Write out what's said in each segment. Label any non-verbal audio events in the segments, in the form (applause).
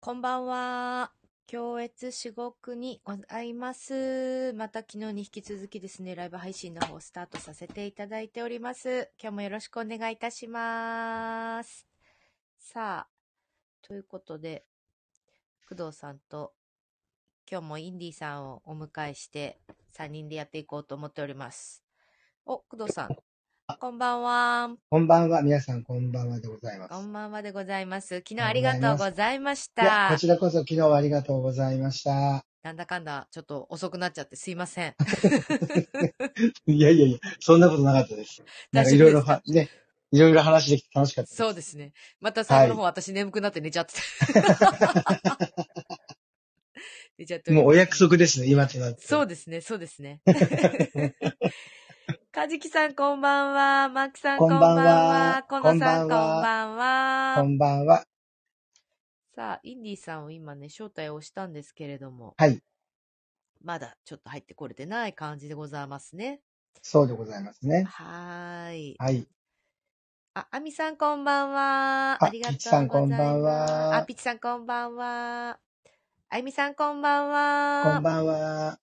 こんばんは。恐悦至極にございます。また昨日に引き続きですね、ライブ配信の方をスタートさせていただいております。今日もよろしくお願いいたします。さあ、ということで、工藤さんと今日もインディさんをお迎えして3人でやっていこうと思っております。お、工藤さん、こんばんは。こんばんは、皆さんこんばんはでございまこす。んばんはでございます。昨日あありりががととううごございましいや、たこ。ちらこそ昨日はありがとうございました。なんだかんだ、ちょっと遅くなっちゃってすいま (laughs) せん。いやいやいや、そんなことなかったです。なんか大い丈夫でろいろすかは、ね、いろいろ話できて楽しかったです。 (laughs) そうですね。また最後の方、私眠くなって寝ちゃってた。 (laughs) 寝ちゃっておりもうまおす約束ですね、今となって。そうですね、そうです (laughs) ね。かじきさんこんばんは。マークさんここんんばばんんはは。コノさんこんこんばばんこは。んばんは。さあ、インディさんを今ね、招待をしたんですけれども、はい、まだちょっと入ってこれてない感じでございますね。そうでございますね。はーい。はい。あ、あみさんこんばんは。ああり、がピッチとさうんごこんざばいんます。あ、は。ピチさんこんばんは。あゆみさんこんばんこんは。ばんは。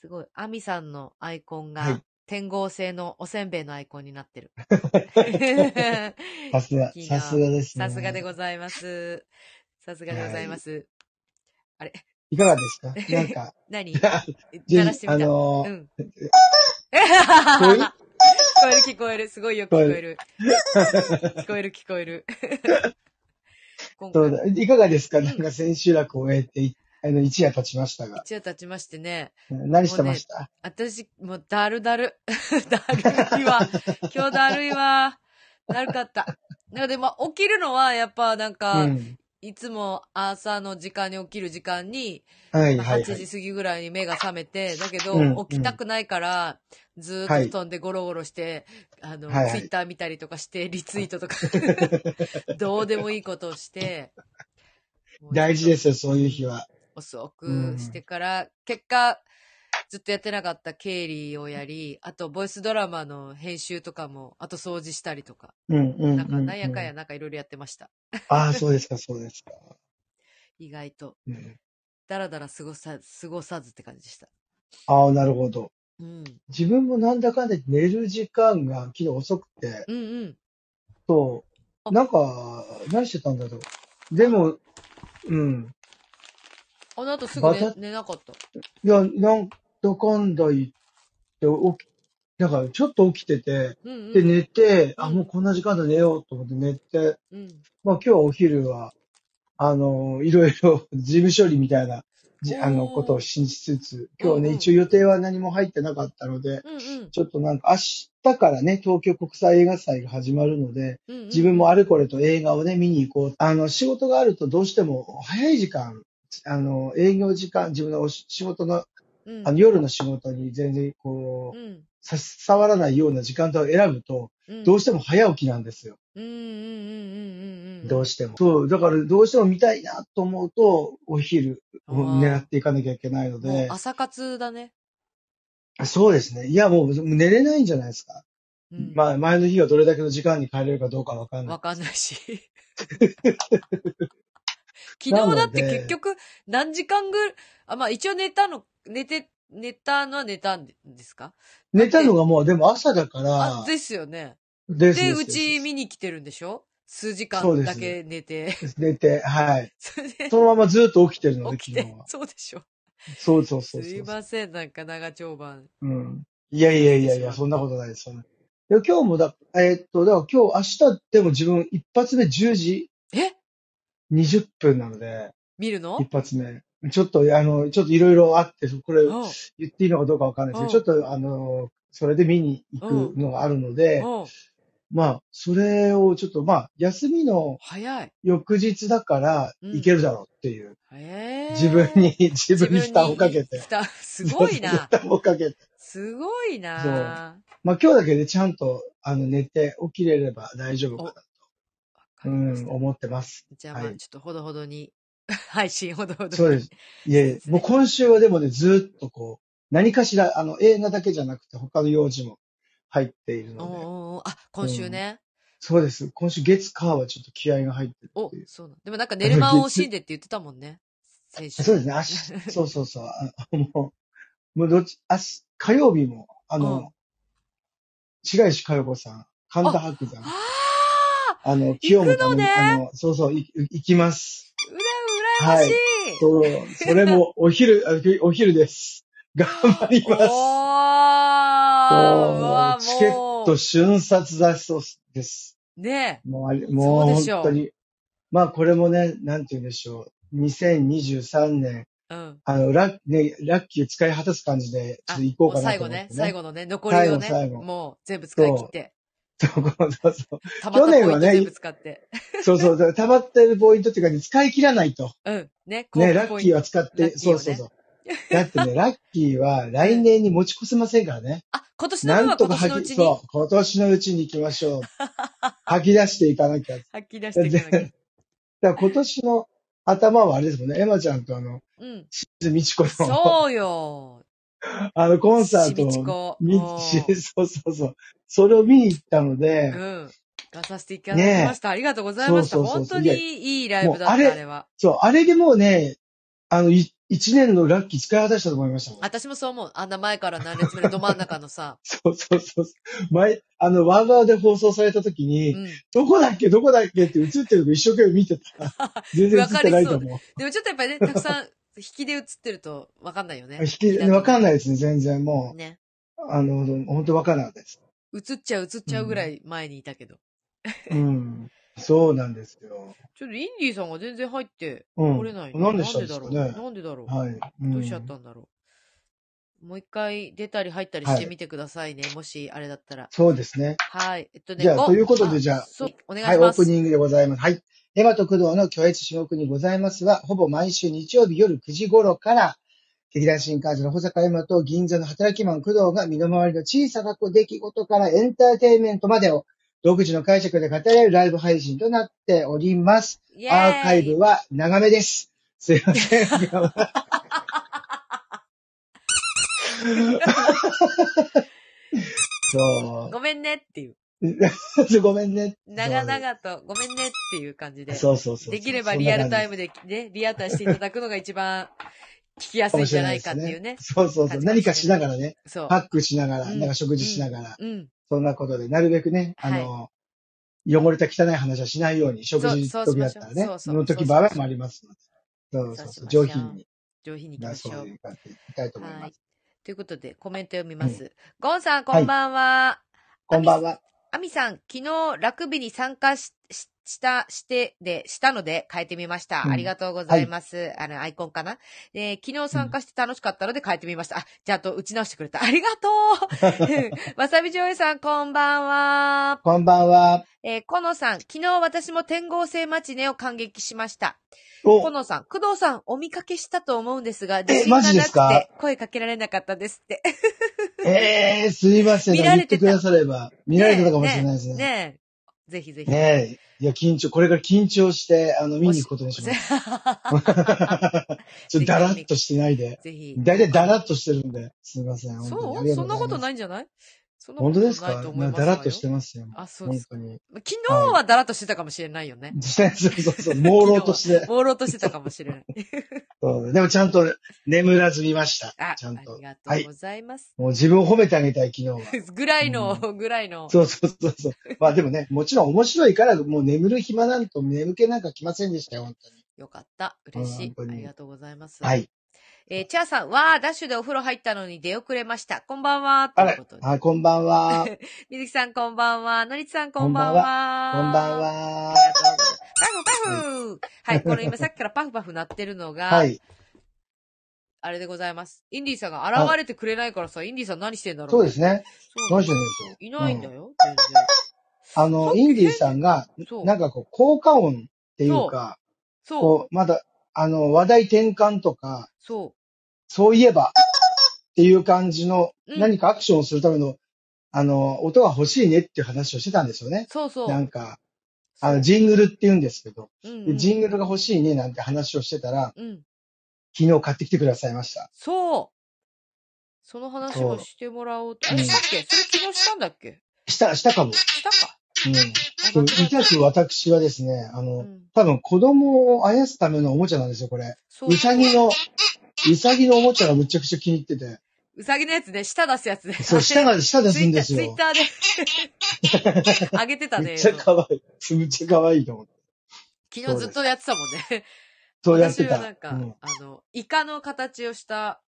すごい。アミさんのアイコンはがい。天合製のおせんべいのアイコンにな (laughs) ってる。さすが、気さがすがですね。さすがでございます。さすがでございます。あれいかがですかなんか、 (laughs) 何ぜ (laughs) 鳴らしてひ、みた。あのうー、 (laughs) ん。これ聞こえる聞こえる。すごいよ聞ここれえる。聞こえる聞こえる。 (laughs) 今そう回もだ。いかがですかんなんか千秋楽を終えてい、あの、一夜経ちましたが。一夜経ちましてね、何もしうてまねし、た私、もうだるだる。 (laughs) だるいわ。今日だるいわ。だるかった。なんかでも起きるのはやっぱなんうか、ん。いつも朝の時間に起きる時間に、はいまあ、はいは8い。時過ぎぐらいに目が覚めて、だけうんど、う起きたん。くないから、ずーっはと布い。団でゴロゴロして、あの、はいツはイッい。ター見たりとかして、リツイートとか、 (laughs) どうでもいいことをして、もうちょっ大事と、ですよ、そうういう日ん、は。遅うくしん。てから、結果、ずっとやってなかった経理をやり、あと、ボイスドラマの編集とかも、あと掃除したりとか、うんうなんか、なんんうやんうかんや、ん。なんかいろいろやってました。ああ、そうですか、そうですか。意外と。うんだらだら過ごさ、過ごさずって感じでした。ああ、なるほど。うん。自分もなんだかんだ寝る時間が昨日遅くて、うんうん。そう。あ、なんか、何してたんだろう。でも、うん。あの後すぐバ寝、タ、い寝なかった。や、なんだかんだ言って起き、だからちょっと起きてて、うんうで、ん。寝て、うあ、もうんこんな時間だ、寝ようと思って寝て、うん。まあ今日はお昼は、あの、いろいろ (laughs) 事務処理みたいな、じ、あの、ことおをー。しつつ、う今ん日ね、う一ん。応予定は何も入ってなかったので、うんうん。ちょっとなんか明日からね、東京国際映画祭が始まるので、うんうん自分うもん。あれこれと映画をね、見に行こう。あの、仕事があるとどうしても早い時間、あの、営業時間、自分のお仕仕事の、うあん。の、夜の仕事に全然こうう、ん。差し障らないような時間帯を選ぶと、うん。うんどうしても早起きなんですよ。うんうんうんうんどうしても。そう、だからどうしても見たいなと思うと、お昼うん。を狙あっていかなきゃいけないのあ。もうで、朝活だね。そうですね。いや、もう寝れないんじゃないですか。うん。まあ、前の日がどれだけの時間に帰れるかどうかわかんなわいでかんす。ない (laughs) し。昨日なだのって結で、局何時間ぐらい、あ、まあ一応寝たの、寝て、寝たのは寝たんですかだ寝ったのて、がもう、でも朝だかあ、ら、ですよね。ですで、でうすですでちす。見に来てるんでしょ数時そう間でだす。け寝て。 (laughs) 寝て、はい。それで、そのままずっと起きてるので、起き昨日て、は。そうでしょそうそうそすうそいうそません、なんか長丁場う。うん。いやいややっいてやしいや、まっそんなた。ことないです。そんなで今日もだ、えーっと、だから今日、明日でも自分一発目10時え20分なので、見るの一発目。ちょっと、あの、ちょっといろいろあって、これうん、言っていいのかどうかわかんないですうけど、ん、ちょっと、あの、それで見に行うん、くのがあるので、うん。まあ、それをちょっと、まあ、休みの早い。翌日だからう行ん。けるだろうっていう。自分ええに、 (laughs) 自自分に負分担をかにけて。負担、すそうごそいう (laughs) 負な。担をかけて。すごい (laughs) そう。な。まあ今日だけでちゃんと、あの、寝て起きれれば大丈夫お、かわな。かうりましん、た。思ってます。じゃあはまあ、い。ちょっとほどほどに、 (laughs) 配信ほどほどそうでにす。いしえいつえ、つもうね。今週はでもね、ずーっとこう、何かしら、あの、映画だけじゃなくて他の用事も入っているおーので、おーおーあ、う今週ん。ね。そうです。今週月火はちょっと気合が入って (laughs) るっおていう。そうなんでもなんか寝る間を惜しんでって言ってたもんね先週そうです (laughs) ね。明日、そうそうそう。あ (laughs) もう、もうどっち、明日、火曜日も、あうんの、白石佳代子さん、神田伯あ山、ああの、清行くの本ねねあの、そうそう、い行きます。うら羨ましい、そう、それ (laughs) もお昼、あお昼です。頑張りおーます。うわもう、チケもッうト瞬殺だそうです。ねもうあれ、そうもうでしょう本当に。まあこれもね、なんて言うんでしょう。2023年、えうんあの、ラッ,、ね、ラッキー使い果たす感じで、ちょっあと行こもううかな最と後思っねて最ね。後のね残りをね最後最後もう全部使い切ってそうそうたまったポイント去年はね全部使ってそうそうそう。溜まってるポイントっていうかね、使い切らな (laughs) いと。うんね幸ね、福ラッポイキーントは使っラッて、キーそをうねそうそう。だってね、ラッキーは来年に持ち越せませんから (laughs) ね。あ今年のな分はんと今か年のう吐き、ちにそう、今年のうちに行きま (laughs) しょう。吐き出していかなきゃ。吐き出していだかかなきゃら今年の頭はあれですもんね、エマちゃんとあの、うん水美智子の、そうよあの、コンサートしみちをこ見、みもうそうそうそう。それを見に行ったので、うん。出させていただきました。ありがとうございました。そうそうそ本当ういやにいいライブだった、あもうあれれは。そう、あれでもうね、あの、い一年のラッキー使い果たしたと思いましたもん。私もそう思う。あんな前から何列目のど真ん中の (laughs) さ。そうそうそう。前、あの、ワーワーで放送された時に、うん。どこだっけ、どこだっけって映ってるの一生懸命見てた。 (laughs) 全然映ってないと思う。でもちょっとやっぱりね、たくさん引きで映ってると分かんないよね。引き、わかんなないですね、全然。もね。う、あの、本当わかんなかったです。映っちゃう映っちゃうぐらい前にいたけど。うん。そうなんですよ。ちょっとインディーさんが全然入ってうこれん。ないね。何でなしんたんでだですろかうね。なんでだろはい。ううどうしちゃっん。たんだろうもう一回出たり入ったりはしてい。みてくださいね。もしあれだったら。そうですね。はい。えっとね、じゃあ、ごということで、じゃあ、そう、お願いはい、しオーまプす。ニングでございます。はい。エマと工藤の巨越至極にございますは、ほぼ毎週日曜日夜9時頃から、劇団新幹線の保坂エマと銀座の働きマン工藤が身の回りの小さな出来事からエンターテインメントまでを独自の解釈で語り合うライブ配信となっております。イェアーカーイイブは長めです。すい (laughs) ません。 (laughs) そごめんねっていう。う。 (laughs) ごめんね。長々とごめんねっていう感じで。そうそうそうそう。できればそんリなア感ルじタですイムで、ね、リアタイしていただくのが一番聞きやかすいもんしじゃれなないいでかすっていうねね。。そうそうそ感う。じかもしれない何かしながらね、そパックしながう。ら、うん。なんか食事しながら、うん。うん。そんなことで、なるべくね、あはいの、汚れた汚い話はしないように、食そう、事そう時しまだっしょたう。らね、そうそのう。そう時し場ま合しもょあう。りますので、そうそうそうしそう、まし上ょ品うに、。上品に行きなまそしうょう。いう感じでいきたいと思いはまいす。。ということで、コメント読みうまん。す。ゴンさん、こはんい、ばんは。こんばんは。アミさん、昨日、ラグビーに参加し、しした、して、で、したので変えてみましうた。ありん。がとうござはいい。ます。あの、アイコンかな。で、昨日う参ん。加して楽しかったので変えてみました。あ、ちゃんと打ち直してくれた。ありがと (laughs) うわさびじょうゆさん、こんばんは。こんばんは。えー、このさん、昨日私も天合星マチネを感激しました。こお、のさん、工藤さん、お見かけしたと思うんですが、自え、信マがジでなすくかて声かけられなかったですって。えー、すいません。見でもら言れっててくだた。されば、見られてねたかえ、もしれなねいですえ、ね。ねえ。ぜひぜひ。ねえ。いや、緊張、これから緊張して、あの、見おに行くし、 (laughs) ことにしぜます。ちょっとぜだひらおっみ、としてないで。ぜひ。だいたいだらっとしてるんで、すいません。本当にそあうりがとそうんごなざいことまないす。んじゃないそんな本こ当とですないとか思いなまだすらっわとしてよ。ますよ。あ、そうで本す当か。に。ま昨は日い。はだらっとしてたかもしれないよね。そうそうそう、昨朦日朧とは。 (laughs) して。朦朧としてたかもし (laughs) れない。そうでもちゃんと眠らず見ました。あ、ちゃんありと。がとはうい。ございます。もう自分を褒めてあげたい、昨 (laughs) 日は。ぐらういの、ん。ぐらいの。そうそうそうそう。まあでもね、もちろん面白いから、もう眠る暇なんと眠気なんか来ませんでしたよ、本当に。よかった。うん、嬉し本い。当ありに。がとうございます。はい。えーチャーさん、わー、ダッシュでお風呂入ったのに出遅れました。こんばんは、とあいうれことで。あ、こんばん (laughs) は。みずきさん、こんばんは。のりつさん、ここんんばばんんは。こんばんは。ありは。がとうございます。パはい。フパフはい、この今さっきからパフパフ鳴ってるのはが、い。あれでございます。インディーさんがあ、現れてくれないからさ、インディーさん何してんだろうそうでね。すね。そうなのどうしてるんでしいょう。ないんうん。だよ、全然。あさの、っインきディー変さんが、に、そなう、んかこう、効果音っていうそう、か、そう、こう、まだ、あの、話題転換とか、そそういえばっていう感じの、う、うん、何かアクションをするための、あの、音が欲しいねっていう話をしてたんですよね。そうなそんか、う、あの、そジングルって言うんですけど、う、うんでうジん、ングルが欲しいねなんて話をしてたら、うん、昨日買ってきてくださいました。そう、その話もそしてもらおうと。あう。うれん。したっけそれ昨日したんだっけした、したかも。したかうん。いたく私はですね、あうの、ん、多分子供をあやすためのおもちゃなんですよ、これ。そううさぎの、うさぎのおもちゃがむちゃくちゃ気に入ってて。うさぎのやつね、舌出すやつね。そう、舌が、舌出すんですツイッよ。ターツイッ (laughs) ターで上げてためね。っちゃ昨可愛い。めっちゃ可愛いと思って。日ずっとやってたもんね。そうやって私はなたん。か、うん。あの、イカの形をした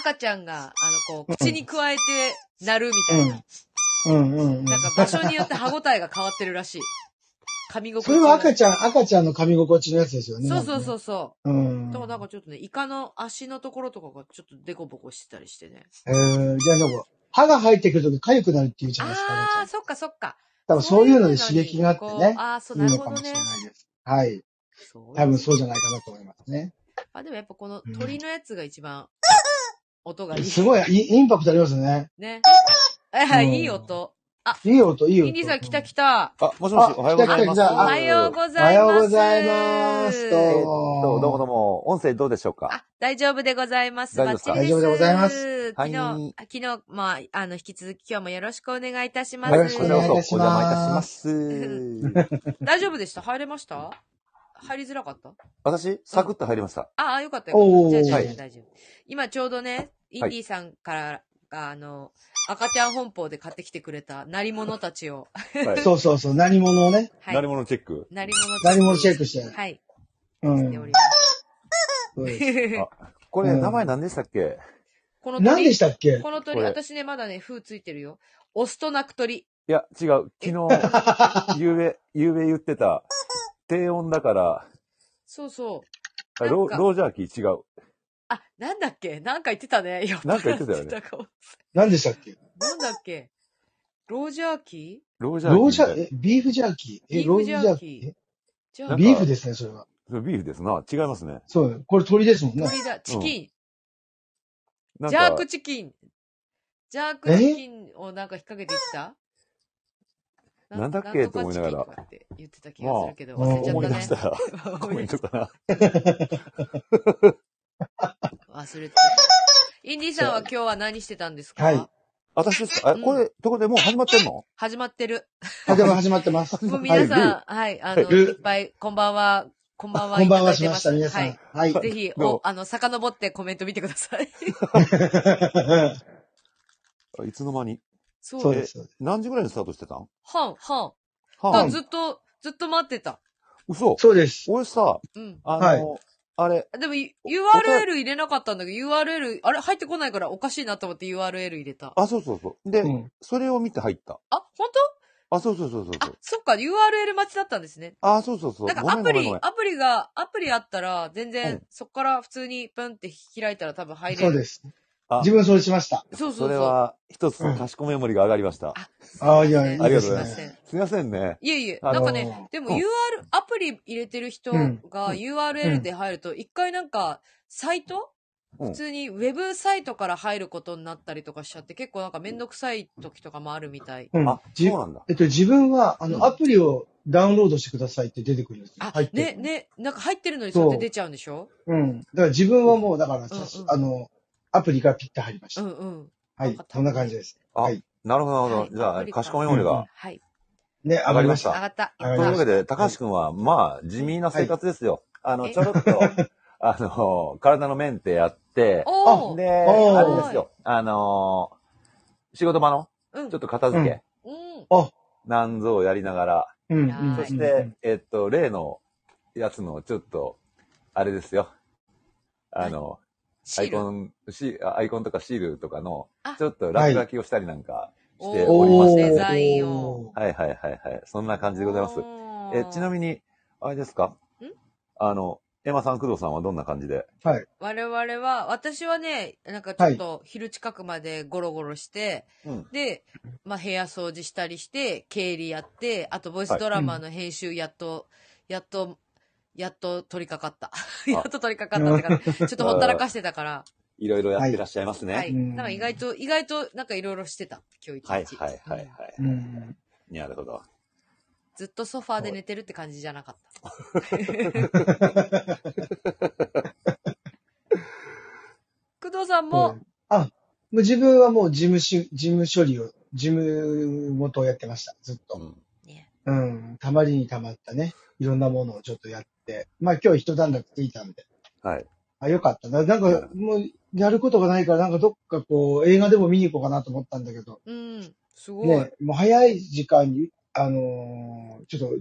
赤ちゃんが、あの、こう、口に加えて鳴るみたいな。うんうんうんうん。なんか場所によって歯応えが変わってるら (laughs) しい。噛み心地それは赤ちちゃん、赤ちゃんの噛み心地のやつですよゃね。。そうそうそううそうう。ん。でもなんかちょっとね、イカの足のところとかがちょっとデコボコしてたりしてね。えー、じゃあなんか、歯が入ってくると痒くなるっていうじゃないですか、あ赤ー、ちそっかそっか。ゃん。多分そういうので刺激があってそういうのにねこう、あー、そう、いないるのほどかもしねれ。ないです。はい。そう多分そうじゃないかなと思いますね。あ、でもやっぱこのうん鳥のやつが一番音がいい。すごい、イインパクトありますね。ね。あ、いい音。いい音、いい音。インディさん来た来た。あ、もしもし、あおはようございまお来た来た来す。たあはようごおはざいます。ようございます。どうえーもっと、どうもどうも、音声どうでしょうかあ、大丈夫でございます。大丈夫ですかバッチリ。大丈夫でございます昨はい日、あ昨日、まあ、あの、引き続き今日もよろしくお願いいたします。よろしくお願いいたしますこちらこそお邪魔いたします。 (laughs) 大丈夫でした入れました入りづらかった私、サクッと入りました。ああ、よかったよかおっーた。じゃあは大丈夫、い大丈夫。今ちょうどね、インディさんから、あの、赤ちゃん本邦で買ってきてくれた鳴り物たちを、はい。そうそうそう、何者をね、はなりい。ものチェック。鳴り物何者チェックして。はい。うしておりん。ます。そうですこれ、うん名前何でしたっけ (laughs) この何で鳥し、たっけこの鳥、これ私ね、まだね、風ついてるよ。オスと鳴く鳥。いや、違う。昨 (laughs) 日、ゆうべ、ゆうべ言ってた、低音だから、そうそう。あロなんかロージャーキー違う。あ、なんだっけなんか言ってたね。酔っ払なんか言ってたよねたかも何でしたっけなんだっけロージャーキロージャーキーロージャみたー、いえ、ビーフジャーキーえ、ビーロフージジャャーーキーキーー。じゃなえあんか、ビーフですね、それは。それビーフですな。違いますね。そうだよこれ鳥ですもんね。鳥だ、チキン。なんジャーかク、チキン。ジャークチキンをなんか引っ掛けていったなんだっけんとかチキンとかって言ってた気がするけど、まあ忘れちゃ思い出っしたたね。(laughs) ら、コメントかな。忘れてた。インディさんは今日は何してたんですか、はい私ですかあ、これ、どこでもう始まってんの始まってる。あ、でも始まってます。もう皆はいさん、はい、あの、ルーいっぱい、こんばんは、こんばんは、こんばんいはだいしてました、皆さはんい。。はい。 (laughs) ぜひ、どお (laughs) う、あの、遡ってコメント見てください。 (laughs) あいつの間にそ (laughs) そううで。ですす、そうです。何時ぐらいにスタートしてたんはん、はん。はあん。ずっと、ずっと待ってた。嘘そうです。俺さ、うん。あの、はいあれ、でも、U- URL 入れなかったんだけど、URL、あれ入ってこないからおかしいなと思って URL 入れた。あ、そうそうそう。で、うん。それを見て入った。あ、本あ、そうそうそうそう当そあう。、そっか、URL 待ちだったんですね。あ、そうそうそう。なんかごアめんプごめんリごめ、ん。アプリが、アプリあったら、全う然ん、そっから普通にプンって開いたら多分入れそる。うですあ。自分そうしました。そうそうそう。それは、一つのかしこメモリが上がりました。あ、あいやいいですねありがとうございますいません。すいませんね。いえいえ、あなのんかね、でもうん UR、アプリ入れてる人うんが URL で入ると、一回なんか、サイトうん普通にウェブサイトから入ることになったりとかしちゃって、結構なんかめんどくさい時とかもあるみたい。うんあ、じそうなんだ。えっと、自分は、あうんの、アプリをダウンロードしてくださいって出てくるんですよ。あ入っ、てね、る。ね、なんか入ってるのにそうやって出ちゃうんでしょうん。だから自分はもう、だから、うんうんあの、アプリがピッて入りましうた。んうん。はよいかっ。たそんな感じです。あ、はいなるほど、なるはほいど。じゃアあ、プリかかしこメモうリんうが。はい。ね、上がりまし上た。がった。上がといりうまわしたけで、高橋くんは、まあ、地味な生活ですよ。あの、ちょろっと、 (laughs) あの、体のメンテやって、おーで、おーあれですよ。あのー仕事場の、うんちょっ。と片付け、うん。なんぞをやりながら、うん、うん。はいうんそしうてん、えっと、例のやつの、ちょっと、あれですよ。あの、シアーイルコン、シアイコンとかシールとかのあ、ちょっと落書きをしたりなんかしておりおまーしデて、ザインをはいはいはいはい。そんな感じでございます。え、ちなに。みに、あれですかあの、エマさん、工藤さんはどんな感じではい。我々は、私はね、なんかちょっと昼近くまでゴロゴロして、うん。で、まあ部屋掃除したりして、経理やって、あとボイスドラマの編集やっと、やっと、やっと取り掛かった。やっと取り掛かったって (laughs) か、ちょっとほったらかしてたから、いろいろやってらっしゃいますね。は。はいい、うんなんか意外と、意外となんかいろいろしてた、今日一日。はい、はい、はういん。うん。なるほど。ずっとソファーで寝てるって感じじゃなかった。 (laughs) 工藤さんも、あ、もう自分はもう事務し、事務処理を、事務元をやってました。ずっうと。ん。ねうん、たまりにたまったね、いろんなものをちょっとやって、まあ今日一段落ついたんで、はい。あ、よかったな。なんか、もう、やることがないから、なんかどっかこう、映画でも見に行こうかなと思ったんだけど、うん。すごい。ね、もう早い時間に、あのーちょっと、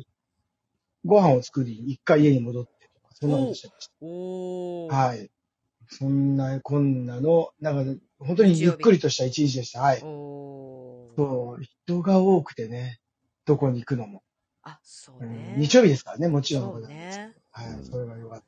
ご飯を作り、一回家に戻ってとか、そんなことしてましおー。た。はい。そんな、こんなの、なんか、本当にゆっくりとした一日でした。はい。おー。そう、人が多くてね、どこに行くのも。あ、そううんね。日曜日ですからね、もちろんのそこうとなんです。ね。はうい、んそれがよかった。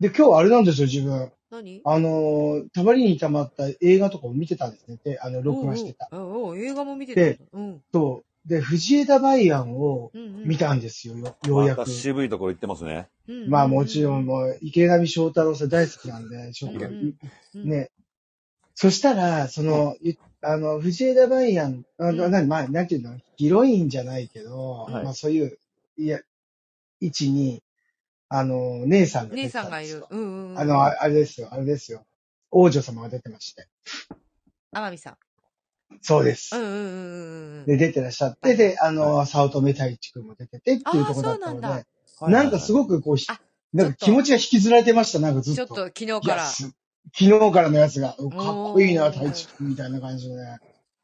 で、今日はあれなんですよ、自分。何あのーたまりにたまった映画とかを見てたんですね。で、あの、録画してた。おうおうおうおう映画も見てでた。うん。そう。で、藤枝梅安をうんうん。見たんですよ、よようやまくた。渋いところ行ってますね。うんうんうん。まあもちろん、もう、池上翔太郎さん大好きなんで、ちょっと、うんうん。ね。そしたら、その、ゆあの、藤枝梅安、あの、うんなまあ、なんていうの、ヒロインじゃないけど、はいまあそういう、いや、位置に、あの、姉さんが出姉てたさんがでいすよる。うんうんうん。あの、ああれですよ、あれですよ。王女様が出てまして。天海さそうですん。う。んうんうんうんうん。で、出てらっしゃって、で、あの、早乙女太一くんも出ててっていうところだったので、あーそうなんなだんかすごい。ごくこうひあ、なんか気持ちが引きずられてました、なんかずっちと。ょっと昨日いかやら。す昨日からのやつが、うんかっこいいな、おー太一くんみたいな感じでね。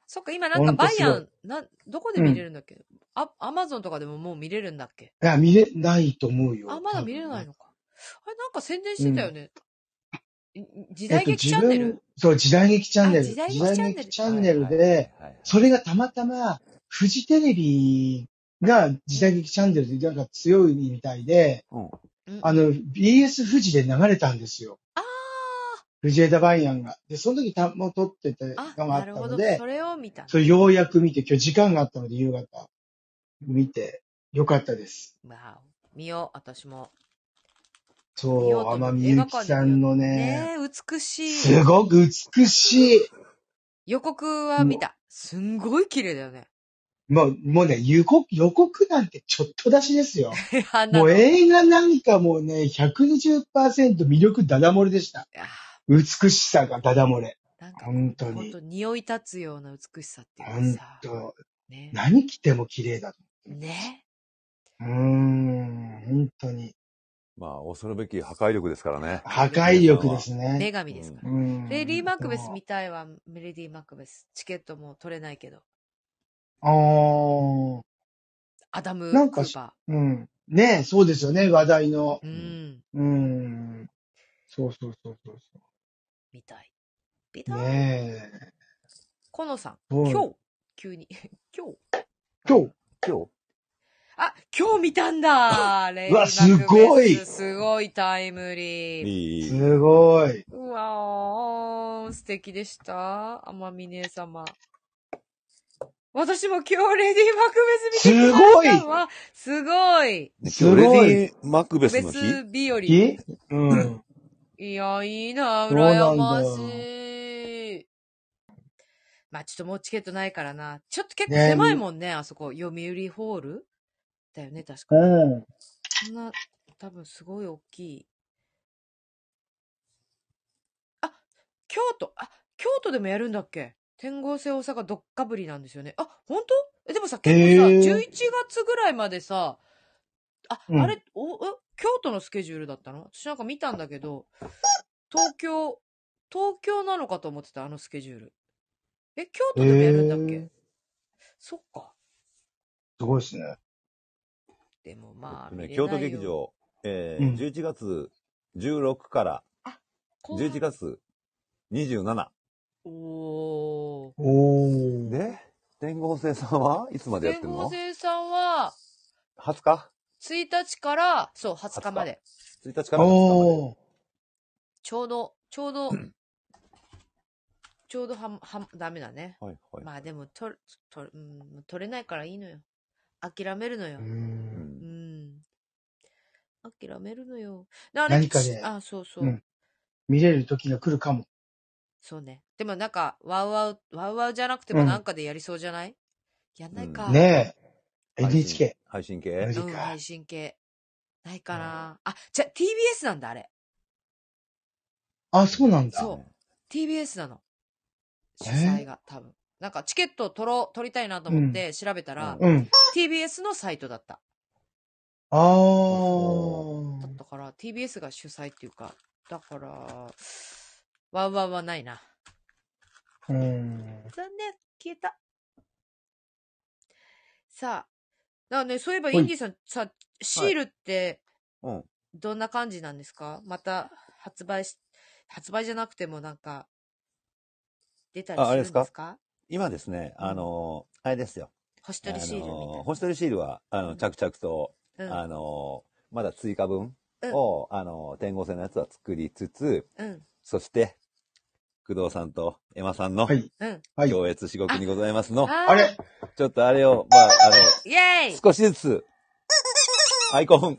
そっか、今なんかほんとバすイごいアン、なん、どこで見れるんだっけあ、アマゾンとかでももう見れるんだっけいや、見れないと思うよ。あ、まだ見れないののか。あれ、なんか宣伝してたよね。い時え代っと、劇チ自ャンネル、分、そう、時代劇チャンネあル。時代劇時代劇チャンネルはいはいで、はいはいそれがたまたま、フジテレビが時代劇チャンネルでなんか強いみたいで、うんうんあの、BS 富士で流れたんですよ。あ藤枝梅安が。で、その時たもう撮ってたのーあ、があなったるほのど。でそ、れを見た。それようやく見て、今日時間があったので夕方見て、よかったです。わお見よう、私も。見ようそとう、思って天海祐希さんのね、ねえ、美しいす。ごく美しい。予告は見た。すんごい綺麗だよね。 (laughs) もう、もうね、予告、予告なんてちょっと出しですよ。あ (laughs) んなものう映画なんかもうね、120%魅力ダダ漏れでした。いや美しさがダダ漏れ。ーなんか、本当ほんに。と匂い立つような美しさっていう本かさ。当ね。何着ても綺麗だ。ね。うーん、本当に。まあ、恐るべき破壊力ですからね。破壊力ですね。女神ですから。うんレディー・マクベス見たいわ、メレディー・マクベス。チケットも取れないけど。あーアダム・クなんかーしパうん。ねえ、そうですよね、話題のー。。うん。うん。そうそうそうそうそ見たい。見う。たい。ねえ。コノさん、そう今日、急に。 (laughs) 今日。今日、今日あ、今日見たん (laughs) だレイうマわクベスすごいすごいタイムリー。いい。すごい。うわー、素敵でした。天海姉様。私も今日レディー・マクベス見てきましたすごいわすごい今すごい日レディー・マクベスの日別日和。えうん。いや、いいな、そうなんだ羨ましい。まあ、ちょっともうチケットないからな。ちょっと結構ねえ狭いもんね、あそこ。読売ホールだよね、確か。うん。そんな、多分すごい大きい。あ、京都、あ、京都でもやるんだっけ天合制大阪どっかぶりなんですよね。あ、本当え、でもさ、結構さ、へえ11月ぐらいまでさ、あ、うんあれ、お、え、京都のスケジュールだったの私なんか見たんだけど、東京、東京なのかと思ってた、あのスケジュール。え、京都でもやるんだっけ、へえそっか。すごいですね。でもまあ、ね見れ京都ないよ劇。場、えうんー、11月16から後半11月27。おー。おー。で、天狗補正さんはいつまでやってる全の合制さんは、 ?20 日1日から、そう、20日まで。 ?1 日から20日おー。ちょうど、ちょうど、ちょうどはん、はん、ダメだね。まで。はいはい。まあでも、と、と、うん、取れないからいいのよ。諦めるのよう。うんうんん。諦めるのよ。だ何かねあ、そうそう。うん見れる時が来るかも。そうね。でもなんか、ワウワウ、ワウワウじゃなくてもうんなんかでやりそうじゃない、やんないか。うんねえ。配信 NHK。配信無系理うん、か配信系。ないかな。あ、じゃ、TBS なんだ、あれ。あ、そうなんだ。そう。TBS なの。主え催が、多分。なんかチケットを取ろう、取りたいなと思って調べたら、うん。 TBS のサイトだった。あだーっ。たから TBS が主催っていうか、だから、ワンワンはないな。うん。残念、消えた。さあ、だからね、そういえばインディさん、さ、シールってうん。どんな感じなんですか、また発売し、発売じゃなくてもなんか、出たりあすあるんれでですすかか今ですね、あのーあれですよ。星あの取りシールみたいな。ー星取りシールは、あうの、ん着々と、うんあのーまだ追加分を、あのー、天候戦のやつは作りつつ、うん、そして、工藤さんとエマさんのはい。うん。はい共越至極にございますの、ああれちょっとあれを、まあ、あの、イェーイ少しずつ、アイコン、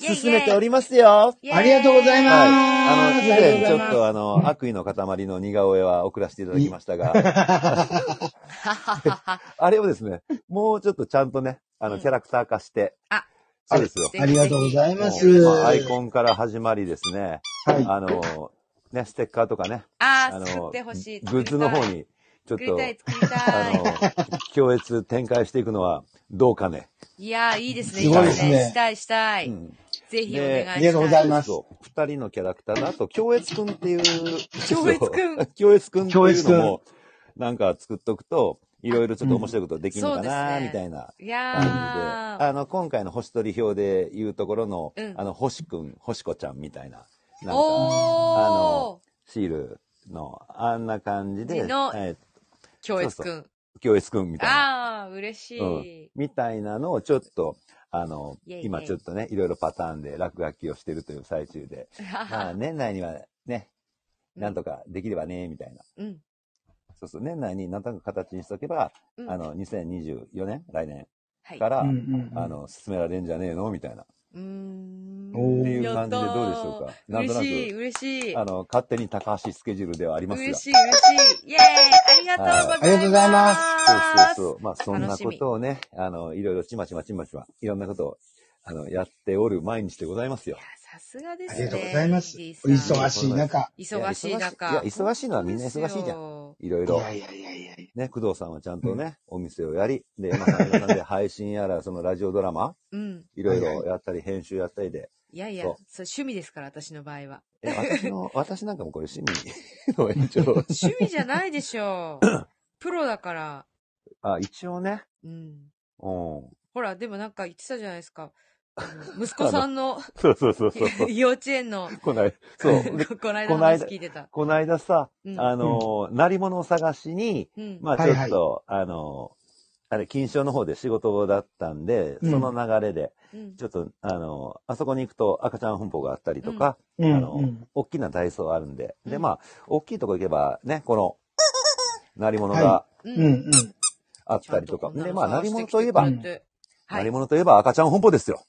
イェイ進めておりますよ。イェーイありがとうございまはい。すあの、以ありがとうございま前ちょすっ (laughs) とあの、悪意の塊の似顔絵は送らせていただきましたが、ははははあれをですね、もうちょっとちゃんとね、あうの、んキャラクター化して、あそうですよ。ぜありがとうございます。もうまあアイはコンから始まりですね、い。あの、ね、ステッカーとかね、ああー、の、作ってほしい。グッズの方に、ちょっ作りと、たい。作りたい、あ作りたい。の、強烈展開していくのはどうかね。いやー、いいですね。すごいですねしたい、したい。うんぜひお願いしたい。ありがとうございますそう。二人のキャラクターの、あと、京越くんっていう。京悦くんそう。 (laughs) 京越くんっていうの京も、なんか作っとくと、いろいろちょっと面白いことできるのかそうでな、すねみたいな。い感じで、やー。あの、今回の星取り表で言うところの、うんあの、星くん、星子ちゃんみたいな、なんか、おーの。シールの、あんな感じで、字のえ京悦くん。ー、京越くんみたいな。あー、嬉しい。みたいなのをちょっと、あの、イェイイェイ今ちょっとね、いろいろパターンで落書きをしてるという最中で、まあ年内にはね、なんとかできればね、みたいな。うん。そうそう、年内になんとなく形にしとけば、うんあ、の、2024年、来年はい。かうら、うんうんうんあの、進められんじゃねえのみたいな。っーん。おーていう感じでどうでしょうか。なんと嬉なしい、く、嬉しい。あの、勝手に高橋スケジュールではありますが。嬉そしい、嬉しい。イェーイありがとうございます。ありがとうございますうそうそう。まあ、そんな楽しこみとをね、あの、いろいろちまちまちまちま、いろんなことを、あの、やっておる毎日でございますよいや。、さすがですあね。りがとうございます。リリおーさん忙しい中。忙しい中。いや、忙しいのはみんな忙しいじゃん。ん。いろいいろ。やいやいやいやいね、工藤さんはちゃんとね、お店をやり、で、山さんは山さんで配信やら、そのラジオドラマ、うん。いろいはいはろやったり、編集やったりで。いやいや、そそうう趣味ですから、私の場合 (laughs) は。え、私の、私なんかもこれ趣味の (laughs) 延長。趣味じゃないでしょ (laughs) う。プロだから。あ、一応ね。うん。うん。ほら、でもなんか言ってたじゃないですか。あの息子さんのそうそうそうそ (laughs) う。幼稚園の、 (laughs) こない、 (laughs) そう。でこの間このない話だ聞いてた。こないださ、うんあの、鳴り物を探しに、うん。まあちょっと、あの、あれ、金賞の方で仕事だったんで、その流れで、うんちょっと、あの、あそこに行くと赤ちゃん本舗があったりとか、や。うんあの、うん。大きなダイソーあるんで。うで、んまあ、大きいとこ行けば、ね、この、鳴り物はがう。うんうんん。あったりとか。ちゃんで、こんまあ、なの鳴り探してき物てといえば、くれては鳴りい。物といえば赤ちゃん本舗ですよ。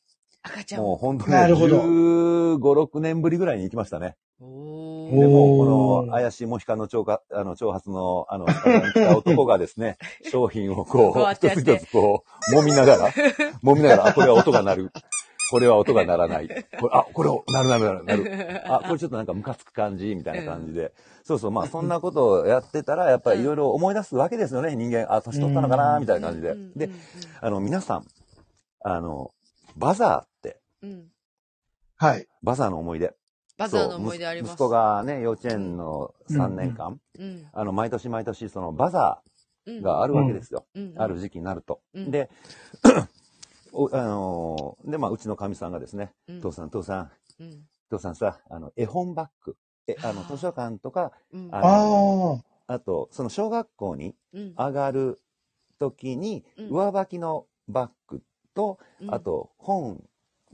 赤ちゃん。もう本当に、ね、なるほど15、6年ぶりぐらいに行きましたね。おでー。も、おーこの、怪しいモヒカンの長か、あの、長髪の、あの、来た男がで (laughs) すね、商品をここうう、やって一やっつて一つこう、揉みなが (laughs) ら、揉みながら、あ、これは音が鳴る。これは音が鳴らない。これあ、これを、鳴る鳴る鳴る鳴る。 (laughs) あ、これちょっとなんかムカつく感じみたいな感じで。そうそう、まあそんなことをやってたら、やっぱりいろいろ思い出すわけですよね、人間。あ、年取ったのかな、みたいな感じでうんうんうん。で、あの、皆さん、あの、バザーって、うん。はい。バザーの思い出。バザーの思い出あります。そう息息子がね、幼稚園の3年間、うん。あの、毎年毎年そのバザうん。ーがあるわけですよ。うん、ある時期になると。うんで、 (clears throat) おあのーで、まあ、うちのかみさんがですね、うん父さん、父さうん、ん。父さんさ、あの、絵本バッグ。え、あの、あー図書館とか、うん。あああ。あと、その小学校にうん上がる時に、うん上履きのバッグと、うんあと、本、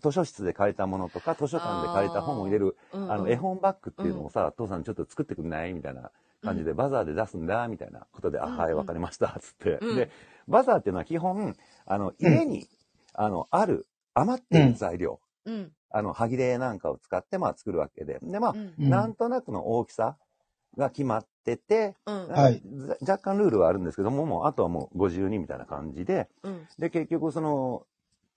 図書室で借りたものとか、図書館で借りた本を入れる、うんあの、絵本バッグっていうのをさ、父さんちょっと作ってくんないみたいな感じで、バザーで出すんだ、みたいなことで、あ、うんはい、わかりました、つって。うんで、バザーっていうのは基本、あの、家に、あの、ある、余っている材料、うん。あの、歯切れなんかを使って、まあ、作るわけで。で、まあう、ん。うんなんとなくの大きさが決まってて、うん。はいざ若干ルールはあるんですけども、もうあとはもうご自由にみたいな感じで、うん。で、結局その、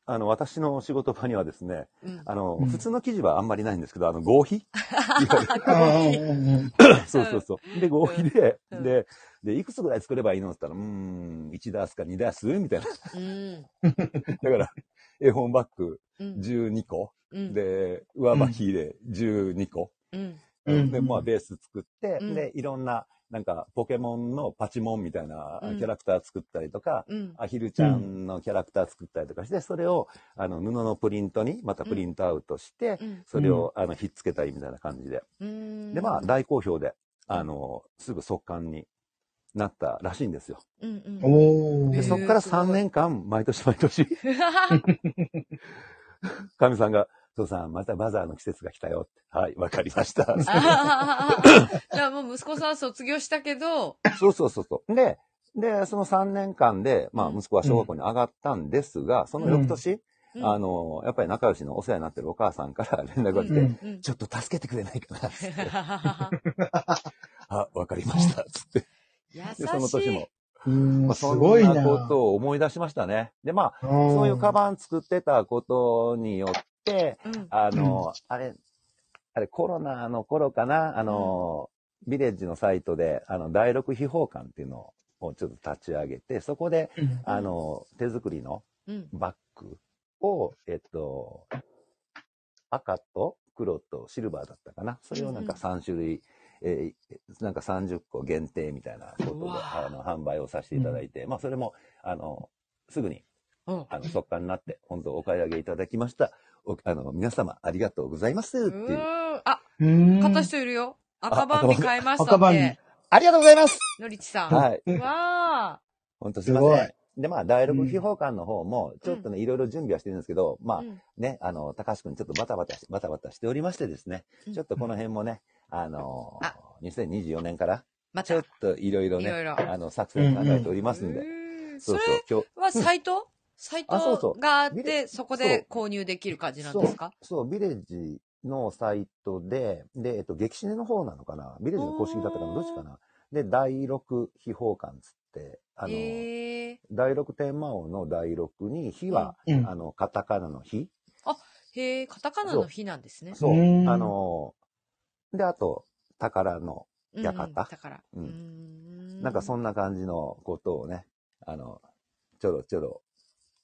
あの、私の仕事場にはですね、うん。あの、うん普通の記事はあんまりないんですけど、あの、合 (laughs) 皮あコーヒーそうそうそう。で、合皮で、うんで、で、いくつぐらい作ればいいのって言ったら、うーん、1ダースか2ダースみたいな。うん。だから、絵本バッグうん。 12個、うん。で、上履きで12個、うん。うんで、まあ、ベース作って、うんで、いろんな、なんか、ポケモンのパチモンみたいなうんキャラクター作ったりとか、うん。アヒルちゃんのキャラクター作ったりとかして、それを、あの、布のプリントにまたプリントアウトして、うんそれを、あの、ひっつけたりみたいな感じで。うん。で、まあ、大好評で、あの、すぐ速乾になったらしいんですよ。うんうん。おで、へーー。そっからすごい3年間、毎年毎年、 (laughs) 神さんが、そうさん、またバザーの季節が来たよって。はい、わかりました。あーじゃあもう息子さん卒業したけど、 (laughs) そうそうそうそう。で、で、その3年間で、まあ、うん息子は小学校に上がったんですが、その翌年、うんあの、やっぱり仲良しのお世話になってるお母さんから (laughs) 連絡が来て、うんうんちょっと助けてくれないか (laughs) なっつって、あ、わかりました、つって。優で、そのし年いも。。うんまあ、すそごいんなな。ことを思い出しましたね。で、まあ、そそういうカバン作ってたことによって、うん。あの、あれ、あれコロナの頃かな、あの、ヴィレッジのサイトで、あの、第六秘宝館っていうのをちょっと立ち上げて、そこで、うんあの、手作りのうん。バッグを、えっと、赤と黒とシルバーだったかな。それをなんかうん3種類、えーなんか30個限定みたいなことうで、わあの、販売をさせていただいて、まあ、それも、あの、すぐにうんあの、速乾になって、本当お買い上げいただきました。お、あの、皆様ありがとうございますってういう。ーん。あ、うん買った人いるよ。赤バンビ買いました赤バっンビて。ありがとうございますのりちさん。はい。わ本当すいません。すごいで、まあ、第六秘宝館の方も、ちょっとね、いろいろ準備はしてるんですけど、まあ。あう、んね、あの、高橋くんちょっとバタバタし、バタバタしておりましてですね、うんちょっとこの辺もね、あのあ2024年から、まちたょっ。といろいろいろいね、ろ。あの、作戦考えておりますんで、うーんそそうれそう、今日、はサイ (laughs) トサイあそうそトうがあっ見て、れそこで購入できる感じなんですかそう、ヴィレッジのサイトで、で、えっと、激死ねの方なのかなヴィレッジの公式だったかなおーどっちかなで、第六秘宝館つって、あの、へえ。第六天魔王の第六に、火は、うんあの、カタカナの火へえ、カタカナの日なんですね。そう、うんあの、で、あと、宝の、うんうん館だから。うんんなんかそんな感じのことをね、あの、ちょろちょろ、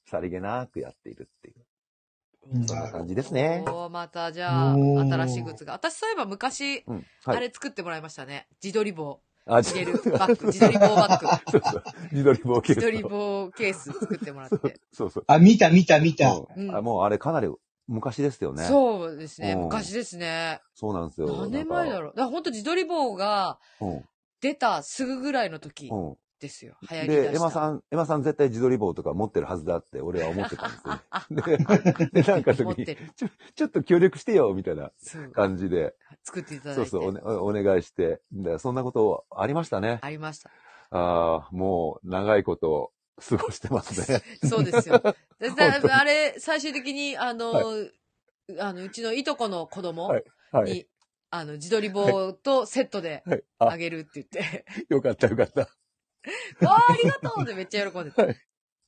さりげなくやっているっていう、うんそんな感じですね。おーまたじゃあ、おー新しいグッズが。私そういえば昔、うん。あれ作ってもらいましたね。自撮り棒。あ、入れ (laughs) るバッグ。自撮り棒バッグ。そうそう。緑棒系自撮り棒ケース作ってもらって。そうそう。あ、見た見た見た。うんうんあもうあれかなり昔ですよね。そう。そうですね。うん昔ですね。なんですよ。何年前だろろう。だから本当自撮り棒がう。出たすぐぐらいの時うん。うん。ですよ。流行りで、エ出したマさん、エマさん絶対自撮り棒とか持ってるはずだって俺は思ってたん (laughs) ですよね。で、でなんかの持っ時てに、る。ちょっと協力してよ、みたいな (laughs) そう感じで、作っていただいそて。うそうお,、ね、おお願いして、でそんなことありましたね。ありま (laughs) した。ああ、もう長いこと過ごしてますね。そうですよ。でだ本当にあれ、最終的に、あの、あのうちのいとこの子供に、はい。あの、自撮り棒とセットではい。ああ、げるって言って、 (laughs) よかったよかった。わあ、ありがとうってめっちゃ喜んではてい、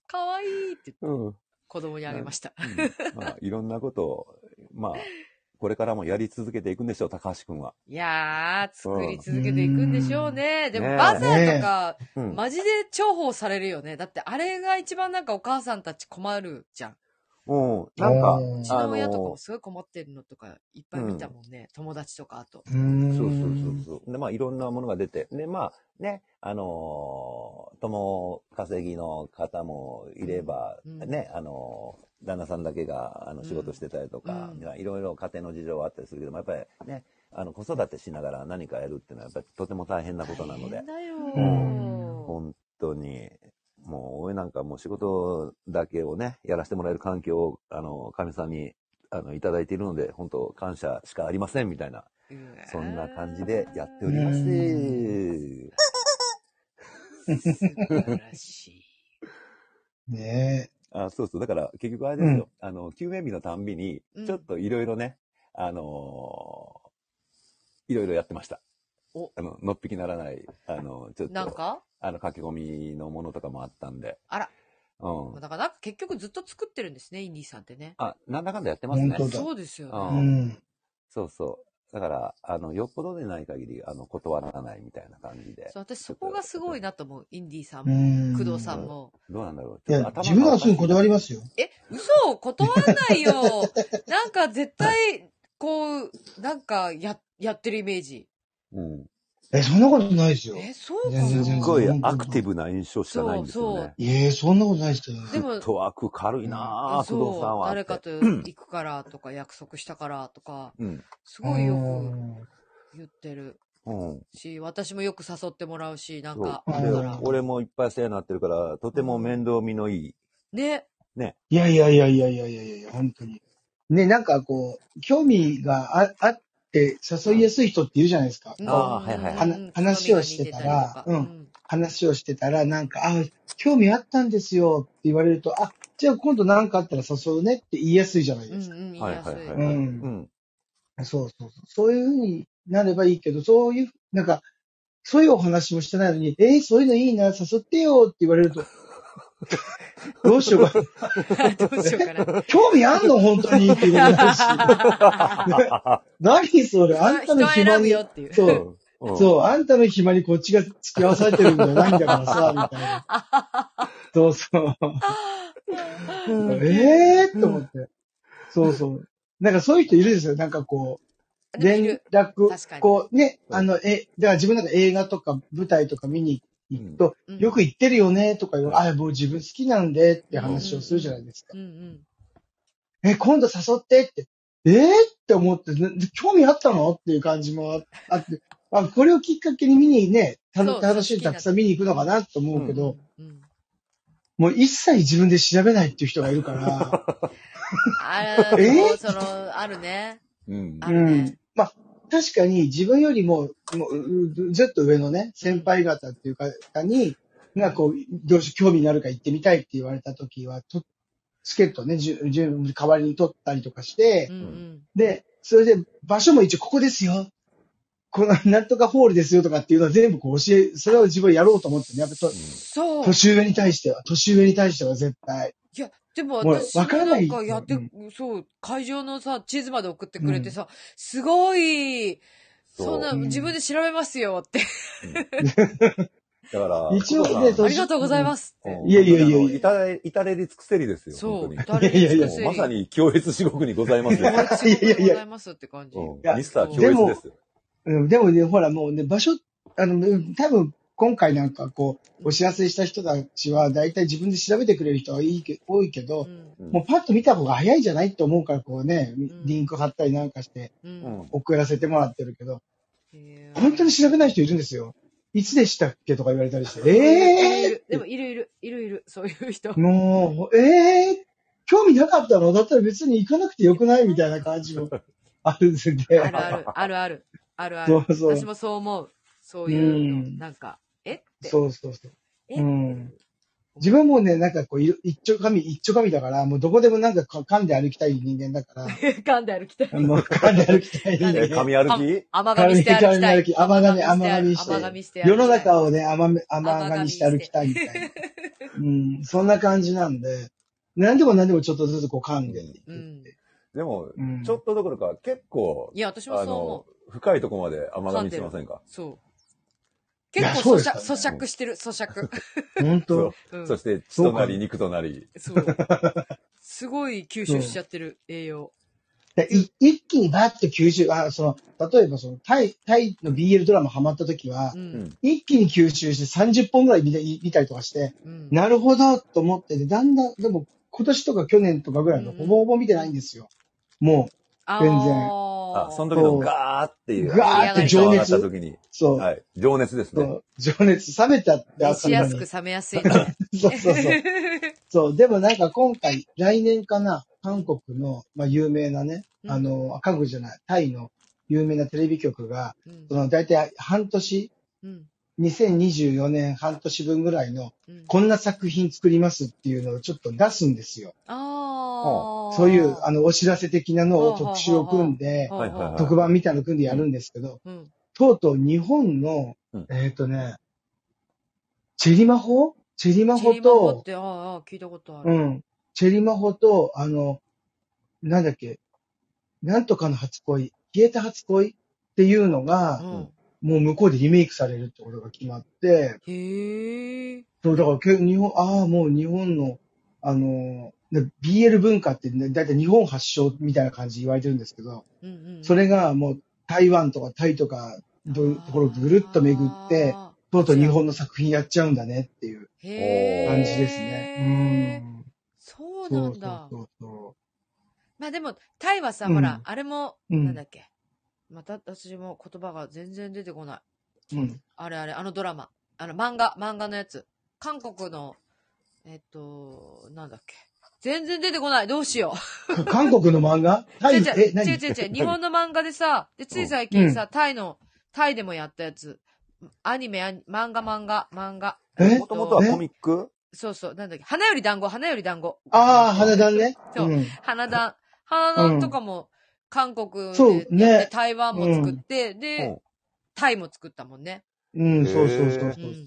かわいいってうん。子供にあげました。うんまあ、いろんなことを、まあ、これからもやり続けていくんでしょう、高橋くんは。いやー、作り続けていくんでしょうね。でねも、えバザーとか、うん。マジで重宝されるよね。だって、あれが一番なんかお母さんたち困るじゃん。うん。なんか、うんうちあのの親とかーも、すごい困ってるのとか、いっぱい見たもんね。友達とか、あと。うんそうそうそうそう。で、まあ、いろんなものが出て。で、まあ、ね、あのー、共稼ぎの方もいれば、うんね、あのー、旦那さんだけが、あうの、ん仕事してたりとか、うんまあいろいろ家庭の事情はあったりするけども、やっぱりね、あの、子育てしながら何かやるっていうのは、やっぱりとても大変なことなの大で変、だようー。本当に、もう、俺なんかもう仕事だけをね、やらせてもらえる環境を、あの、神さんに、あの、いただいているので、本当感謝しかありません、みたいな。うわーそんな感じでやっております。素晴らしい。ねあそうそう。だから、結局あれですよ。あの、休園日のたんびにうん、ちょっといろいろね、あのーいろいろやってました。おあの、のっぴきならない、あの、ちょっなんと、かあの、駆け込みのものとかもあったんで。あら。うんまあ。だからなんか結局ずっと作ってるんですね、インディーさんってね。あ、なんだかんだやってますね。本当だそうですようね。うん。そうそう。だから、あの、よっぽどでない限り、あの、断らないみたいな感じで。そう私そこがすごいなと思う、インディーさんうも、ん。工藤さんも。どうなんだろう。いや、自分はすぐ断りまますよ。え、嘘断らない (laughs) よなんか絶対、こう、なんかや、やってるイメージ。うん。え、そんなことないですよ。え、そうか全然な全す然ごいアクティブな印象しかないんですよそうそねう。いえ、そんなことないですよ。でも、フットワーク軽いなぁ、工藤さんそう、は。誰かと行くからとか、約束したからとか、うん。すごいよく言ってるうん。し、私もよく誘ってもらうし、なんそうか、ああでるだから。俺もいっぱい世話になってるから、とても面倒見のいい。ね、いやいやいやいやいやいやいや、本当に。ね、なんかこう、興味がああって誘いやすい人っているじゃないですか。うんああはいはいはいはな話をしてたらうんう好んみが似て話をしてたら、なんか、あ、興味あったんですよって言われると、あ、じゃあ今度何かあったら誘うねって言いやすいじゃないたでりすとか。かうんうん、うん、言いやすい。はいはいはい。ううんん。そうそうそう。そういうふうになればいいけど、そういう、なんか、そういうお話もしてないのに、えーそういうのいいな、誘ってよって言われ (laughs) ると、どうしようか。 (laughs) どうしようかな。興味あんの本当にって言われる (laughs) し。何それあんたの人暇選ぶによ。っていう。そう。うんそう、あんたの暇にこっちが付き合わされてるんじゃないんだからさ、みたいな。そうそう。 (laughs) ええー、と思って。そうそう。なんかそういう人いるんですよ。なんかこう、でもい連る絡 (laughs) 確かに、こうね、うんあの、え、だから自分なんか映画とか舞台とか見に行くと、うんよく行ってるよね、とか言う、うんあ、もう自分好きなんでって話をするじゃないですか。うんうん。え、今度誘ってって、えー、って思って、な興味あったのっていう感じもああって、あ、これをきっかけに見にね、たそう楽しい、たくさん見に行くのかなと思うけど、うんうんもう一切自分で調べないっていう人がい (laughs) るから、あれ、えそうその、あるね。うん。あるね。まあ、確かに自分よりも、もうううずっと上のね、先輩方っていう方に、がこう、どうし興味のあるか行ってみたいって言われた時は、とチケットね、じゅじゅ代わりに取ったりとかして、うんうん。で、それで場所も一応ここですよ。この (laughs) なんとかホールですよとかっていうのは全部こう教え、それを自分やろうと思ってね。やっぱとそう。年上に対しては、年上に対しては絶対。いや、でももう私、わからななんいかやってう、そう、会場のさ、地図まで送ってくれてさ、すごい、そうそんな、うん自分で調べますよって、だから、一応ね工藤さんそうありがとうございますって。うんいやいやいやいや本当にあの至れ、至れり尽くせりですよ。そ本う、当に。誰に尽いくやいせやりもうまさ、に、強烈至極にございますいよ。やいやいや。ございますって感じ。うんやミスター強で烈もですよ。うん、でもね、ほらもうね、場所、あの、うん多分今回なんかこう、お知らせした人たちは大体自分で調べてくれる人はいいけ多いけどう、んうんもうパッと見た方が早いじゃないと思うからこうね、んリンク貼ったりなんかしてう。うんん送らせてもらってるけど、へー本当に調べない人いるんですよ。いつでしたっけとか言われたりして、いえるいえーる、でも、いるいる、いるいる、そういう人。もう、ええ興味なかったのだったら別に行かなくてよくないみたいな感じもあるんですね。あるある、あるある、あるあそる。うそう私もそう思う。そういううの、んなんか、えって。そうそうそう。えうん、自分もね、なんかこう、いろ一丁紙、一丁紙だから、もうどこでもなんかか噛んで歩きたい人間だから、噛んで歩きたい。あの噛んで歩きたい人噛え、んで間。髪歩き甘噛みして歩きたい。甘噛み甘噛みして甘噛みして世のを。中をね、甘め、甘噛みして歩きたいみたいな。うん、そんな感じなんで、何でも何でもちょっとずつこう噛んでいくってういん。でも、う。うんちょっとどころか、結構い、や、私もそあう思のう。、深いとこまで甘噛みしてませんかそう。い結や構そう咀ですか嚼、咀嚼してる、咀嚼。本そ当う。う (laughs) そん。して、血となり、肉となり。そう。すごい吸収しちゃってる、栄養。でい一気にバッと90、あその例えばそのタイタイの BL ドラマハマった時は、うん。一気に吸収して30本ぐらい見た見たりとかして、うん。なるほどと思って、でだんだん、でも今年とか去年とかぐらいのうんほぼほぼ見てないんですよ。もう、あ全然あ、そーの時のガーっていう。ガーって情熱上がった時に。そう、はい。情熱ですそね。う情熱冷めちゃって熱あったしのやにすく冷めやすいね。そう (laughs) そうそう。そう、でもなんか今回、来年かな、韓国の、まあ、有名なね、うんあの、あ韓国じゃない、タイの有名なテレビ局が、うんその大体半年、うん。 2024年半年分ぐらいの、うんこんな作品作りますっていうのをちょっと出すんですよ。ああ。そういう、あの、お知らせ的なのを特集を組んで、はいはいはい特番みたいなの組んでやるんですけど、うん。とうとう日本のうん、えっ、とね、チェリマホチェリマチェホリマホっと、て、ああああ、聞いたことある。うん。チェリマホと、あの、なんだっけ、なんとかの初恋、消えた初恋っていうのうが、ん。もう向こうでリメイクされるってことが決まって、へえ。そう、だからけ、日本、ああ、もう日本の、あのー、ね BL 文化ってね、だいたい日本発祥みたいな感じ言われてるんですけど、うんうんうん。それがもう台湾とかタイとか、ぶところをぐるっと巡って、あー、とうとう日本の作品やっちゃうんだねっていうへー感じですね。うん。そうそなうんだ。そうそうまあでも、タイはさ、うんほら、あれも、うんなんだっけ。また私も言葉が全然出てこない。そう。うん。あれあれ、あのドラマ。あの漫画、漫画のやつ。韓国の、えっと、なんだっけ。全然出てこない。どうしよか韓国の漫画う。タイ (laughs) 違う違え、う違う何違う違う。日本の漫画でさ、で、つい最近さ、タイの、タイでもやったやつ。アニメ、アニ漫画漫画、漫画。えもともとはえコミックそうそう、なんだっけ。花より団子、花より団子。ああ、花壇ね。そううん。花壇。花壇とかも、韓国でそうやって、ね台湾も作って、で、うんタイも作ったもんね。うん、そうそうそうそううそう。ん。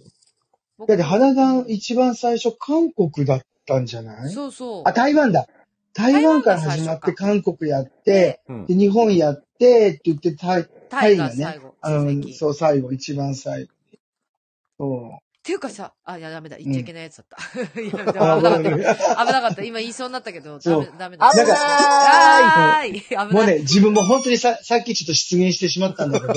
だって花壇一番最初韓国だったんじゃないそうそう。あ、台湾だ。台湾から始まっ台湾が最初かて韓国やって、うんで、日本やって、って言って、タイ、タイがタイがね最後、あ続の、き。っそう、最後、一番最後。ていうかさ、あ、いや、ダメだ。言っちゃいけないやつだった。い (laughs) や、そう。あ、ダメごだめん危なかごめっんた。危なかった。今言いそうになったけど、ダそメうだ、ダメだ。危ないあーい危ない。もうね、自分も本当にさ、さっきちょっと失言してしまったんだけど、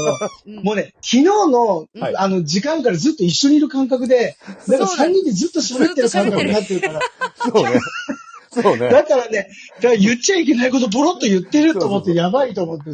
うん、もうね、昨日の、はいあの、時間からずっと一緒にいる感覚で、なんかそうだ3人でずっと喋ってる感覚になってるから、そうね。そうね。だからね、だから言っちゃいけないことボロッと言ってると思っそうそうそて、うやばいと思って、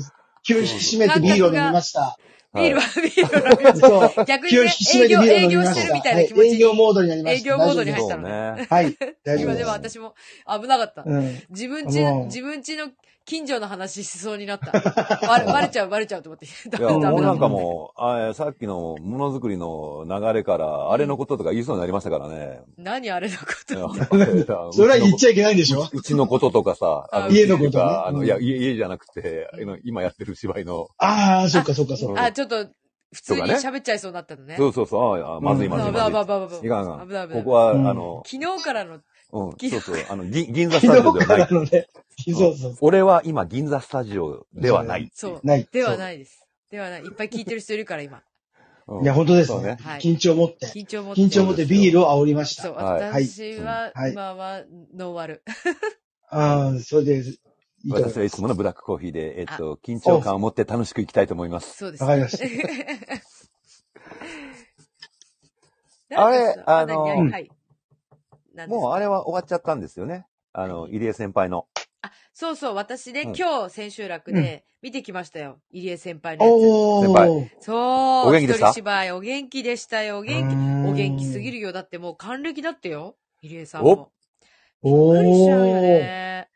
気を引き締めてビールを飲みました。ビールはは、ビールは飲みましそう。た。逆に気を引ね、き締め営て業、ビール営を飲業みましてしるみたた。いはない気持ち営業モードになりま営した。業モードにい。入っそたうのね。はい、大丈夫今でですも。私も危なかった。うん。自分ちもう、自分ちの近所の話しそうになった。バレバレちゃう、バレちゃうと思って。ダいメや、ダメダもうメなんかもう、あさっきのものづくりの流れから、あれのこととか言いそうになりましたからね。何あれのこいやと。それは言っゃちゃいけないんでしょうちのこととかさ、あ家のことねかあの、いや、うん家、家じゃなくて、あの今やってる芝居の、ああ、そっかそっかそ (laughs) っか。あ、ちょっと、普通にとかね喋っちゃいそうになったのね。そうそうそう、ああまずいまずい危まなずいい。危ない危ない危ないいかんいかん危ない危ないここは、うんあの、昨日からの、うん、きそうそう、あの、銀銀座スタジ昨オで日はかないら。のね、そうそうそ俺は今、銀座スタジオではない。そうう。。ない。ではそないです。ではない。いっぱい聞いてる人いるから今。うう。んいや、本当ですそうねね。はい緊張を持って。緊張持って。緊張を持ってビールを煽りましそう、た。はい私は、はい今は、ノーワル。ああ、それで、いいと思いま私す。はいつものブラックコーヒーで、えっと、緊張感を持って楽しくいきたいと思います。そうです。わかりました。なんかさあれ何あの何はい。なんですかもうあれは終わっちゃったんですよね。あの、入江先輩の。そうそう、私ね、うん今日、千秋楽で、見てきましたよ。入江先輩のやつ。お先ー輩。そう。お元気でした一人芝居、お元気でしたよ。お元気うー。んお元気すぎるよ。だってもう還暦だってよ。入江さんおも。びっくりしちゃうよおー。ね。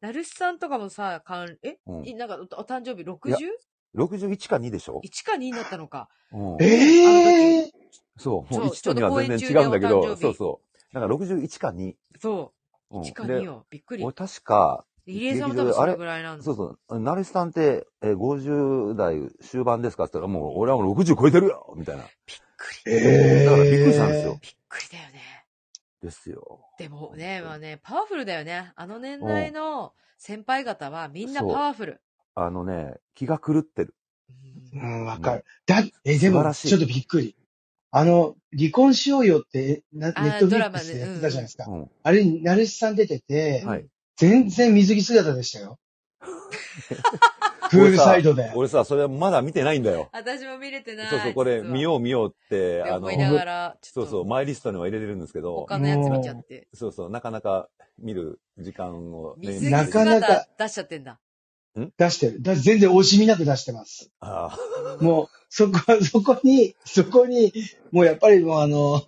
なるしさんとかもさ、還、え、うんいなんかお、お誕生日いや 60?1 61か2でしょか2になったのか。うん。ええそう、もうそう1と2は全然ちょ違ううんどだけ公演中にお誕生ど、日そうそう。だから61か2。そうう。ん1か2で、よ。びっくり俺。確か、入江さんも多劇場で分それぐらいなんだ。そうそう、なるしさんって、えー、50代終盤ですかって言ったら、もう俺はもう60超えてるよみたいな。びっくり。ええだからびっくりしたんですよ。びっくりだよね。ですよ。でもね、まあね、パワフルだよね。あの年代の先輩方はみんなパワフル。あのね、気が狂ってる。うんうん、わかる。だ、え、で素晴も、らしいちょっとびっくり。あの、離婚しようよって、えなあーネットフドリラッマクねスでやってたじゃないですか。うん。あれに、なるしさん出てて、はい全然水着姿でした (laughs) よ。プールサイドで。俺さ、それまだ見てないんだよ。 (laughs) 私も見れてない。そうそう、これ見うよう見ようって、あ思のい、ながら、ちょそうっそう、とマイリストには入れてるんですけど、他のやつ見ちゃって。そうそう、なかなか見る時間をね、水着なかな姿出しちゃってんだ。出してる。だ全然惜しみなく出してます。あもう、そこ、そこに、そこに、もうやっぱりもうあの、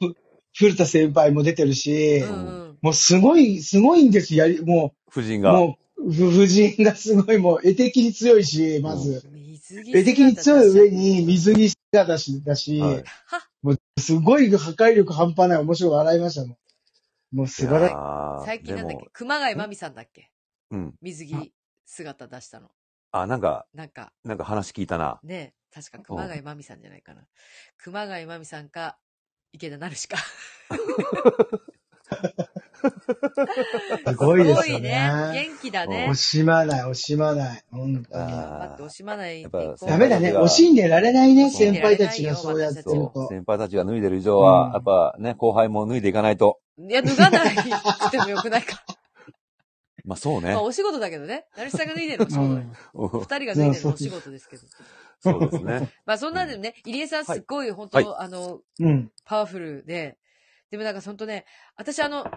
古田先輩も出てるし、うんうん。もうすごい、すごいんですよ。やり、も夫人う、が。もう、夫夫人がすごい、もう、絵的に強いし、まず。水着絵的に強い上に。に、水着姿だし、だし、はいすごい破壊力半端ない面白い笑いましたもん。もう素晴らしい。い最近なんだっでけ熊谷真美さんだっけもうん。水着姿出したの。あ、なんか、なんか、なんか話聞いたな。ね確か熊谷真美さんじゃないかな。熊谷真美さんか、池田なるしか。すごいですよすごいね。元気だね惜。しまない、惜しまない。本当に。あ頑張って惜しまない。やっぱ結婚ダメだね。惜しんでられないね、先輩たちがそうやってるそとう。。先輩たちが脱いでる以上は、うんやっぱね、後輩も脱いでいかないと。いや、脱がない。 (laughs) してもよくないか。まあそうねまあ、。お仕事だけどね。なるしさんが脱いでるのお仕う事だよん。二人が脱いでるのお仕事ですけど。 (laughs) そうですね。まあ、そんなんでもね、入江さんすっごい、本はい当あの、うん。パワフルで、でもなんかほんとね、私あの、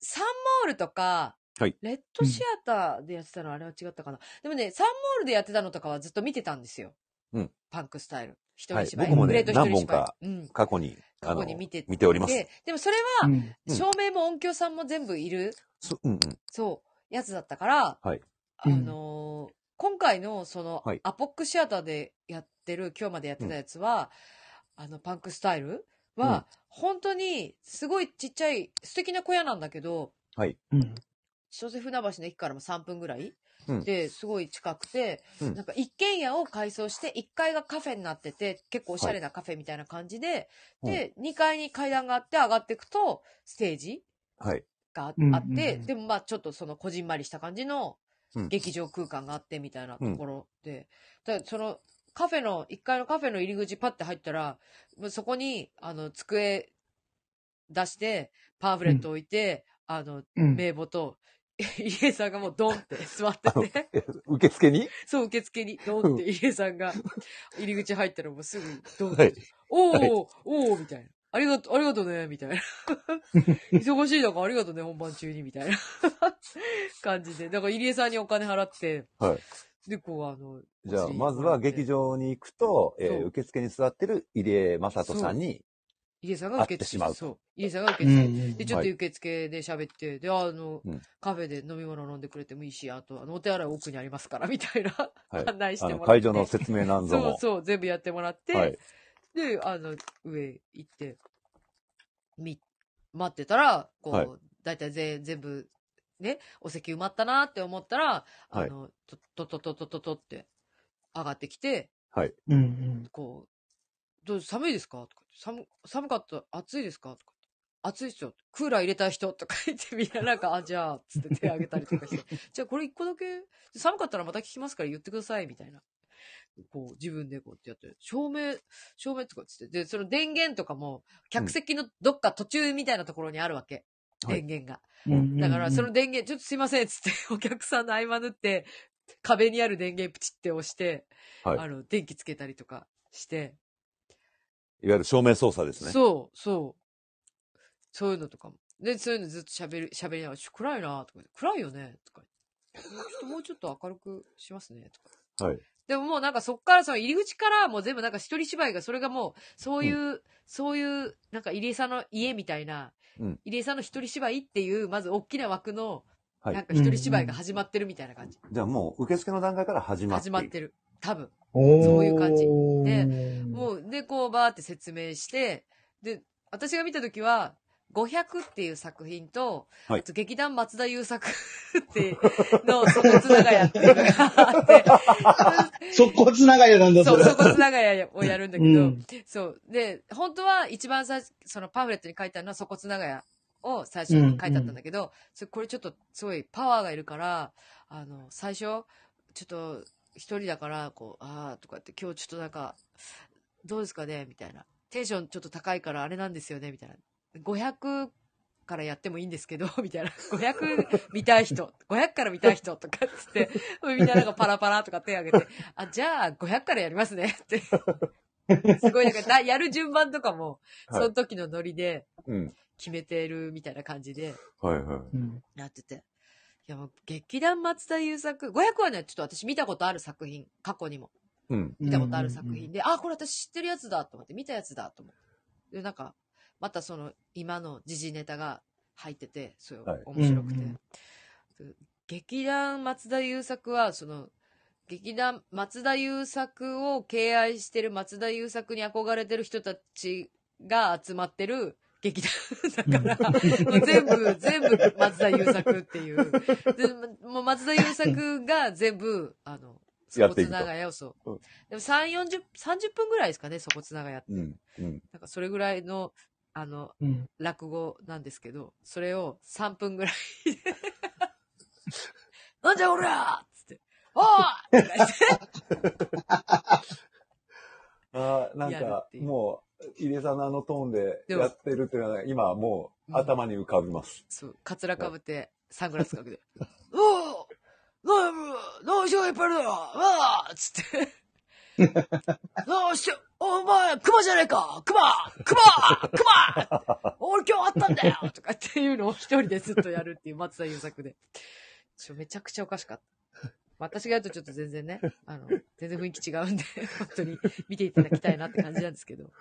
サンモールとか、はいレッドシアターでやってたの、あれは違ったかな。でもね、サンモールでやってたのとかはずっと見てたんですよ。うんパンクスタイル。一は人い芝居。僕もねグレート一人芝居何本かうん。過去に、過あ去の、に見見ててております。で、でもそれうは、んうん照明も音響さんも全部いる、そうんうん。そう、やつだったから、はいあのー今回のその、はいアポックシアターでやってる、今日までやってたやつは、あの、パンクスタイルは、うん本当に、すごいちっちゃい、素敵な小屋なんだけど、うん。小瀬船橋の駅からも3分ぐらい、うんで、すごい近くて、うんなんか一軒家を改装して、1階がカフェになってて、結構おしゃれなカフェみたいな感じで、はいで、2階に階段があって上がっていくと、ステージはい。があって、うんうんうんでもまあちょっとそのこじんまりした感じのうん劇場空間があってみたいなところで、だからそのカフェの、1階のカフェの入り口パッて入ったら、もうそこにあの机出して、パンフレット置いて、あの、うん。名簿と、入江さんがもうドンって座ってて、え受付にそう受付にドンって入江さ (laughs) んが入り口入ったらもうすぐドンって、はい。おー、はいおーみたいな。ありがとう、ありがとうね、み (laughs) たいな。忙しい中ありがとうね、本番中に、みたい (laughs) な感じで。だから入江さんにお金払って、はい。で、こう、あの、じゃあ、まずは劇場に行くと、えーそう受付に座ってる入江雅人さんに、入江さんが受会って付しまうそう。入江さんが受うんう付。んで、ちょっと受付で喋って、で、あの、うんカフェで飲み物飲んでくれてもいいし、あと、あの、お手洗い奥にありますから、みたいな、はい案内してあもらの、って。会場の説明なんぞそうも。そう、全部やってもらって、はい。で、あの、上行って、み、待ってたら、こう、はいだいたい全全部、ね、お席埋まったなって思ったら、あの、と、と、と、と、と、と、とって、上がってきて、うんうん。こう、どう、寒いですかとか言って、寒、寒かった、暑いですかとか言って。暑いっすよ。クーラー入れたい人とか言ってみんななんか、あ、じゃあ、つって手挙げたりとかして。じゃあこれ一個だけ、寒かったらまた聞きますから言ってください、みたいな。こう、自分でこうやってやって、照明、照明とかっつって。で、その電源とかも、客席のどっか途中みたいなところにあるわけ。はい電源が。うんうんうんだから、その、電源、ちょっとすいません、つって、 (laughs) お客さんの合間縫って、壁にある電源プチって押して、はいあの、電気つけたりとかして、いわゆる照明操作ですね。そう、そう。そういうのとかも。で、そういうのずっと喋る、喋りながら、ちょ暗いなとか言って、暗いよねとか言って。ちょっともうちょっと明るくしますねとか。はい。でももうなんかそっから、その入り口からもう全部なんか一人芝居が、それがもう、そういう、そういう、なんか入江さんの家みたいな、うん入江さんの一人芝居っていう、まず大きな枠の、はいなんか一人芝居が始まってるみたいな感じ。じゃあもう、受付の段階から始まって始いる。まってる。多分。そうういう感じでももう、で、こう、バーって説明して、で、私が見たときは、500っていう作品と、はいあと劇団松田優作って、の、そこつながやっていうのがあって、そこつながり (laughs) なんだ、そ、そうれ。そこつながやをやるんだけど、うんそう。で、本当は一番最初、そのパンフレットに書いてあるのは、そこつながやを最初に書いてあったんだけど、それこれちょっとすごいパワーがいるから、あの、最初、ちょっと一人だから、こう、ああ、とかって、今日ちょっとなんか、どうですかねみたいな。テンションちょっと高いからあれなんですよねみたいな。500からやってもいいんですけど、 (laughs) みたいな。500見たい人、500から見たい人とかっつって、みんななんかパラパラとか手挙げて、あ、じゃあ500からやりますねって。すごい、なんか (laughs) だやる順番とかも、はそいの時のノリでうん。決めてるみたいな感じではいはい。うんなってて。いやもう劇団松田優作、500はね、ちょっと私見たことある作品、過去にも。うん。見たことある作品で、あ、これ私知ってるやつだと思って、見たやつだと思って。で、なんか、またその、今の時事ネタが入ってて、そうはい、面白くて。うんで劇団松田優作は、その、劇団松田優作を敬愛してる松田優作に憧れてる人たちが集まってる劇団だから、もう全部、全部松田優作っていう。でもう松田優作が全部、あの、やってい鎖くと骨長屋をそう。うんでも3、40、30分ぐらいですかね、鎖骨長屋って。うん。うん。なんかそれぐらいの、あの、うん。落語なんですけど、それを3分ぐらいでなんじゃおらーっつって、おーって言ってああ、なんやるかっ、ていうもう、入江さんのあのトーンででもやってるっていうのは、今はもううん頭に浮かびます。そう、カツラかぶって、サングラスかけて、おーなあ、なあ、人がいっぱいいるよわーっつって。なあ、しょ、お前、熊じゃねえか熊熊熊俺今日あったんだよとかっていうのを一人でずっとやるっていう松田優作で。ちょ、めちゃくちゃおかしかった。私がやるとちょっと全然ね、あの、全然雰囲気違うんで、本当に見ていただきたいなって感じなんですけど。ちょ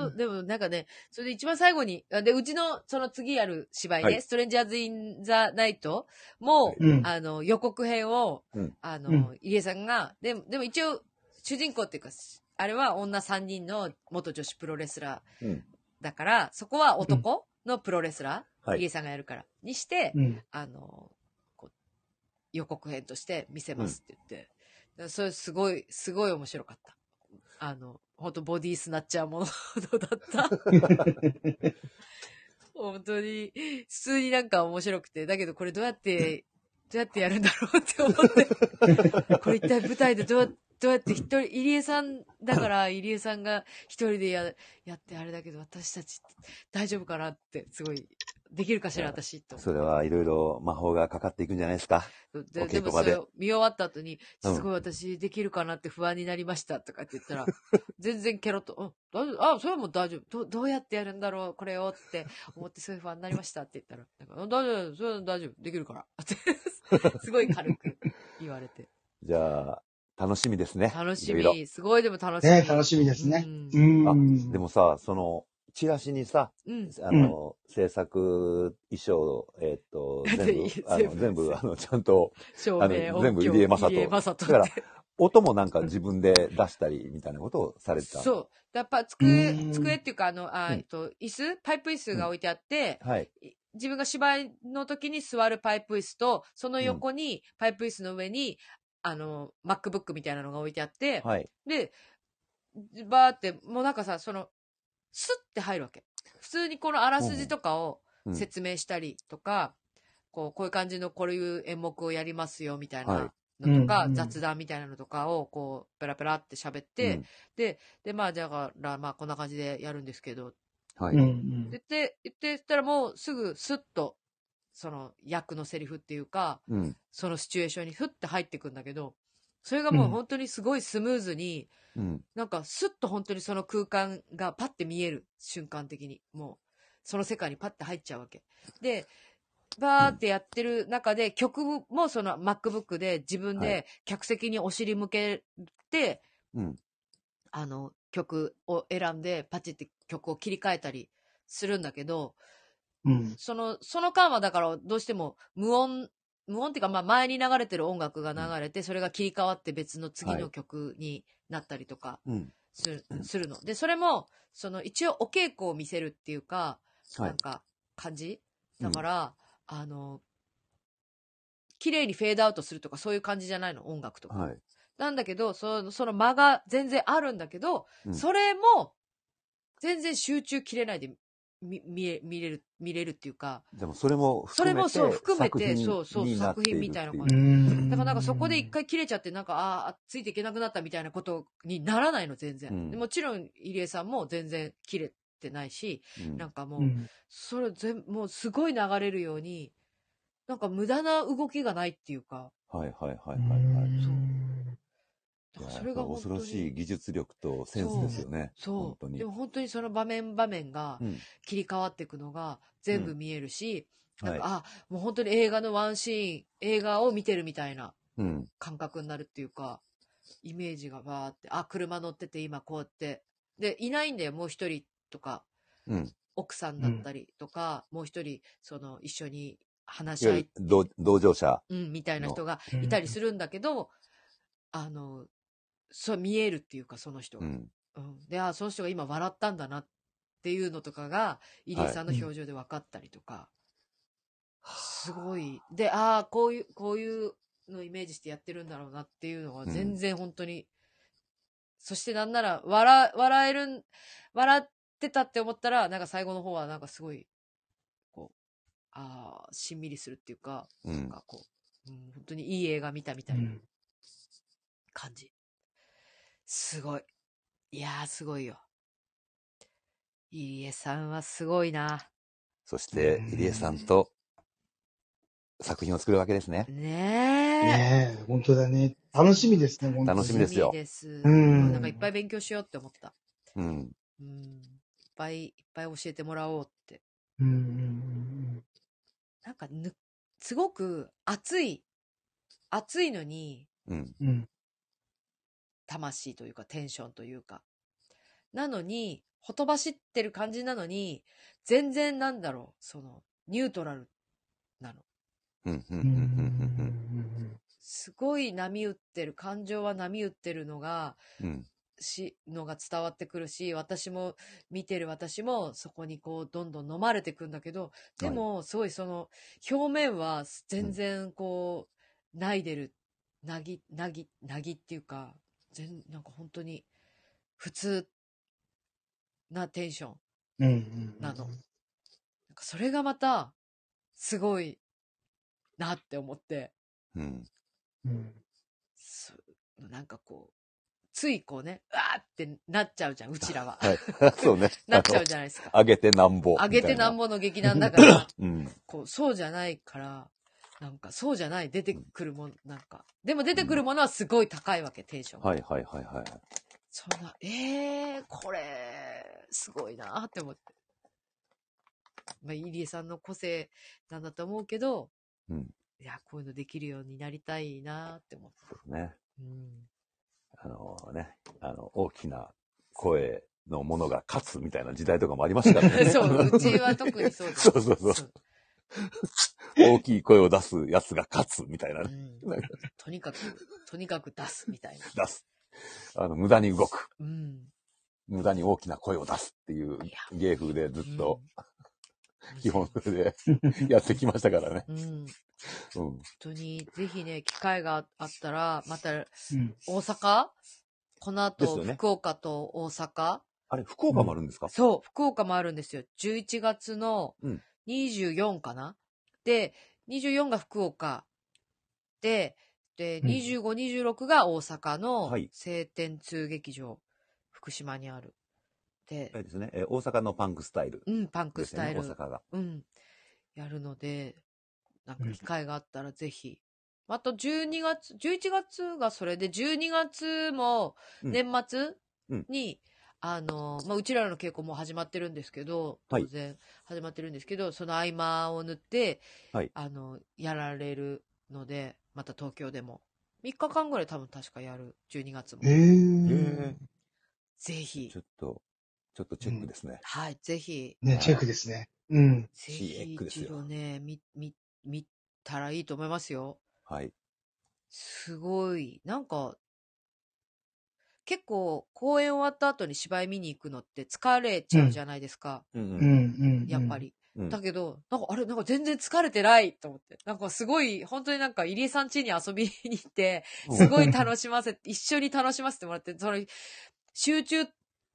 本当、でもなんかね、それで一番最後に、あで、うちのその次やる芝居ね、はいストレンジャーズ・イン・ザ・ナイトも、うん。あの、予告編を、うんあの、うん入江さんが、でも、でも一応、主人公っていうか、あれは女3人の元女子プロレスラうん。ーだから、そこは男のプロレスラー、は入江い。さんがやるから、にして、うん。あの、こう予告編として見せますって言って、だからそれすごい、すごい面白かった。あの、本当ボディースナッチャーものだ (laughs) った。本当に、普通になんか面白くて、だけどこれどうやって、どうやってやるんだろうって思って、これ一体舞台でどうやって、どうやって一人、入江さんだから、入江さんが一人でや、やってあれだけど、私たち大丈夫かなって、すごい、できるかしら、私、と思ってそれはいろいろ魔法がかかっていくんじゃないですか。でお稽で古も場そでれを見終わった後に、うんすごい私できるかなって不安になりましたとかって言っ (laughs) たら、全然ケロッと、うん、大丈夫、あ、それはもう大丈夫。どどうやってやるんだろう、これをって思ってすごい不安になりましたって言ったら、なんかうん大丈夫、それは大丈夫、できるから。 (laughs) ってすごい軽く言われて。じゃあ、楽しみですね。楽しいろいみ、すごいでも楽しみ。ね楽しみですねう。んうろん。あ、でもさ、その、チラシにさ、うん。あの、制作、衣装、えっと、全い部い、あ (laughs) 全の、部全部、あの、ちゃ (laughs) んと、照あの明、全部入江雅人入江雅人ってだから音もなんか自分で出したり、みたいなことをされてた。そう。やっぱ机う、ん机っていうか、あの、あうんえっと、椅子パイプ椅子が置いてあって、はい。い自分が芝居の時に座るパイプ椅子と、その横に、パイプ椅子の上に、あの、MacBook みたいなのが置いてあって、はい。で、バーって、もうなんかさ、その、スッて入るわけ。普通にこのあらすじとかをうん説明したりとか、こう、こういう感じのこういう演目をやりますよ、みたいはいなのとか、うんうん雑談みたいなのとかを、こう、ペラペラって喋って、で、まあ、だから、まあ、こんな感じでやるんですけど、うんはうんうい。ん言って、言ってたらもうすぐスッと、その役のセリフっていうか、うん。そのシチュエーションにふって入ってくんだけど、それがもううん本当にすごいスムーズに、うん。なんかスッと本当にその空間がパッて見える瞬間的に、もう、その世界にパッて入っちゃうわけ。で、バーってやってる中で、曲もその MacBook で自分はで客席にお尻向けて、うん。あの、曲を選んで、パチって曲を切り替えたりするんだけど、うん。その、その間はだからどうしても無音、無音っていうか、まあ前に流れてる音楽が流れて、それが切り替わって別の次の曲になったりとかうん。する,、するの。で、それも、その一応お稽古を見せるっていうか、はないん。か感じだから、あの、綺麗にフェードアウトするとかそういう感じじゃないの、音楽とか。はい。なんだけど、その、その間が全然あるんだけど、うんそれも、全然集中切れないで、み、見え、見れる、見れるっていうか、でもそれもそ含れめもて、そう含めて作品そうそうになってる作品みたいなってう感じんだからなんかそこで一。回切れちゃって、なんか、ああー、ついていけなくなったみたいなことにならないの、全然。うんでもちろん、入江さんも全然切れてないし、うんなんかもうう、んそれ全、もうすごい流れるように、なんか無駄な動きがないっていうか、はいはいはいはいはい。そういだやからそやっれぱが本当恐に。ろしい技術力とセンスですよね。本そ当う。にでも。本当にその場面場面がうん切り替わっていくのが全部見えるし、うんなんか、あ、もう本当に映画のワンシーン、映画を見てるみたいなうん。感覚になるっていうか、イメージがバーって、あ、車乗ってて今こうやって。で、いないんだよ、もう一人とか、うん。奥さんだったりとか、もう一人、その一緒に話いしわ合ゆるい、同同乗者。うん、みたいな人がうんいたりするんだけど、あの、そう見えるっていうか、その人うが。ん。うん、で、あ、その人が今笑ったんだなっていうのとかが、入江さんのはい表情で分かったりとか、すごい。で、ああ、こういう、こういうのイメージしてやってるんだろうなっていうのはうん全然本当に、そしてなんなら笑笑えるん笑ってたって思ったらなんか最後の方はなんかすごいこうああしんみりするっていうか、うんなんかこう、うん、本当にいい映画見たみたいな感じ、すごいいやーすごいよ入江さんはすごいなそして、入江さんと作品を作るわけですね。ねえねえ、本当だね。楽しみですね、本当に楽しみですよ楽しみですうんなんかいっぱい勉強しようって思った。うん。うん。いっぱいいっぱい教えてもらおうって。うんうんなんかぬ、すごく熱い、熱いのに、うん。うんうん。魂というかテンションというか。なのに、ほとばしってる感じなのに、全然なんだろう、その、ニュートラルなの。うん。うん。うん。ううんうんん。すごい波打ってる、感情は波打ってるのが、うん。しのが伝わってくるし私も見てる私もそこにこうどんどん飲まれてくんだけどでもすごいその表面は全然こうないでるなぎなぎなぎっていうか全なんか本当に普通なテンションうんうんなのなんかそれがまたすごいなって思ってうん。うんすなんかこうついこうねうわーってなっちゃうじゃんうちらは。 (laughs) はい。そうね。なっちゃうじゃないですか。あの。上げてなんぼ。上げてなんぼ。ぼの劇団だから、うん。こう、そうじゃないから、なんか、そうじゃない、出てくるもん、なんか。でも出てくるものはすごい高いわけ、テンションが。はいはいはいはい。そんな、えー、これ、すごいなって思って。まあ、入江さんの個性なんだと思うけど、うんいや、こういうのできるようになりたいなって思って。そうね。うん。あのね、あの、大きな声のものが勝つみたいな時代とかもありましたから (laughs) ね。そう、うちは特にそうだ (laughs) そうそうそう大きい声を出すやつが勝つみたいなうね。んなんかとにかく、とにかく出すみたいな。出す。あの、無駄に動く。うん。無駄に大きな声を出すっていういや芸風でずっとうん基本それで (laughs) やってきましたからね。うん、本うん。当に、ぜひね、機会があったら、またうん大阪このです後、よね福岡と大阪、あれ、福岡もあるんですか、そう、福岡もあるんですよ。11月のうん24かな、で、24が福岡で、で、うん25、26が大阪のはい晴天通劇場、福島にある。であ、れですね、えー大阪のパンクスタイルうん、パンクでスすよタねイ、ル。大阪が。うん、やるので、なんかうん機会があったらぜひ。あと12月、11月がそれで、12月もうん年末うんに、あの、まあ、うちらの稽古も始まってるんですけど、はい当然始まってるんですけど、その合間を縫って、はいあの、やられるので、また東京でも。3日間ぐらい多分確かやる、12月も。へえ。ぜひちょ、っと、ちょっとチェックですね。はい、ぜひ、ね、チェックですね。うん。ぜひ CX です一度よね、見、見、見たらいいと思いますよ。はい。すごい。なんか、結構公演終わった後に芝居見に行くのって疲れちゃうじゃないですか。うんうん、うん。やっぱ。り。うんだけど、なんかあれ、なんか全然疲れてないと思って。なんかすごい、本当になんか入江さん家に遊びに行って、うん (laughs) すごい楽しませ、一緒に楽しませてもらって、その、集中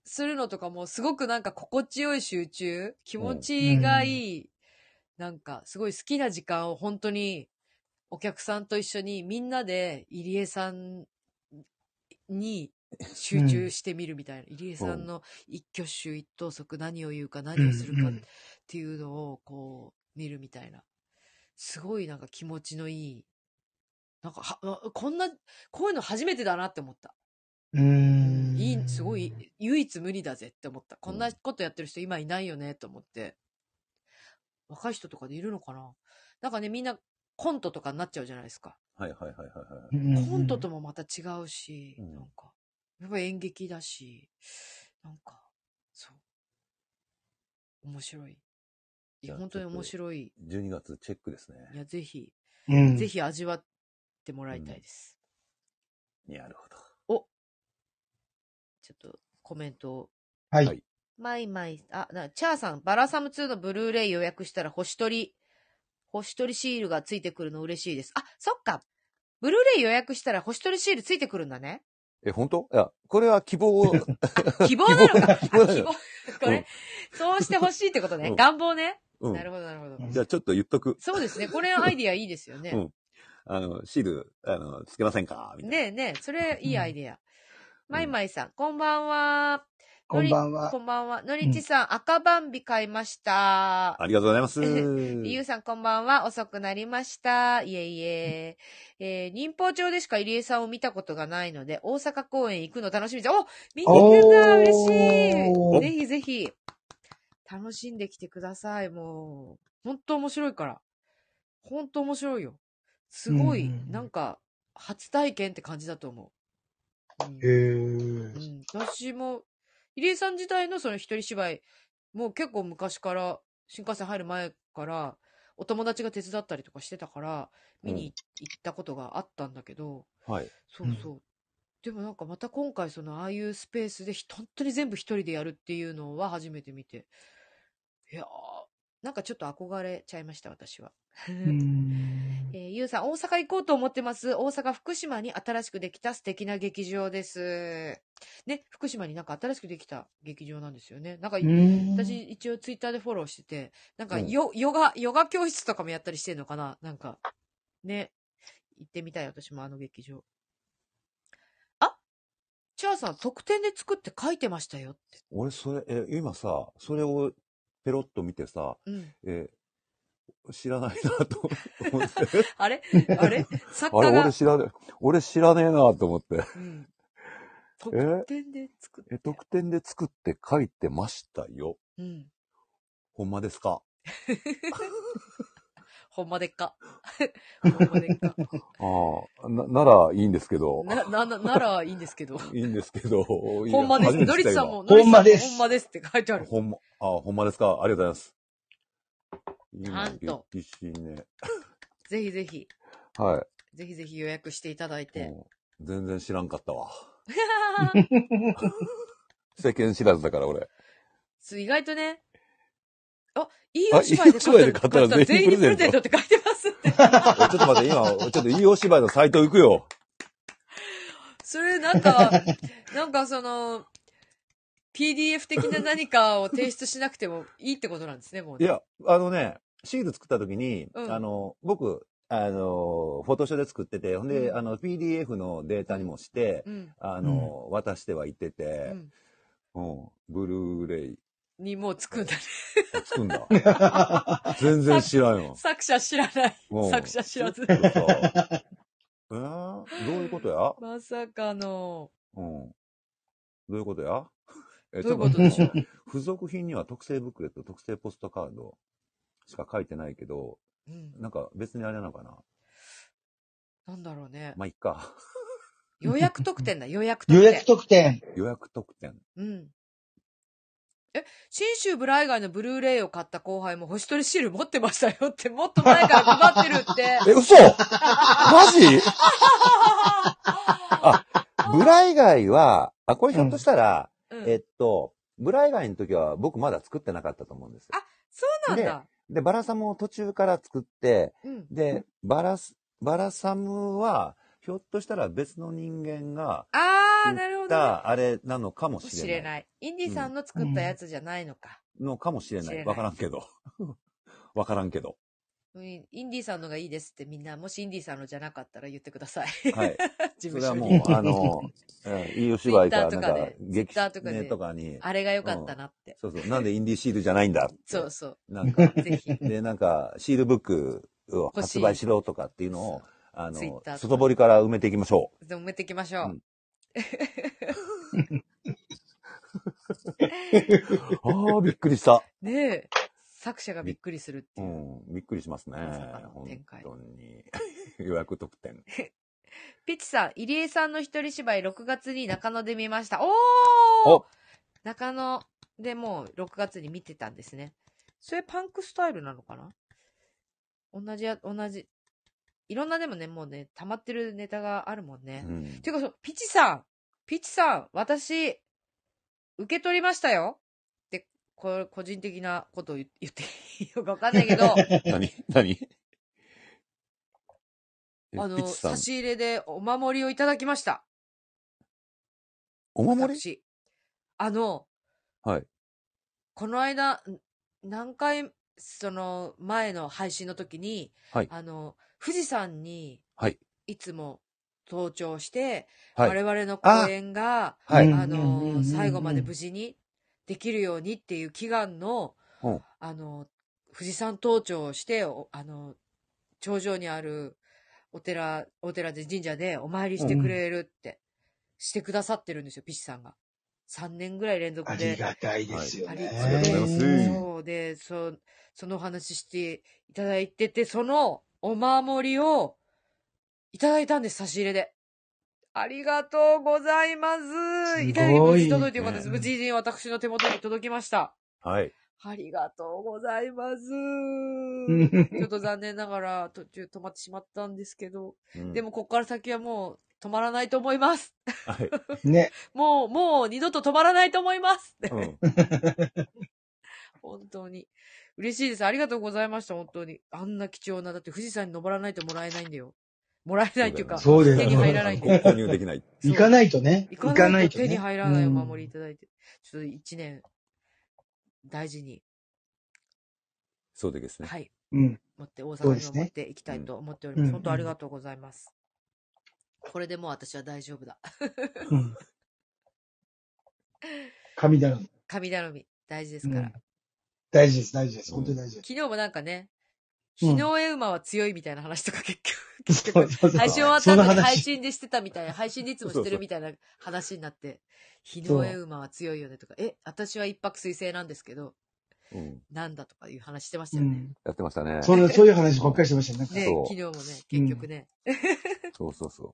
するのとかもすごくなんか心地よい集中、気持ちがいい、なんかすごい好きな時間を本当にお客さんと一緒にみんなで入江さんに集中してみるみたいな。入江さんの一挙手一投足何を言うか何をするかうんうんっていうのをこう見るみたいな。すごいなんか気持ちのいい。なんかは、こんな、こういうの初めてだなって思った。うん。いい、すごい、唯一無理だぜって思った。こんなことやってる人今いないよね、と思って。若い人とかでいるのかななんかね、みんなコントとかになっちゃうじゃないですか。はいはいはいはいはい。うん。コントともまた違うし、うんなんか、やっぱ演劇だし、なんか、そう。面白い。いじゃや、あ本当に面白い。 12月チェックですね。いや、ぜひ、うん。ぜひ味わってもらいたいです。なるほど。ちょっと、コメントをはい。はいマイマイ、あ、な、チャーさん、バラサム2のブルーレイ予約したら星取り、星取りシールがついてくるの嬉しいです。あ、そっか。ブルーレイ予約したら星取りシールついてくるんだ (laughs) ね。え、本当いや、これは希望 (laughs) を、希望なのか。 (laughs) 希望なの希望。これ、そうしてほしいってことねう。ん願望ね。 (laughs) うなるん。ほど、なるほど。じゃあちょっと言っとく。そうですね。これアイディアいいですよね。うんあの、シール、あの、つけませんかみたいな。ねえねえ、それいいアイディア。マイマイさん、こんばんは。こんばんのりはこ。んばんは。のりちさん、赤バンビ買いました。ありがとうご (laughs) ざいます。ゆうさんこんばんは。遅くなりました。いえいえ。えー、忍法町でしか入江さんを見たことがないので、大阪公演行くの楽しみです。お見に来てたおー嬉しいおぜひぜひ、楽しんできてください。もう、ほんと面白いから。ほんと面白いよ。すごい、うんなんか、初体験って感じだと思う。うんへうーん、私も、入江さん自体のその一人芝居、もう結構昔から、新幹線入る前から、お友達が手伝ったりとかしてたから、見に行ったことがあったんだけど、はい。そうそう。でもなんかまた今回そのああいうスペースでひ本当に全部一人でやるっていうのは初めて見て、いやー、なんかちょっと憧れちゃいました、私は。 (laughs) うんえーゆうさん、大阪行こうと思ってます。大阪、福島に新しくできた素敵な劇場です。ね、福島になんか新しくできた劇場なんですよね。なんか、うん私 (laughs) 一応ツイッターでフォローしてて、なんかうんヨ、ヨガ、ヨガ教室とかもやったりしてんのかななんか、ね、行ってみたい、私もあの劇場。あチャーさん、特典で作って書いてましたよって。俺、それ、え、今さ、それをペロッと見てさ、うん。えー知らないなと思 (laughs) って。あれあれ作あれ、家が俺、知らねえ、俺知らねえなと思って。うん。特典で作って。え、特典で作って書いてましたよ。うん。ほんまですかほんまでっ (laughs) か。ほんまでっか。ああ、な、ならいいんですけど。な、な、なならいいんですけど。いいんですけど。ほんまです。いやのりちさん。も、今ほんまのりちでさんすもほんまですって書いてある。ほんま、あ、ほんまですかありがとうございます。今なんと激しいね。ぜひぜひ、はぜひぜひ予約していただいい。て。もう全然知らんかったわ。世間知らずだから俺。 (laughs) (laughs) そう意外とね、あ、いいあお芝居で買いいお芝居で買ったら買全全員員プレゼントって書いてますって。おいちょっと待って、今、ちょっといいお芝居のサイト行くよ。それなんか、 (laughs) なんかその、PDF 的な何かを提出しなくてもいいってことなんですね、もういね。や、あのね、シール作った時に、うんあの、僕、あの、フォトショーで作ってて、ほんで、うんあの、PDF のデータにもして、うん。あの、渡してはいっててう、ん。うん、ブルーレイ、にもうつくんだね。あつくんだ。 (laughs) 全然知らんよ。作者知らない。うん作者知らずちょっとさ (laughs) えー、どういうことやまさかの、うん。どういうことやえどういうことでしょうちょっと付属品には特製ブックレット、特製ポストカードしか書いてないけど、うんなんか別にあれなのかななんだろうね。まあ、いっか。予約特 (laughs) 典だ、予約特予典。約特典。予約特典。うん。え、新州ブライガイのブルーレイを買った後輩も星取りシール持ってましたよって、もっと前から配ってる (laughs) って。 (laughs) え、嘘マジあブラ以外は、あ、これひょっとしたら、うんえっと、ブラ以外の時は僕まだ作ってなかったと思うんですよ。そうなんだ。で、バラサムを途中から作って、うん。で、バラス、バラサムは、ひょっとしたら別の人間が、あー、なるほ作っどね。たあれなのかももししれれなない。い。インディさんの作ったやつじゃないのか。のかもしれ知な。れないいわからんけど。 (laughs) わからんけど。うんインディさんのがいいですってみんな、もしインディさんのじゃなかったら言ってください。 (laughs) はい。事務それは所もに。う、あ (laughs) の、えいいお芝居から、なんか、劇 Twitter とかでねとかに、あれが良かったなって。そうそう、なんでインディーシールじゃないんだって。そうそなんか、う。 (laughs) ぜひ。で、なんか、シールブックを発売しろとかっていうのを、あ Twitter のとか、外堀から埋めていきましょでも埋めていきましょう。うんう。ああ、びっくりした。ねえ。作者がびっくりするってういう。ん、びっくりしますね。まさかの本展開当に。 (laughs) 予約特典。ピチさん、入江さんの一人芝居6月に中野で見ました。おーお中野でもう6月に見てたんですね。それパンクスタイルなのかな同じや、同じ。いろんなでもね、もうね、溜まってるネタがあるもんねう。んてかそう、ピチさん、ピチさん、私、受け取りましたよって、これ、個人的なことを言言っていいのかわかんないけど、何何えあの、ピチさん差、し入れでお守りをいただきました。お守り私あの、はい。この間、ん何回、その、前の配信の時に、はいあの、富士山に、はい。いつも登頂して、はい。我々の公演が、はあい。うんうんうんうんうの、ん最後まで無事にできるようにっていう祈願の、うんあの、富士山登頂をして、おあの、頂上にあるお寺、お寺で神社でお参りしてくれるって、してくださってるんですよ、ピチさんが。3年ぐらい連続あで。りがたいですよあね。りありがとうございますそうで、そ、そのお話ししていただいてて、そのお守りをいただいたんです、差し入れで。ありがとうございます。すごいねいただき無事届いてよかったです。うん無事に私の手元に届きました。はい。ありがとうござい (laughs) ます。うんちょっと残念ながら途中止まってしまったんですけど、うんで、もここから先はもう止まらないと思います。はい。ね。もう、もう二度と止まらないと思います。うん。本当に。嬉しいです。ありがとうございました、本当に。あんな貴重な、だって富士山に登らないともらえないんだよ。もらえないっていうか、そうだよね手に入らないんだよ。 (laughs) 購入できない。そう行かないとね。行かないとね手に入らないお守りいただいて。ちょっと一年、大事に、そうですね。はい、うん。持って、大そ阪うでにすもね持っていきたいと思っております。うん本当ありがとうございます。これでもう私は大丈夫だ。 (laughs) うん神頼み。神頼み、大事ですうから。ん大事です、大事です。本当に大事です。昨日もなんかね、うん日の絵馬は強いみたいな話とか結局、 (laughs) 結そう局そうそう配信終わっそたの後に話配信でしてたみたいな、配信でいつもしてるみたいな話になって、日の絵馬は強いよねとか、え、私は一泊水星なんですけど、うん。なんだとかいう話してましうたよね。ん。やってましたね。そのそういう話ばっかりしてま (laughs) したね。なんかねそう昨日もね、結局ね。そうそうそう。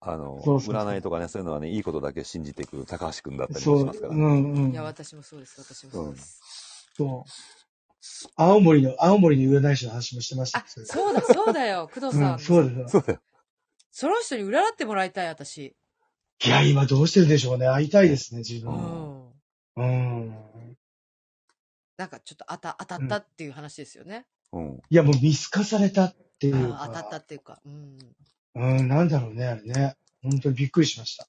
あの、そうそうそう占いとかね、そういうのはね、いいことだけ信じていく高橋くんだったりもそしうますか、らうね。んうんいや、。私もそうです、私もそうです。そう。青森の、青森の占い師の話もしてました。あ、そうだ、そうだよ、工藤さ。うんん、そうです。そうだよ。その人に占ってもらいたい、私。いや、今どうしてるでしょうね。会いたいですね、自ううん分。ん。うん。なんかちょっと当た当たったっていう話ですよね。うん。いや、もう見透かされたっていうあか。ー当たったっていうか。うん。うん、なんだろうね、あれね。本当にびっくりしました。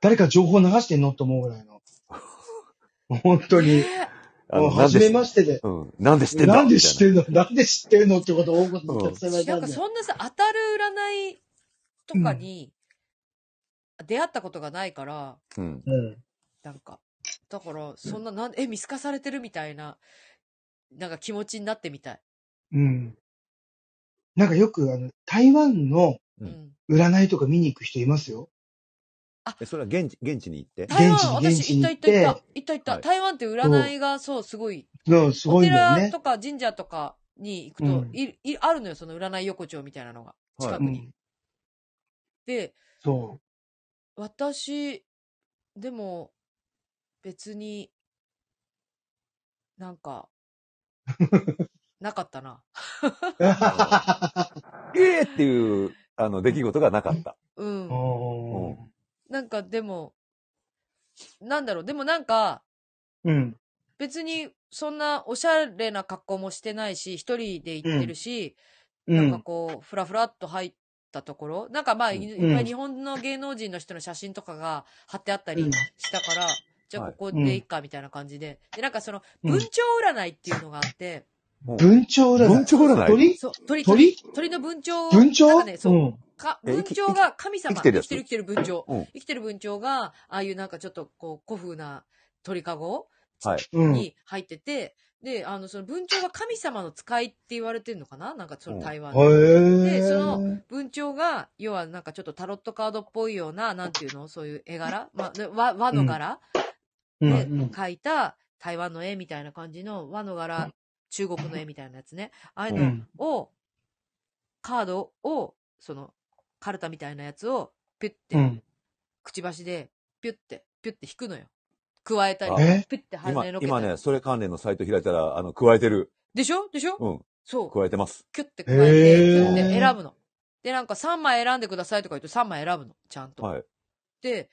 誰か情報流してんのと思うぐらい (laughs) の。本当に。ねえあもうの、なん初でめしましてで。うん。なんで知ってんだなんで知ってみんのなんで知ってるのってことを大言にたくさん言われなたんんかで。そんなさ、当たる占いとかに出会ったことがないから、たいなうん。うん。なんか、だから、そんな、なんえ、見透かされてるみたいな、なんか気持ちになってみたい。うん。なんかよく、あの、台湾のううんん。占いとか見に行く人いますよ。え、それは現地、現地に行ってあ台湾、現地私、行にっ現た地に行っ行ったて行った。行った行った。はい台湾って占いが、そう、すごい。うん、すごいんだよお寺ね。とか神社とかに行くと、うんいいあるのよ、その占い横丁みたいなのが。は近いくうに。ん。で、 (laughs) そ私、でも、別に、なんか、なかったな。う。えーっていう、あの、出来事がなかった。うん。おーなんかでも、なんだろう、でもなんか、うん。別にそんなおしゃれな格好もしてないし、一人で行ってるし、うなんかん。こう、ふらふらっと入ったところ、なんかまあ、うんいっぱい日本の芸能人の人の写真とかが貼ってあったりしたから、じゃあここでいいかみたいな感じで。で、なんかその、うん文鳥占いっていうのがあって、うん文鳥占い。文鳥占い鳥そう、鳥、鳥鳥の文鳥をな文ん鳥かね、そう、うん。か、え文鳥が神様。生きてるやつ生きてる生きてる文鳥。うん生きてる文鳥が、ああいうなんかちょっとこう、古風な鳥かごはい。うん。に入ってて、で、あの、その文鳥は神様の使いって言われてるのかななんかその台湾へで。ーでその、文鳥が、要はなんかちょっとタロットカードっぽいような、なんていうのそういう絵柄まあで和、和の柄うんでうん描いた台湾の絵みたいな感じの和の柄、中国の絵みたいなやつね。ああいううのん。を、カードを、その、カルタみたいなやつを、ピュッうて、ん。くちばしで、ピュッて、ピュッて引くのよ。加えたりあ、えピュッて跳今ねの、けた今り。ね、それ関連のサイト開いたら、あの、加えてる。でしょでしょうん。そう。加えてます。キュッて加えて、へーキュッて選ぶの。で、なんか3枚選んでくださいとか言うと3枚選ぶの。ちゃんと。はい。で、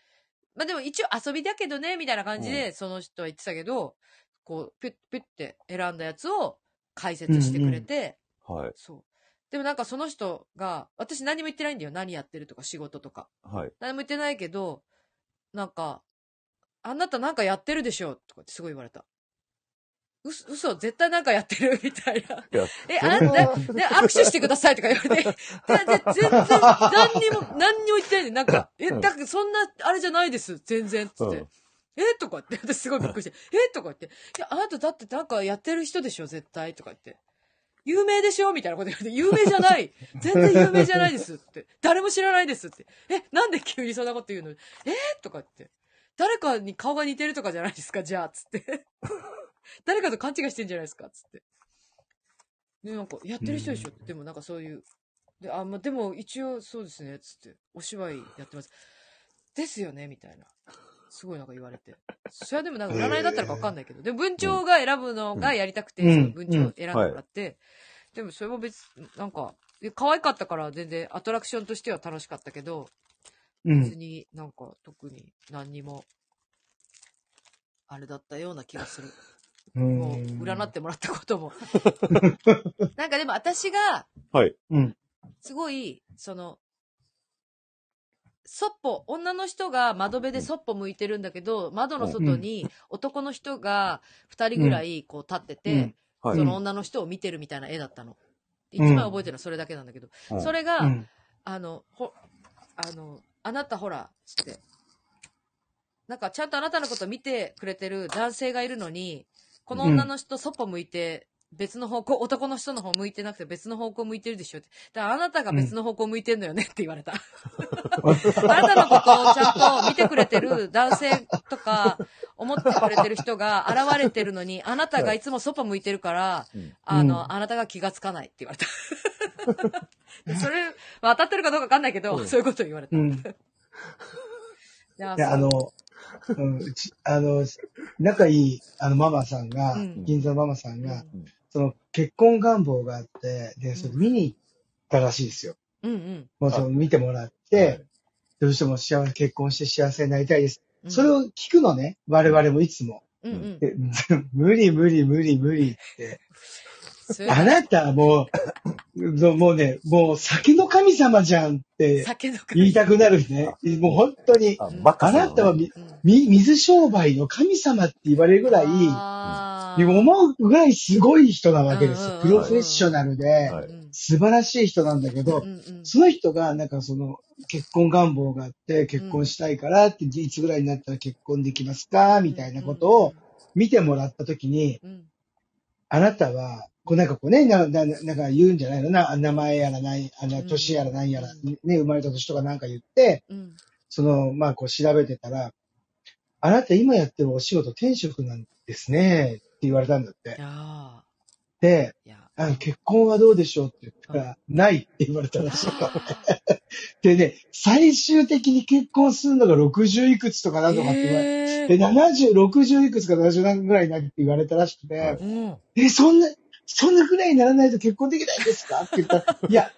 まあでも一応遊びだけどね、みたいな感じで、その人は言ってたけど、こう、ピュッピュッて選んだやつを解説してくれて、はい。そう。でもなんかその人が、私何も言ってないんだよ。何やってるとか仕事とか。はい。何も言ってないけど、なんか、あなたなんかやってるでしょとかってすごい言われた。嘘、嘘、絶対なんかやってるみたいな。いやえ、それあんた、ね、握手してくださいとか言わ (laughs) れて、でで全然、何にも、何にも言ってないで、なんか、え、うんだからそんな、あれじゃないです、全然、つって。うんえとか言って、私すごいびっくりして、えとか言って、いや、あなただってなんかやってる人でしょ、絶対、とか言って。有名でしょみたいなこと言われて、有名じゃ (laughs) ない全然有名じゃないですって。誰も知らないですって。え、なんで急にそんなこと言うのえーとか言って。誰かに顔が似てるとかじゃないですかじゃあ、つって。 (laughs) 誰かと勘違いしてんじゃないですかつって。で、なんか、やってる人でしょでもなんかそういう。で、あ、まあ、でも一応そうですね、つって。お芝居やってます。ですよねみたいな。すごいなんか言われて。それはでもなんか占いだったのかわかんないけど。でも文鳥が選ぶのがやりたくて、うんその文鳥を選んでもらって。でもそれも別、なんか、で可愛かったから全然アトラクションとしては楽しかったけど、う別ん。になんか特に何にも、あれだったような気がする。う。もうん占ってもらったことも。なんかでも私が、はい。うん。すごい、その、そっぽ、女の人が窓辺でそっぽ向いてるんだけど、窓の外に男の人が二人ぐらいこう立ってて、うんはいその女の人を見てるみたいな絵だったの。一うん番覚えてるのはそれだけなんだけど、うんそれが、うんあの、ほ、あの、あなたほら、つって。なんか、ちゃんとあなたのこと見てくれてる男性がいるのに、この女の人、そっぽ向いて、別の方向、男の人の方向いてなくて別の方向向いてるでしょって。だからあなたが別の方向向いてんのよねって言われた。 (laughs) あなたのことをちゃんと見てくれてる男性とか、思ってくれてる人が現れてるのに、あなたがいつもそっぽ向いてるから、うんあの、うんあなたが気がつかないって言われた。でそれ、まあ当たってるかどうかわかんないけど、うんそういうこと言われた。ういん。いやや、あの、うん、うちあの、仲いい、あの、ママさんが、うん銀座のママさんが、うその、結婚願望があって、で、それ見に行ったらしいですよ。うんうん。もうその、見てもらっはいて、どうしても幸せ、結婚して幸せになりたいです。うんそれを聞くのね、我々もいつも。うんうん。で無理無理無理無理って。それあなたもう、もうね、もう酒の神様じゃんって酒の会言いたくなるね。もう本当に。あ、バカあさんなたはみうんみ水商売の神様って言われるぐらい、あー思うぐらいすごい人なわけですうんうよ。んプうんうんロフェッショナルで、はいうん素晴らしい人なんだけどう、んうんその人がなんかその結婚願望があって、結婚したいからって、いつぐらいになったら結婚できますかみたいなことを見てもらったときに、うんうんあなたは、こうなんかこうね、な、な、なんか言うんじゃないのな、名前やらない、あうの、ん年やらなんやら、ね、生まれた年とかなんか言って、うんその、まあこう調べてたら、あなた今やってるお仕事転職なんですね、って言われたんだっいて。やーで、いやあの結婚はどうでしょうって言ったら、ないって言われたらしい。でね、最終的に結婚するのが60いくつとかなんとかって言われて、えーで、70、60いくつか70何ぐらいになるって言われたらしくて、はいうんえ、そんな、そんなぐらいにならないと結婚できないんですかって言ったら、いや、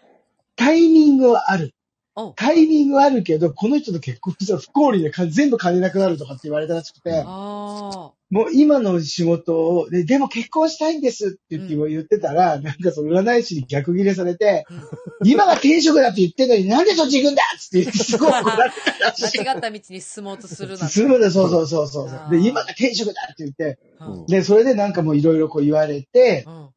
タイミングはある。おタイミングはあるけど、この人と結婚したら不幸利でか全部金なくなるとかって言われたらしくて、あもう今の仕事を、ででも結婚したいんですって言って,、う言ってたら、なんかその占い師に逆ギレさ (laughs) れて、うん今が転職だって言ってんのになんでそっち行くんだっつって言ってすごい怒られた (laughs) らしいー。間違った道に進もうとするなすぐだ、そうそうそうそうそう。で、あー今が転職だって言って、うんで、それでなんかもういろいろこう言われて、うん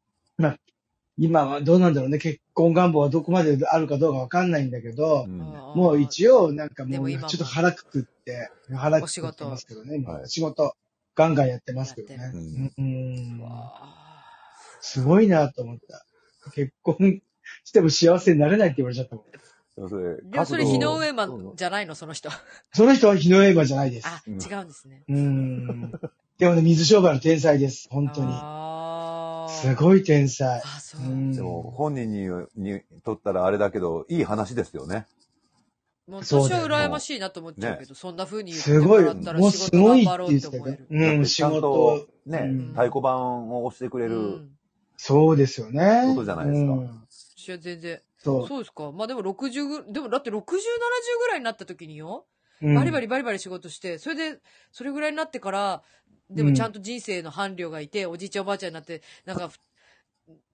今はどうなんだろうね、結婚願望はどこまであるかどうかわかんないんだけどう、んあーもう一応なんかでももう今もちょっと腹くくって、腹おく仕くっ事てますけどね、今はい仕事、ガンガンやってますけどやねって。うんううんわすごいなと思った。結婚しても幸せになれないって言われちゃったもん。それーでもそれ、角日度をの上マうんンじゃないの、その人。その人は日の映画じゃないです。あ、違うんうんですね。うん。でもね、水商売の天才です。本当に。あーすごい天才。あ、そうう。んでも本人ににとったらあれだけど、いい話ですよね。もう年そうだはよ羨ましいなと思っちゃうけど、そんな風に言ってすもごい、らったらもう仕す事ごい頑張っろてう言っっててた思えける。ど。うだってん、ち仕ゃんと事。ね、うん太鼓判を押してくれる、うん。そうですよね。ことじゃないですかうん私は全然。そう。そうですか。まあでも60ぐ、でもだって60、70ぐらいになった時によ、うんバリバリバリバリ仕事して、それで、それぐらいになってから、でもちゃんと人生の伴侶がいて、おじいちゃんおばあちゃんになって、なんか、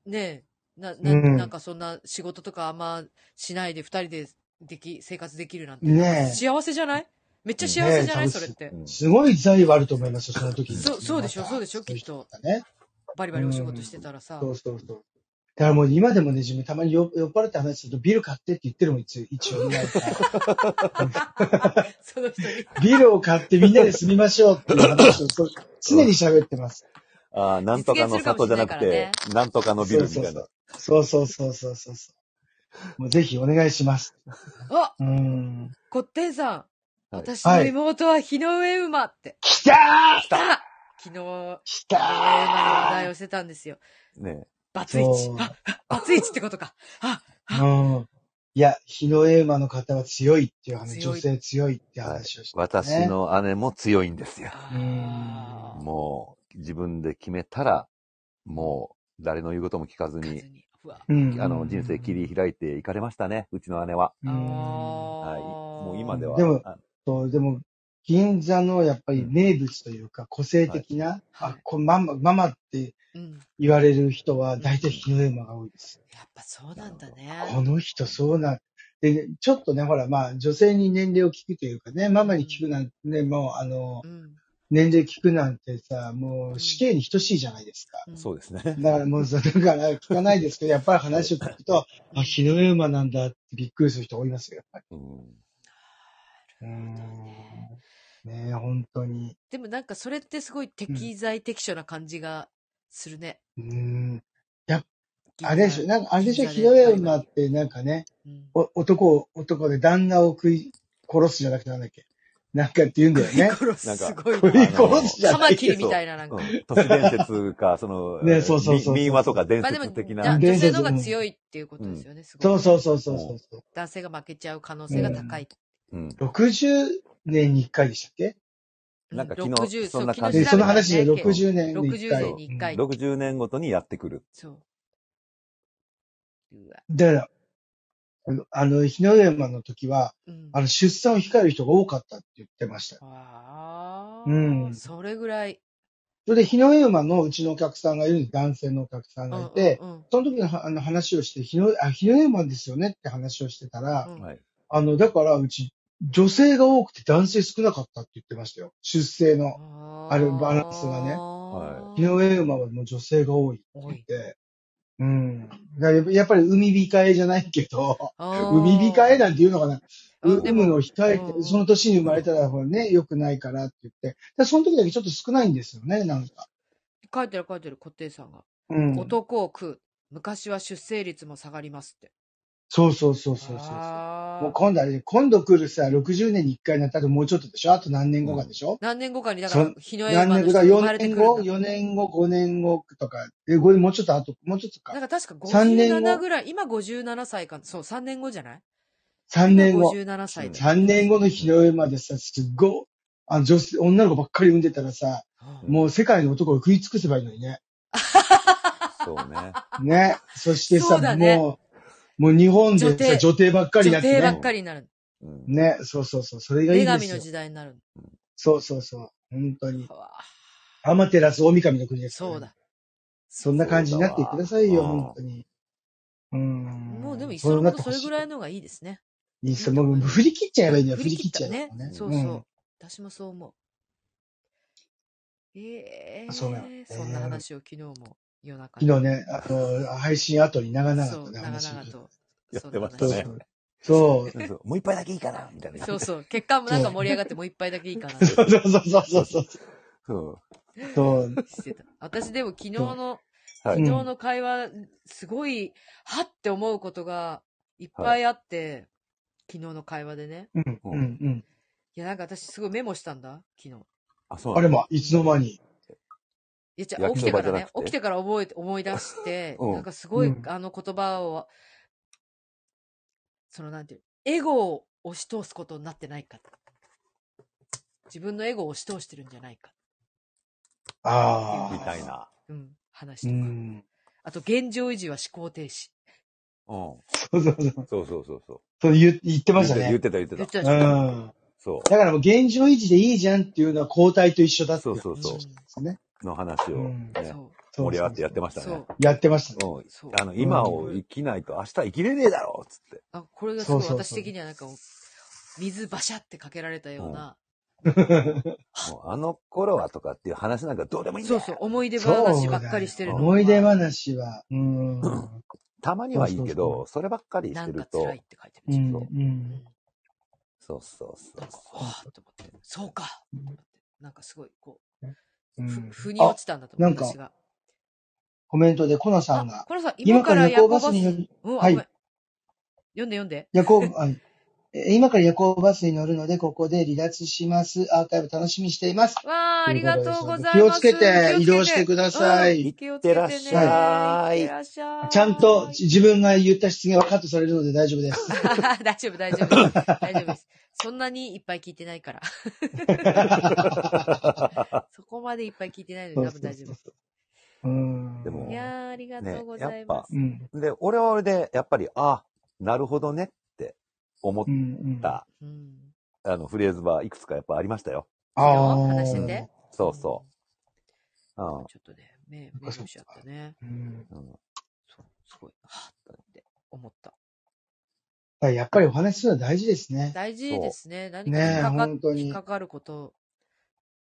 ねえ、な、なうんなんかそんな仕事とかあんましないで二人ででき、生活できるなんて。ねえ。幸せじゃないめっちゃ幸せじゃない、ねえそれって。すごい財はあると思いますよ、その時に。そう、そうでしょ、そうでしょ、きっと。ね。バリバリお仕事してたらさ。そうそうそう。だからもう今でもね、自分たまに酔酔っ払って話すると、ビル買ってって言ってるもん、一応一応。なんか (laughs) その人に。ビルを買ってみんなで住みましょうっていう話をそう常に喋ってます。ああ、なんとかの里じゃなく実現するかもしれないて、なんとかのビルみたいな。そうそうそうそうそうそう。もうぜひお願いします。あうーん。こってんさん。い私の妹は日の上馬って。来たー来た昨日、日の来上馬の話題たーをしてたんですよ。ねバツイチそう。。 (laughs) バツイチってことか。あ、うん。いや、日のエーマの方は強いっていう話、強い女性強いっていう話をして、私。の姉も強いんですよ。あーーもう、自分で決めたら、もう、誰の言うことも聞かず数に、に。うわ。うんあの、人生切り開いていかれましたね、うちの姉は。うんはい。もう今では。は。でもあそう、でも、銀座のやっぱり名物というか、個性的な、はいあ、こうママ、ママってうん。言われる人は、大体日のエーマが多いです。やっぱそうなんだこね。の人そうなんで、ちょっとね、ほら、まあ、女性に年齢を聞くというかね、ママに聞くなんてね、もう、あのう、ん。年齢聞くなんてさ、もううん死刑に等しいじゃないですか。うんそうですね。だからもう、だから聞かないですけど、やっぱり話を聞くと、あ、日の上馬なんだってびっくりする人多いますよ、やっぱり。うんうなるほどんね。ねえ、本当に。でもなんかそれってすごい適材適所な感じがするね。うん。あれでしょ、なんか、あれでしょ、銀座で日の上馬ってなんかね、うんお男を、男で旦那を食い、殺すじゃなくてなんだっけ。なんかって言うんだよね。殺す。すごい食いな。殺すじゃカなマいキけリどみ。たいななんうか。ん都市伝説か、その、ねそうそうそうそうみ民話とか伝まあでも、説的なな。女性の方が強いっていうことですよね、すご (laughs) そ。いうそうそうそうそうそう。男性が負けちゃう可能性が高い。うん60年に1回でしたっけうなんか昨日60そんなそう昨感じで日調そのべた話でよね60年に1 60回。年に一回うん60年ごとにやってくる。そう。うわ。だから、あのあの、日の上馬の時は、うん。あの、出産を控える人が多かったって言ってました。ああ。うんそれぐらい。それで、日の上馬のうちのお客さんがいるんです男性のお客さんがいて、うんうんその時のはあの話をして、日の、あ、日の上馬ですよねって話をしてたら、うんはい。あの、だから、うち、女性が多くて男性少なかったって言ってましたよ。出生の。ああるバランスがねは日の上馬はもう女性が多いって多言っい。て。うん。だからやっぱり海控えじゃないけど、海海控えなんて言うのかな。ううんで産もむのを控えうんて、その年に生まれたらほらね、良くないからって言って。でその時だけちょっと少ないんですよね、なんか。書いてる書いてる、固定さんが。うん。男を食う。昔は出生率も下がりますって。そうそうそうそうそうそう。あーもう今度あれ、今度来るさ、60年に1回になったらもうちょっとでしょあと何年後かでしょ、何年後かに、だからそ、日の何山年の後人だが生ま ?4 れて年くるん後だ。 ?4 年後、5年後とか。え、これもうちょっと後、もうちょっとなんか。か確か三年後57ぐらい、今57歳か、そう、3年後じゃない3年後。今57歳で。 3年後の日の上までさ、すっごい、あの女性、女の子ばっかり産んでたらさ、もう世界の男を食い尽くせばいいの (laughs) にね。そうね。ね。そしてそさ、うだねもう、もう日本で女帝さ、女帝ばっかりにな女っ帝てばねっ。かりになる。うんね、そうそうそう、それがいい女ん神ですのよ。時代になる。そうそうそう、本当に。うわ天照大神の国ですからそうだ。。そんな感じになってくださいよ、そうだわ本当に。うん。もうでも、いっそそうのなこっとそてほれしぐらいの方がいいですね。いいっすもう振り切っちゃえばいいんだよ、振り切っちゃえばいいねのね。そうそう。ん私もそう思う。ええそうなのそんな話を昨日も夜中に。昨日ね、あの、配信後に長々そとう、ね、長話を々と。やってましそたうねそう。 (laughs) そう。そうそうもう一杯だけいいかなみたいな。そうそう。結果もなんか盛り上がってもう一杯だけいいか (laughs) なってそうそうそうそうそう。 (laughs) そそう。してた。私でも昨日の、う。は昨うん日の会話、すごい、はって思うことがいっぱいあって、昨日の会話でね。うん、うん、うん。いや、なんか私すごいメモしたんだ、昨日。あ、そうあなれのも、いつの間に。いや、じゃあ焼起ききそてばからね、じゃなくて起きてから覚えて、思い出して、 (laughs) うんなんかすごい、うんあの言葉を、そのなんていう、エゴを押し通すことになってないか。自分のエゴを押し通してるんじゃないか。ああ。みたい。な。うん、話とうか。ん。あと、現状維持は思考停止。うん。そうそうそう。そうそうそうそう。そう言う言ってました言っね。てた言って言っ。たてうたでしょん。そだからもう現状維持でいいじゃんっていうのは交代と一緒だっていそうそうそう話ですね。う。の話を。うんねそう。そう盛り上がってやってましたそねう。。やってましたね。うんそう。あの、今を生きないと明日生きれねえだろうっつって。あ、これがすごいそうそうそう私的にはなんかもう、水バシャってかけられたような、もうあの頃はとかっていう話なんかどうでもいいんだそうよ。そう、思い出話ばっかりしてるのが。思い出話は、うん。たまにはいいけそうそうそど、そればっかりしなてんるかと辛い、って書いてうるん。んそううん。そうそうそうなん。か、わーって思って、そうかうんなんかすごい、こうう、ふ、ん腑に落ちたんだと思う、あなんか私が。コメントでコナさんあが、、これさん、今今かからら夜夜行行ババススにに乗る。う乗るん、はあ、いごめん。読んで読んで。夜行、はい。えー今から夜行バスに乗るので、ここで離脱します。アーカイブ楽しみにしています。わー、ありがとうございます。気をつけて移動してくださいうん気をつけねいってらっしゃいいってらっしゃい。ちゃんと自分が言った失言はカットされるので大丈夫です。 (laughs) 大丈夫、大丈夫。大丈夫です。そんなにいっぱい聞いてない (laughs) から。そこまでいっぱい聞いてないので、多分大丈夫。うん。でもいやー、ありがとうございます。うん。で、俺は俺で、やっぱり、あ、なるほどねって思っうん。うん。た、うん。あの、フレーズはいくつかやっぱありましたよ。あー話してて。そうそうん。うん。ちょっとね、目、目しちゃったね。うんうんそう、すごい。はぁって思った。やっぱりお話しするのは大事ですね。大事ですね。何か引ねえっかかっ本当に引っかかること。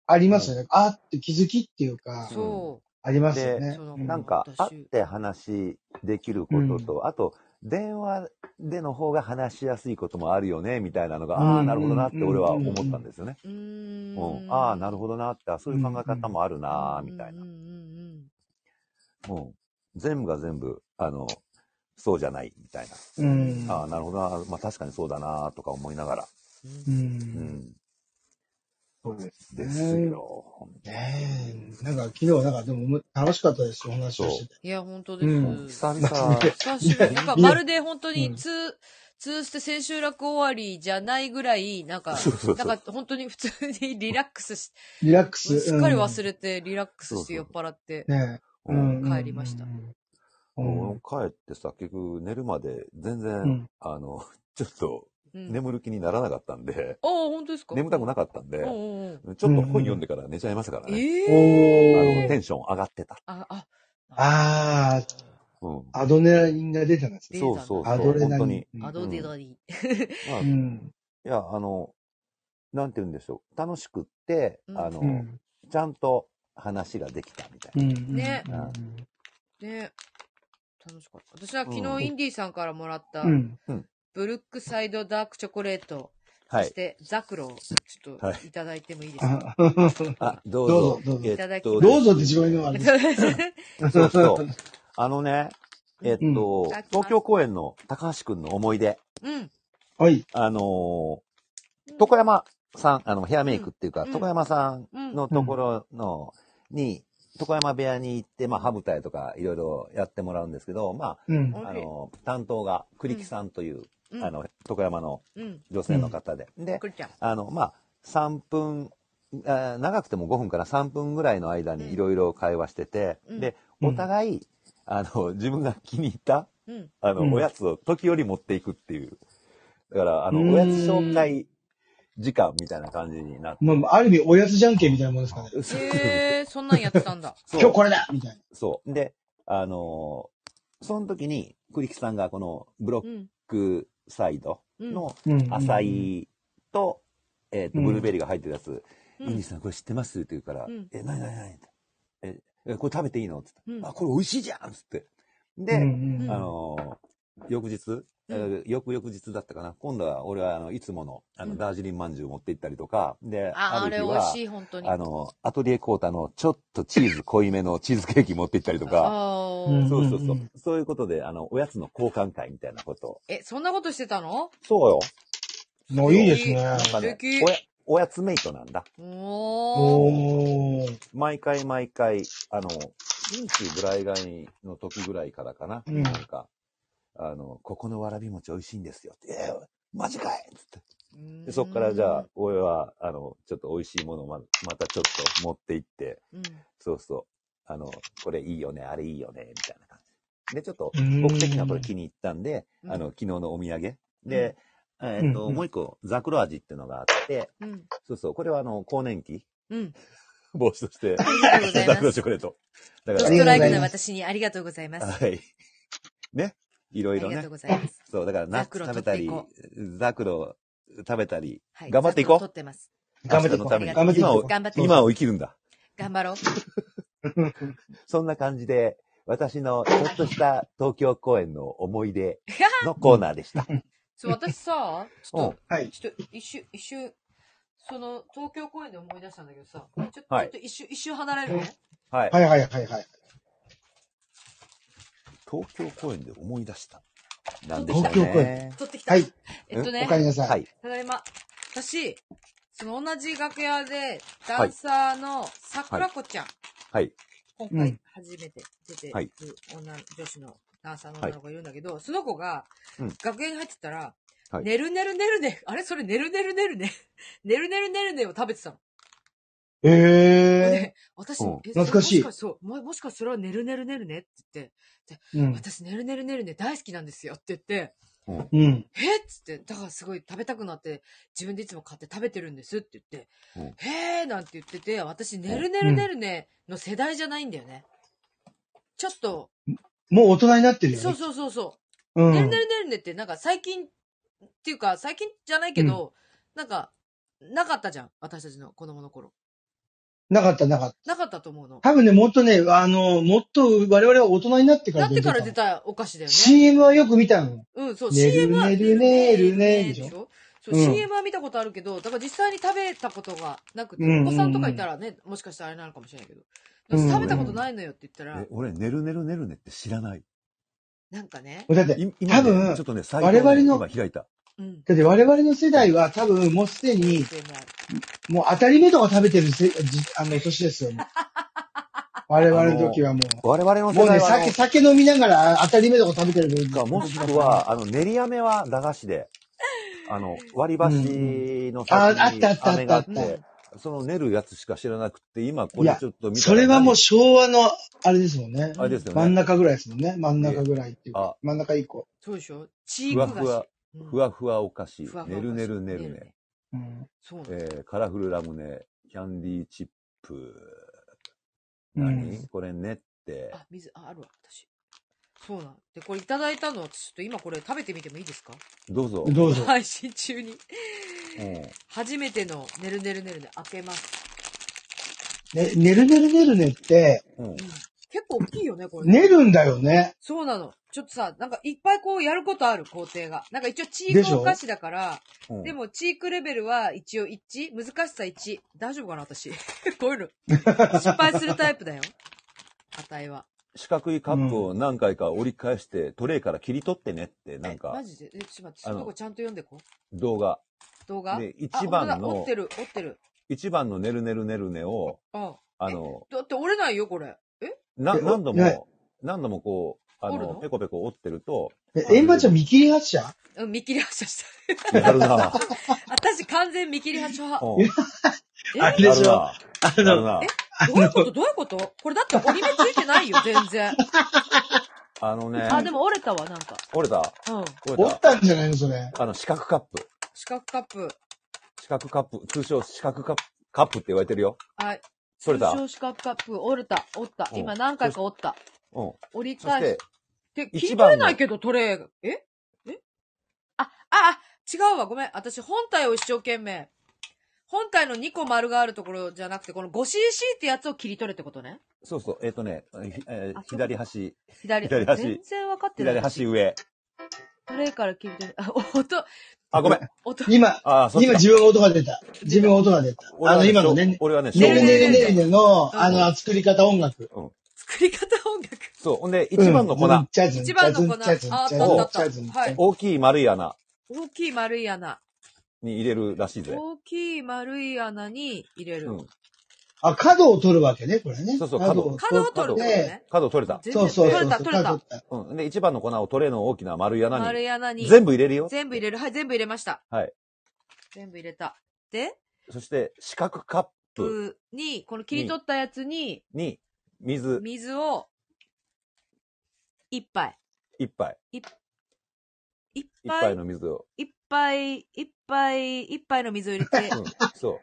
ありますよね。あーって気づきっていうか、そありますよねで。うなんか、私会って話できることと、あと、電話での方が話しやすいこともあるよね、みたいなのが、あうあ、んなるほどなって俺は思ったんですよね。う。うー。うんん、ああ、なるほどなって、あそういう考え方もあるどな、みたいな。うんうんうんうん。全部が全部、あの、そうじゃない、みたいな。うん。ああ、なるほどな、まあ確かにそうだな、とか思いながら。うん。う。うんん。そうですですね。よ。ほんとねえ。なんか昨日はなんかでも楽しかったです、お話をしてて。いや、本当です。うん久々、久しぶり。なんか、いやまるで本当うんに、通、通して千秋楽終わりじゃないぐらい、なんかそうそうそ、うなんか本当に普通にリラックスし、リラックス。すっかり忘れれて、リラックスして酔っ払って。ねえ。うんうん帰りましたうんうん帰ってさ、結局寝るまで全然、うんあの、ちょっとうん。あ眠る気にならなかったんで、あ、本当ですか眠たくなかったんで、うんちうんうん。ょっと本読んでから寝ちゃいましたからね。ええ。あの、おテー。ンション上がってた。あ、あ、あうん。あ、アドネラリンが出たんですよ。そうそうそう、アドレ本ナ当リにン。。うんアドデダリー。まあういん。や、あの、なんて言うんでしょう。楽しくって、うんあの、うん。ちゃんと話ができたみたいうんうな。んねうんね。楽しかった。私は昨うん日インディーさんからもらったう、ん。ブルックサイドダークチョコレート、そはいし。てザクロをちょっはといただいてもいいですかああ、どうどぞうぞ。どうぞえっいただきとますどうぞって自分のあれ。そうそう。あのね、えっと、いただきます東京公演の高橋くんの思い出、 (laughs) うん。はい。あのー、床山さん、あの、ヘアメイクっていうか、うん床山さんうん。のところの、に、床山部屋に行って、まあ、ハブタイとかいろいろやってもらうんですけど、まうんう。んあ、あの、担当が栗木さんという、うんあの、床山のうん。女性の方で。で、くるちゃん。あの、まあ、3分、あー長くても5分から3分ぐらいの間にいろいろ会話してて、うんで、うんお互い、あの、自分が気に入った、うん。あの、うんおやつを時折持っていくっていう。だから、あうのー、んおやつ紹介時間みたいな感じになって。まあまあ、ある意味、おやつじゃんけんみたいなもんですかね。そうえー、そんなんやってたんだ。今日そこれだみたいな。う。そう。で、あのーその時に、栗木さんがこのブロ (laughs) うッん。クサイドのうん浅。いと、えっ、と、うんブルーベリーが入ってるやつ、うインディん。さんこれ知ってますって言うから、うんえ、なになになにってえ、えこれ食べていいのって言って、うんあ、これ美味しいじゃんっつって。で、うんあのー翌日、えー翌々日だったかな。今度は俺はあのいつものあうのんダージリンまんじゅう持って行ったりとか、で、あ、あれる日美は味しい、本当に。あの、アトリエコータのちょっとチーズ濃いめのチ (laughs) ーズケーキ持って行ったりとか、あうんーそうそうそう、うんうんそういうことで、あの、おやつの交換会みたいなことを。え、そんなことしてたのそうよ。うん。もういいですね。なんか素ね敵、おや、おやつメイトなんだ。おー。おー。毎回毎回、あの、人中ブライガニの時ぐらいからかな。うんなんか、あの、ここのわらび餅美味しいんですよって。えーマジかいっつって。でそっからじゃあ、俺は、あの、ちょっと美味しいものをままたちょっと持って行って、うん、そうそう、あの、これいいよね、あれいいよね、みたいな感じ。で、ちょっとう、ん僕的にはこれ気に入ったんで、うんあの、昨日のお土産。で、えーっと、うんもう一個、ザクロ味っていうのがあって、うん、そうそう、これはあの、更年期うん。帽子として、ありがとうございダークまのすチョ。コレート。だドかスりトがラとイクうございなます私にありがとうございます。ら、あはい。ね。いろいりろがとねう。ございます。そう、だからナッザツクロ食べたり取っ、ザクロ食べたり、はい頑張っていこうザクロ撮ってます。頑張っていこう。明日のた頑張めってにいこう。頑張っていこう今を生きるんだ。頑張ろう。そんな感じで、私のちょっとした東京公演の思い出のコーナーでした。そう、私さ、ちうょっん。はい。と、ちょっと一瞬、一瞬、その、東京公演で思い出したんだけどさ、ちょちょはっいと一瞬、一瞬離れるね。はい。はいはいはいはい。東京公演で思い出した。なんでしょうね。東京公演。取ってきた。はい。えっとおね、かえりなはさい。い。ただいま、私、その同じ楽屋で、ダはいンサーの桜子ちゃん、はい。今う回ん初めて出てはいる女、女子のダンサーの女の子がいるんだけど、その子がうん、楽屋に入ってったら、はいねるねるねるね、あれそれねるねるねる (laughs) ね、ねるねるねるねを食べてたの。えで、私、うんえ懐かしいそれもしかそう、ももしかしてそれはねるねるねるねって言って、え。うん。私ねるねるねるね大好きなんですよって言って、うん。うん。えっつって、だからすごい食べたくなって、自分でいつも買って食べてるんですって言って、へえーなんて言ってて、私、ねるねるねるねの世代じゃないんだよね。ちょっと、もう大人になってるよね。そうそうそうそうう。ん。ねるねるねるねってなんか最近、っていうか最近じゃないけど、なんか、なかったじゃん。私たちの子供の頃。なかったなかった。なかったと思うの。多分ね、もっとね、あの、もっと我々は大人になってかならってから出たお菓子だよね。 CM はよく見たの。うん、そう、ねる CM はねるねるでねでししょょそう、うん CM は見たことあるけど、だから実際に食べたことがなくて、うんうんうんお子さんとかいたらね、もしかしたらあれなのかもしれないけど、うんうん食べたことないのよって言ったら、え俺、ねるねるねるねって知らない。なんかね、だって、い多今ね分ちょっとね、サイトをね我々の今開いた。うん。だって我々の世代は多分もうすでに、でもあるもう当たり目とか食べてるせじあの年ですよ。(laughs) もう我々の時はも我々のう。も世うね、代は酒、酒飲みながら当たり目とか食べてる時か、もしく、は、あの、練り飴は駄菓子で、あの、割り箸のあ、あ先ったあったあ飴っがたああっっててた。、その練るやつしか知らなくて、今いこれやちょっと見たら。それはもう昭和の、あれですもんね。あれですよね真ん中ぐらいですもんね。真ん中ぐらいっていうあか、真ん中以降。そうでしょチふーわクふ菓わ、子。ふわふわお菓子、ねるねるねねるね、。うんそうなのえーカラフルラムネ、キャンディーチップ、うん何、これねって、あ、水、あ、あるわ、私。そうなの。で、これいただいたの、私ちょっと今これ食べてみてもいいですかどうぞ。どうぞ。配信中に。うん初めてのねるねるねるね、開けます。ね、ねるねるねるねって、うんうん結構大きいよね、これ。練るんだよね。そうなの。ちょっとさ、なんかいっぱいこうやることある、工程が。なんか一応チでーしクょお菓子だから、うんでもチークレベルは一応1、難しさ1。大丈夫かな、私。 (laughs) こういうの。 (laughs) 失敗するタイプだよ。値は。四角いカップを何回か折り返して、トレイから切り取ってねって、なんえかマジでえ、ちょっと待って、あそのこちゃんと読んでこう。動画。動画。で、あ一番本当だ折っのて、る、折ってる。一番のねるねるねるねを、うん。あの、だって折れないよ、これ。えな、え何度ねも、何度もこう、あ折るのの、ペコペコ折ってると、え、エンバちゃん見切り発車うん、見切り発車した。 (laughs) やるなぁ。私完全見切り発車派。うんえあれやでるしょなぁ。や (laughs) るなぁ。どういうことどういうことこれだって折り目ついてないよ、全然。 (laughs) あのね、あ、でも折れたわ、なんか。折れた、うん。折折れったんじゃないのそれ。た。あの、四角カップ。四角カップ。四角カップ、通称四角カップ、カップって言われてるよ。はい。それだ通称四角カップ、折れた、折った。うん今何回か折った。うん。折りそし、返してて、切一り番取のれないけど、トレイが。ええあ、あ、あ、違うわ、ごめん。私、本体を一生懸命。本体の2個丸があるところじゃなくて、この 5cc ってやつを切り取れってことね。そうそう、えっ、とね、ひえーあ左端、左。左端全然分かってない。左端上。トレイから切り取れ、あ、音、あ、ごめん。音。今、あ、そっち今か自分が音が出た。自分が音が出た。俺あはの、ね今のね、俺はね、ねるねるね小る学ねの、あの、作り方音楽。作り方音楽。そう、ほんで、一番の粉、うんジャズン、一ジャ番のズン、粉ジャズン、ジあャズン、あったあったジャズン。はい大きい丸い穴大きい丸い穴。に入れるらしいぜ。大きい丸い穴に入れる。うんあ、角を取るわけね、これね。そうそう角を取るってことね。角取れた。全そ然うそうそう。取れた、取れた。た。うん。で、一番の粉をトレーの大きな丸い穴丸に、い穴に。全部入れるよ。全部入れる。はい、全部入れました。はい。全部入れた。で、そして、四角カッププーに、この切り取ったやつに、に、水水を、一杯。一杯。一一杯杯、の水を。一杯、一杯、一杯の水を入れてう、ん。そう。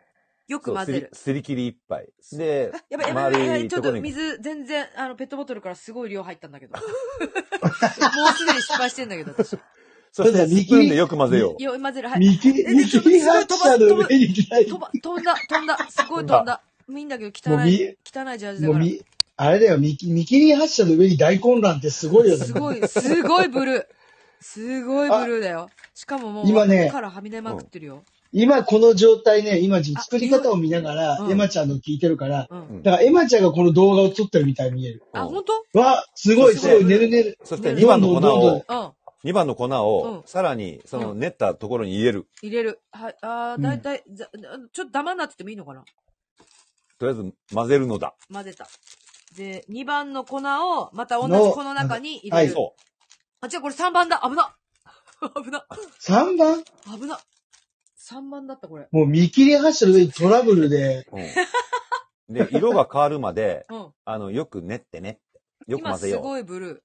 よく混ぜるそう。すりすり切り一杯。でやばい、、やばい、やば丸い、いちょとっことに、水、全然、あの、ペットボトルからすごい量入ったんだけど。もうすでに失敗してんだけど、私。そしてそうだスプーンでよく混ぜよう。よ、混ぜる。はい。見切り、見切り発車の上にいない飛ば、飛んだ、飛んだ、すごい飛んだ。みんだけど汚もういみ、汚いジャージだもうから。み、あれだよ、見切見切り発車の上に大混乱ってすごいよね。すごい、すごいブルー。すごいブルーだよ。しかももう、今ねからはみ出まくってるよ。今この状態ね、今作り方を見ながら、うんエマちゃんの聞いてるから、うん。うんだからエマちゃんがこの動画を撮ってるみたいに見える。あ、うん本当？わ、すごい、すごい、そうねるねる。そしてね2番のど粉んどんどんどをん、うん。 2番の粉うんを、さらに、その練ったところに入れる。入れる。はい。あうー、んだいたい、ざちょっとダマになっててもいいのかなとりあえず混ぜるのだ。混ぜた。で、2番の粉を、また同じ粉の中に入れうんる。そあ、違う、これ3番だ。危な。 (laughs) 危な。 3番危な。3番だった、これ。もう見切り発車の上にトラブルで、う。うん (laughs) で、色が変わるまで、うん。あの、よく練ってね。よく今混ぜすよごいブルう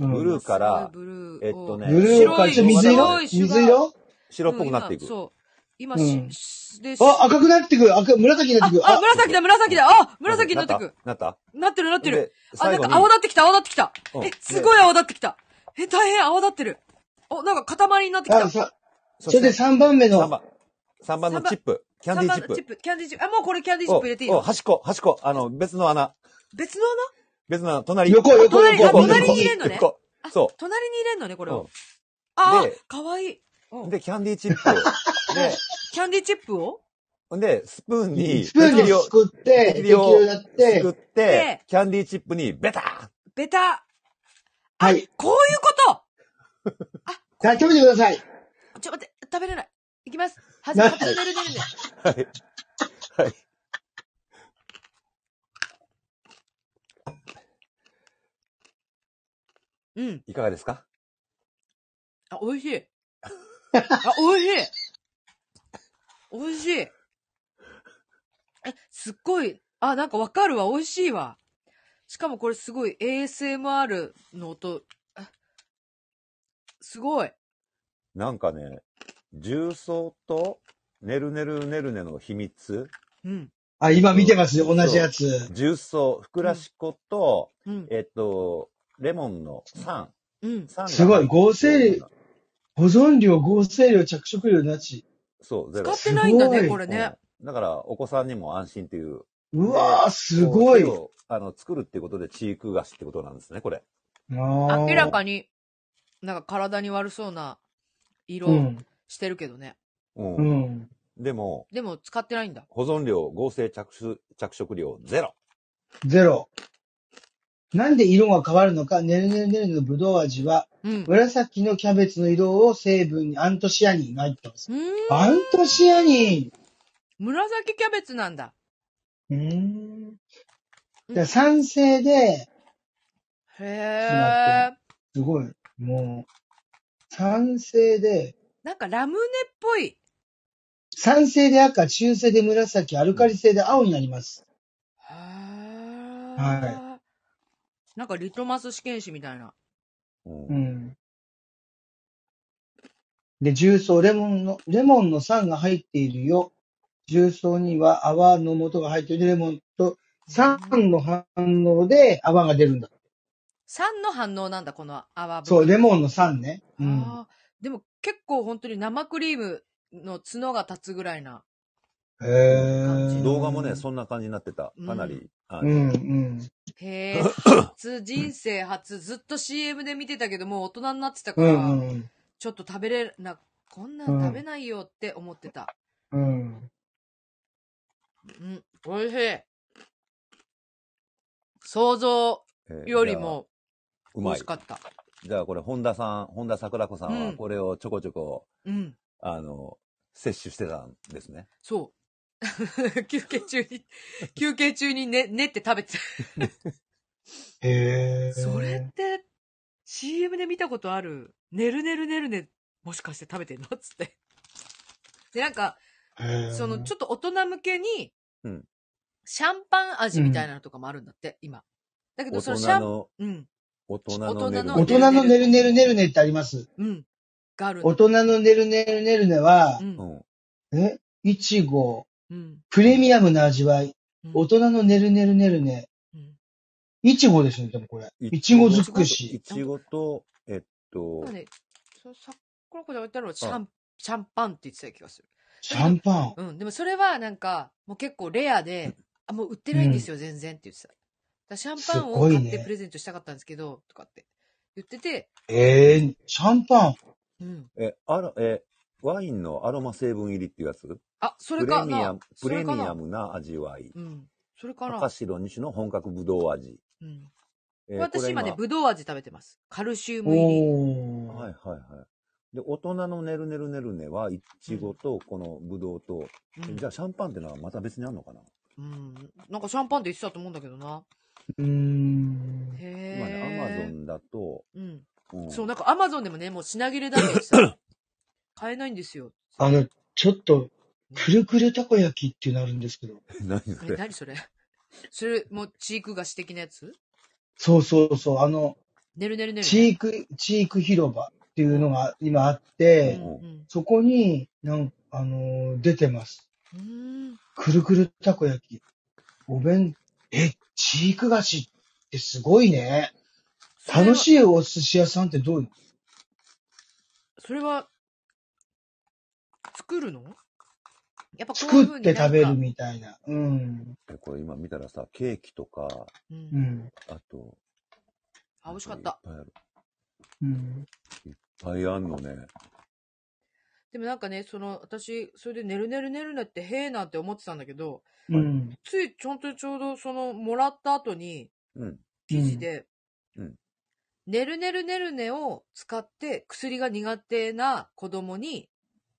う。ブルんーー。からす、ごいブルー。えっとねブルー白か、いちょ、水色白いシュガー水色白っぽくなっていうんく。今そう。今、うんし、で、しあ、赤くなってくる。赤、紫になあってくる。あ、紫だ、紫だあ紫になってく。なったなってる、なってる。であ、な最ん後にか泡立ってきた、泡立ってきた。うんえ、すごい泡立ってきた。え、大変泡立ってる。お、なんか塊になってきた。あさそそれで3番目3の、番。3番のチップ。キャンディーチッ三番チプッ。プ、キャンディーチップ。あ、もうこれキャンディーチップ入れていいおおの端っこ、端っこ。あの、別の穴。別の穴別の穴、隣。横、横、隣横、あ隣に横入。れんのね横あそ隣に入れんのね、こうれを。うあで。ー、かわいい。うんんで、キャンディーチップ (laughs) を。で、キャンディーチップをほんで、スプーンに、スプーン適に量すくって、適適量量やっすてくっ、でて、キャンディーチップに、ベタベタ。はい。こういうこと食べてください。ちょ、待って、食べれない。いきます。はじめなる、寝る、寝る、寝る。ーはい。はい。うん。いかがですかあ、美味しい。あ、美味しい。美味しい。え、すっごい、あ、なんかわかるわ。美味しいわ。しかもこれすごい ASMR の音。あすごい。なんかね、重曹と、ねるねるねるねの秘密。うん。あ、今見てますよ、同じやつ。重曹、ふくらし粉と、うん。えっと、レモンの酸。うん。酸がすごい合成保存料、合成量、着色料なし。そう、ゼロ使。ってないんだすごね、いこれね。うんだから、お子さんにも安心っていう。うわー、すごい。もう手をあの、作るってことで、チーク菓子ってことなんですね、これ。明明らかに、なんか体に悪そうな色うん。してるけどね。うん。うん。でも、でも使ってないんだ。保存量、合成着色着色量ゼロ。ゼロ。なんで色が変わるのか、ねるねるねるのぶどう味は、うん。う紫のキャベツの色を成分にアントシアニンが入ってます。ーん。アントシアニ紫キャベツなんだ。ンうーん。だから酸性で、へー。すごい、もう、酸性で、なんかラムネっぽい。酸性で赤、中性で紫、アルカリ性で青になります。へー。はなんかリトマス試験紙みたいな。うんうん。で、重曹、レモンの、レモンの酸が入っているよ。重曹には泡の元が入っているレモンと酸の反応で泡が出るんだ。酸の反応なんだ、この泡そう、レも、モンの酸ね。うん。あーでも結構本当に生クリームの角が立つぐらいな。へー動画もね、そんな感じになってた。かなり。あうのん、うん。へえ、 (laughs) 初、人生初、ずっと CM で見てたけど、もう大人になってたかうら、ん、うん。ちょっと食べれな、こんなん食べないよって思ってた。うん。うん、美味しい。想像えーよりも美じゃあうま味いし。かった。じゃあこれ、本田さん、本田桜子さんうは、んこれをちょこちょこ、うん、あの、摂取してたんですね。そう。 (laughs) 休憩中に、休憩中にね、ねって食べてへえ。た。それって、CM で見たことある、ねるねるねるね、もしかして食べてんのつって。で、なんか、へーその、ちょっと大人向けに、うんシャンパン味みたいなのとかもあるんだって、今。だけ大ど、そのシャン、人の、うん、大人のねるね大人のねるねるねるねってあります。うん、があるんだ大人のねるねるねるねはう、んう、ん。えいちご、うん。プレミアムな味わい。うん大人のねるねるねるね。うんいちごですね、でもこれ。いちご尽くいし。ちごと、えっとなん、で、そのさこの子で置いてあるのシャン、シャンパンって言ってた気がする。シャンパン。うん。でもそれはなんか、もう結構レアで、あ、もう売ってないんですよ、全然って言ってた。だからシャンパンすをごい買ねってプレゼントしたかったんですけど、とかって言ってて、ええシャンパン。うん。え、あら、え、ワインのアロマ成分入りっていうやつあ、それプレかミアなム。、プレミそれアかなムな味わい。うん。それかな赤白2種の本格ぶどう味。うん。えーこ私れ今ね、ぶどう味食べてます。カルシウム入り。おー。はいはいはい。で、大人のねるねるねるねは、いちごと、このぶどうと、うんじゃあシャンパンってのはまた別にあるのかなうん。なんかシャンパンって言ってたと思うんだけどな。うーん。へ今ね、アマゾえ。ンだと、うん。うんそう、なんかアマゾンでもね、もう品切れだってさ、買えないんですよ。あの、ちょっと、くるくるたこ焼きっていうのあるんですけど。 (laughs) 何そえ、れ何それ (laughs) それ、もう、チーク菓子的なやつそうそうそう。あの、ねるねるねる。チーク、チーク広場っていうのが今あっうて、んうんそこに、なんあのー出てます。うーん。くるくるたこ焼き。お弁、え、チーク菓子ってすごいね。楽い。しいお寿司屋さんってどういうのそれは、作るのやっぱこういう作風になっんてか食べるみたいな。うん。えこれ今見たらさ、ケーキとか、う。うんん。あと、あ、美味しかった。いっぱいある。いうっん。ぱいあんのね。でもなんかね、その、私、それでねるねるねるねってへえなんて思ってたんだけど、うん。ついちょんとちょうどその、もらった後に、うん。記事で、うんうんねるねるねるねを使って薬が苦手な子供に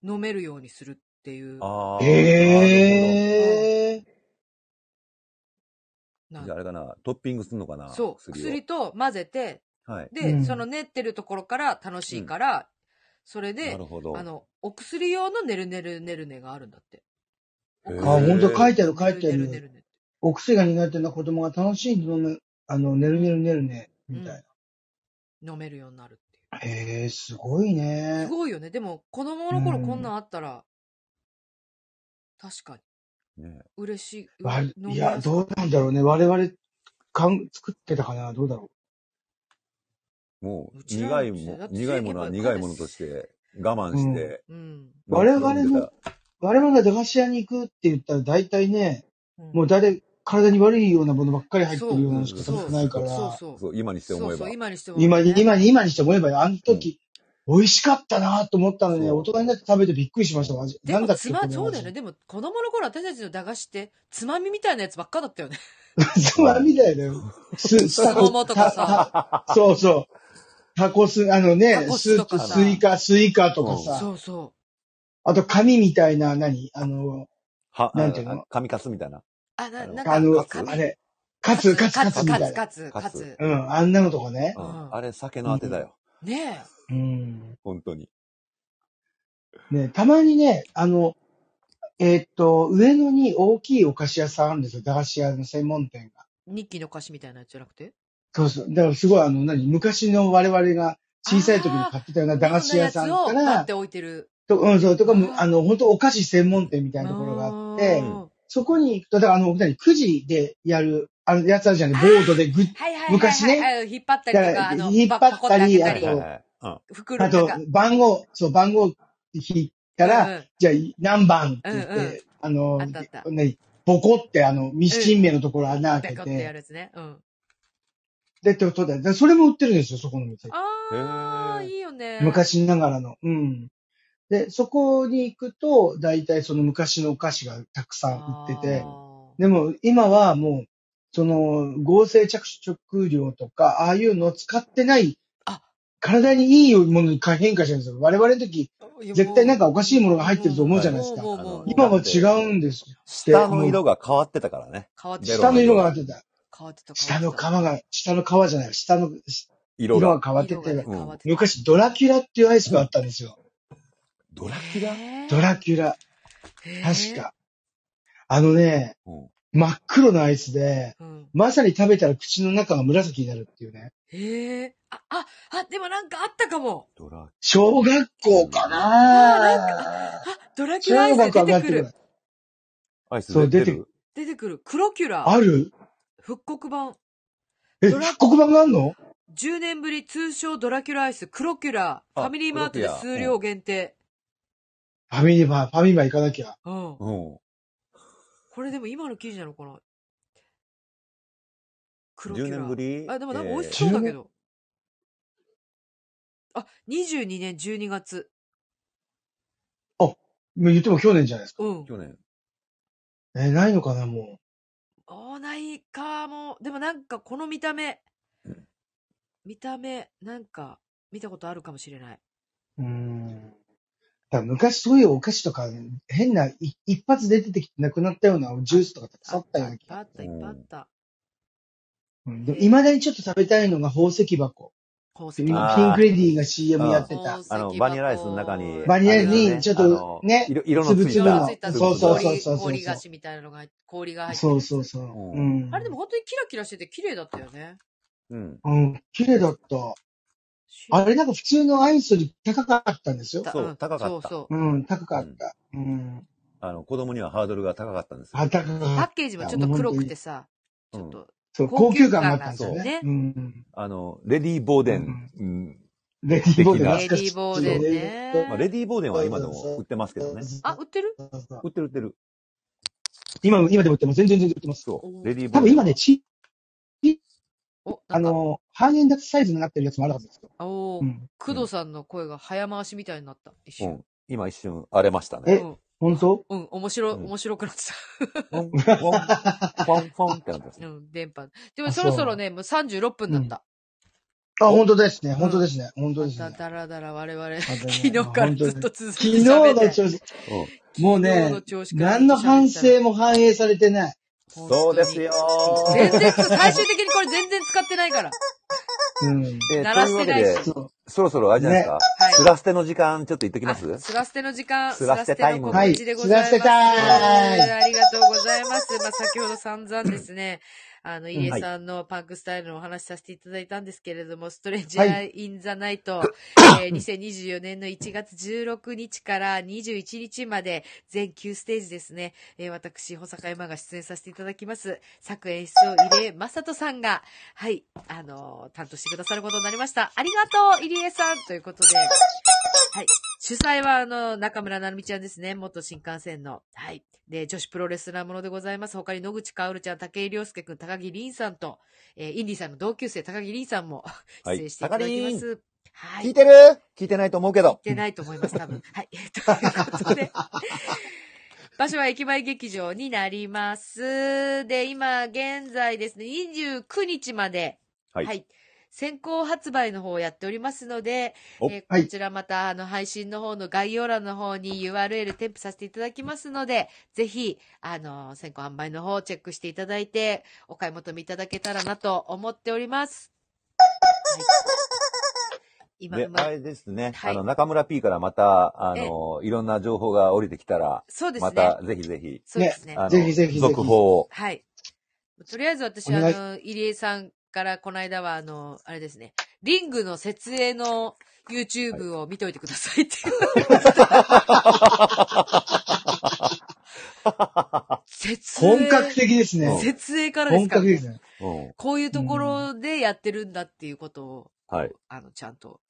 飲めるようにするっていう。あー。ええななるほどじゃああれかな、トッピングすんのかなそう、を薬と混ぜて、はい。で、うんその練ってるところから楽しいから、それなでる、ほど。あの、お薬用のねるねるねるねがあるんだって。へーー。あ、ほんと書いてある書いてあねるねる。るね。お薬が苦手な子供が楽しい飲む、あの、ねるねるねるね、みたい飲めるようになるっていう。な。へえ、すごいすね。ごいよね。でも、子供の頃うんこんなんあったら、確かに、ね嬉しい。わ飲みいやや、すかどっうたなんだろうね。我々、かん、作ってたかなどうだろもうう、ちらの苦い時代だっ、もて苦いものは正義苦はこうですいものとして我慢して、うん。うん我々の飲んでたう。我々が駄菓子屋に行くって言ったら大体ね、うんもう誰、体に悪いようなものばっかり入ってるようなのしかそう食べてないから、そうそうそう、今にして思そえうばそう。今にしても、今に、ね今に、今にして思えば、あの時、美味しかったなと思ったのに、そう大人になって食べてびっくりしました。味でなんだもっけつこま、れそうだよね。 (laughs) でも、子供の頃私たちの駄菓子って、つまみみたいなやつばっかだったよね。つまみだよね。す、ス (laughs) タ子コ、供とかたさ。たそうそう。タコス、あのねタ、コススとかさスイカ、スイカとかさ、そうそあと紙みたいな、何あの、は、なんていうのあ紙かすみたいな。う。あ、な、あのなんか、あの、カツあれ、カツ、カツ、カツみたいな。カツ、カツカツ。うん、あんなのとかね。うんうんあれ、酒のあてだよ。ねえ。うん。本当に。ね、たまにね、あの、えーっと、上野に大きいお菓子屋さんあるんですよ。駄菓子屋の専門店が。日記の菓子みたいなやつじゃなくてそうそう。だからすごい、あの、何、昔の我々が小さい時に買ってたような駄菓子屋さんいろかんなやつを買っらて、置いてる。とうん、そう、とかもあ、ーあの、本当お菓子専門店みたいなところがあって、うんそこに行くと、だからあの、お二人、くじでやる、あの、やつあるじゃない、ボードでぐ、はいはいはいはい。昔ねあの引っ張ったりとだか、からあの、引っ張ったりパコて開けたあとり、いはい。 (laughs) 袋あのと中。、番号、そう、番号引いたら、うんうんじゃあ、何番って言って、うんうんああのったあった、何、ボコって、あの、未神名のところ穴ペ開けコってやて、るやつね。うん。で、ってことで、でそれも売ってるんですよ、そこの店。あー、へーいいよね。昔ながらの。うん。で、そこに行くと、大体その昔のお菓子がたくさん売ってて、あーでも今はもう、その合成着色料とか、ああいうのを使ってないあ、体にいいものに変化してるんですよ。我々の時、絶対なんかおかしいものが入ってると思うじゃないですか。もうもあうもうの今は違うんですよ。下の色が変わってたからね。変わってた。ベロ下の色が出てた。変わってた。下の皮変わが、下の皮じゃない、下の色色がが。変わってってたて、うん変わってた。昔ドラキュラっていうアイスがあったんですよ。ドラキュラドラキュラ。確か。あのね、うん真っ黒のアイスで、か。うんまさに食べたら口の中が紫になるっていうね。へえ。あ、あ、あ、でもなんかあったかも。ドラ小学校かあーなんなあ、ドラキュラアイ小ス学校出上がてっくてくるる。。アイスそう出出ててる出てくる。クロキュラ。ある復刻版。え、ドラ復刻版があんの10年ぶり通称ドラキュラアイス、クロキュラ。フあァミリーマートで数量限定。ファミリーマー、ファミマ行かなきゃ。うん。うん。これでも今の記事なのかなクロキュ10ラ。年ぶりあ、でもなんか美味しそえうだけど。あ、22年12月。もう言っても去年じゃないですか。うんー。去年。え、ないのかな、もおーないかも。でもなんかこの見た目。見た目、なんか見たことあるかもしれない。う。うーん。だから昔そういうお菓子とか、変ない一発で出てきてなくなったようなジュースとかたくさんあったよういなっ気ぱいあった、いが。っぱいあった。うん。でも、未だにちょっと食べたいのが宝石箱。宝石ピン箱。あークレディーが CM やってた宝。石あ箱の、バニラアイスの中に。バニラアイスにあれだちょっとあのね色色のつい粒色々がのついたそうそうそう氷そうそう氷菓子みたいなのが入って、氷が入ってるそうそうそう。うん。あれでも本当にキラキラしてて綺麗だったよね。うん。うん、綺麗だった。あれなんか普通のアイスより高かったんですよ。そう高かったそうそう。うん、高かった。うん。あの、子供にはハードルが高かったんですよ。あ、高かパっッケージもちょっと黒くてさ、ちうんょっと、た。高級感があったんですよ高級ね感。がうん。あの、レディー・ボーデン。うん。レディーボーデンうんレ懐デかィしいーボーデンね。まあ、レディー・ボーデンは今でも売ってますけどね。あ、売ってる売ってる売ってる。今、今でも売ってます。全然全然売ってます。そう。レディー・ボ多ー分デン。今ね、ち、お、あなんか、の、ハーゲンダッツサイズになってるやつもあるはずですよ。おうー、ん。工藤さんの声が早回しみたいになった。一う瞬。ん。今一瞬荒れましたうね。ん。本当うん、面白い、うん面白くなって (laughs) フォン、フォン、フォン、フォンってなってますた。ね。 (laughs) うん、電波。でもあそろそろね、もう36分だった。あ、本当ですね。本当ですね。本当まですたね。だらだら我々、また (laughs) 昨ね日からずっと続昨けて日の喋って。調子、うん。も昨う日ねの、調子からず何っと喋のってた反省も反映されてない。そうですよー全然、最終的にこれ全然使ってないから。うん。えー鳴らしてないしというわけで、そう。そろそろあれじゃないですか。はいスラステの時間、ちょっと行ってきますあスラステの時間、スラステタイムスラステの告知でございます。はいスラステタイムありがとうございます。まあ、先ほど散々ですね、あの、入江さんのパンクスタイルのお話しさせていただいたんですけれども、ストレンジャはーインザナイト、えー2024年の1月16日から21日まで、全9ステージですね、えー私、保坂山が出演させていただきます、作演出を入江正人さんが、はい、あのー担当してくださることになりました。ありがとう、入江さんということで、はい。主催は、あの、中村なるみちゃんですね。元新幹線の。はい。で、女子プロレスラーものでございます。他に野口かおるちゃん、竹井亮介くん、高木凛さんと、えーインディさんの同級生、高木凛さんもはい出演していただきます。はい。聞い聞てる聞いてないと思うけど。いてないと思います、多 (laughs) 分。はい。 (laughs) えーということで。場所は駅前劇場になります。で、今、現在ですね、29日まで、はい先行発売の方をやっておりますので、おえーはいこちらまた、あの、配信の方の概要欄の方に URL 添付させていただきますので、ぜひ、あの、先行販売の方をチェックしていただいて、お買い求めいただけたらなと思っております。はい、今、で、まあれですね。はいあの、中村 P からまた、あの、いろんな情報が降りてきたら、そうですね。また、ぜひぜひ、そうですね。あの、ぜひぜひぜひ続報を。はい。とりあえず私、おあ願いの、入江さんからこの間は、あの、あれですね、リングの設営の YouTube を見といてくださ (laughs) いって言われました。設営。本格的ですうんね。設営からです本か格ら、的ですね。うん。こういうところでやってるんだっていうことを、はい。あの、ちゃんと、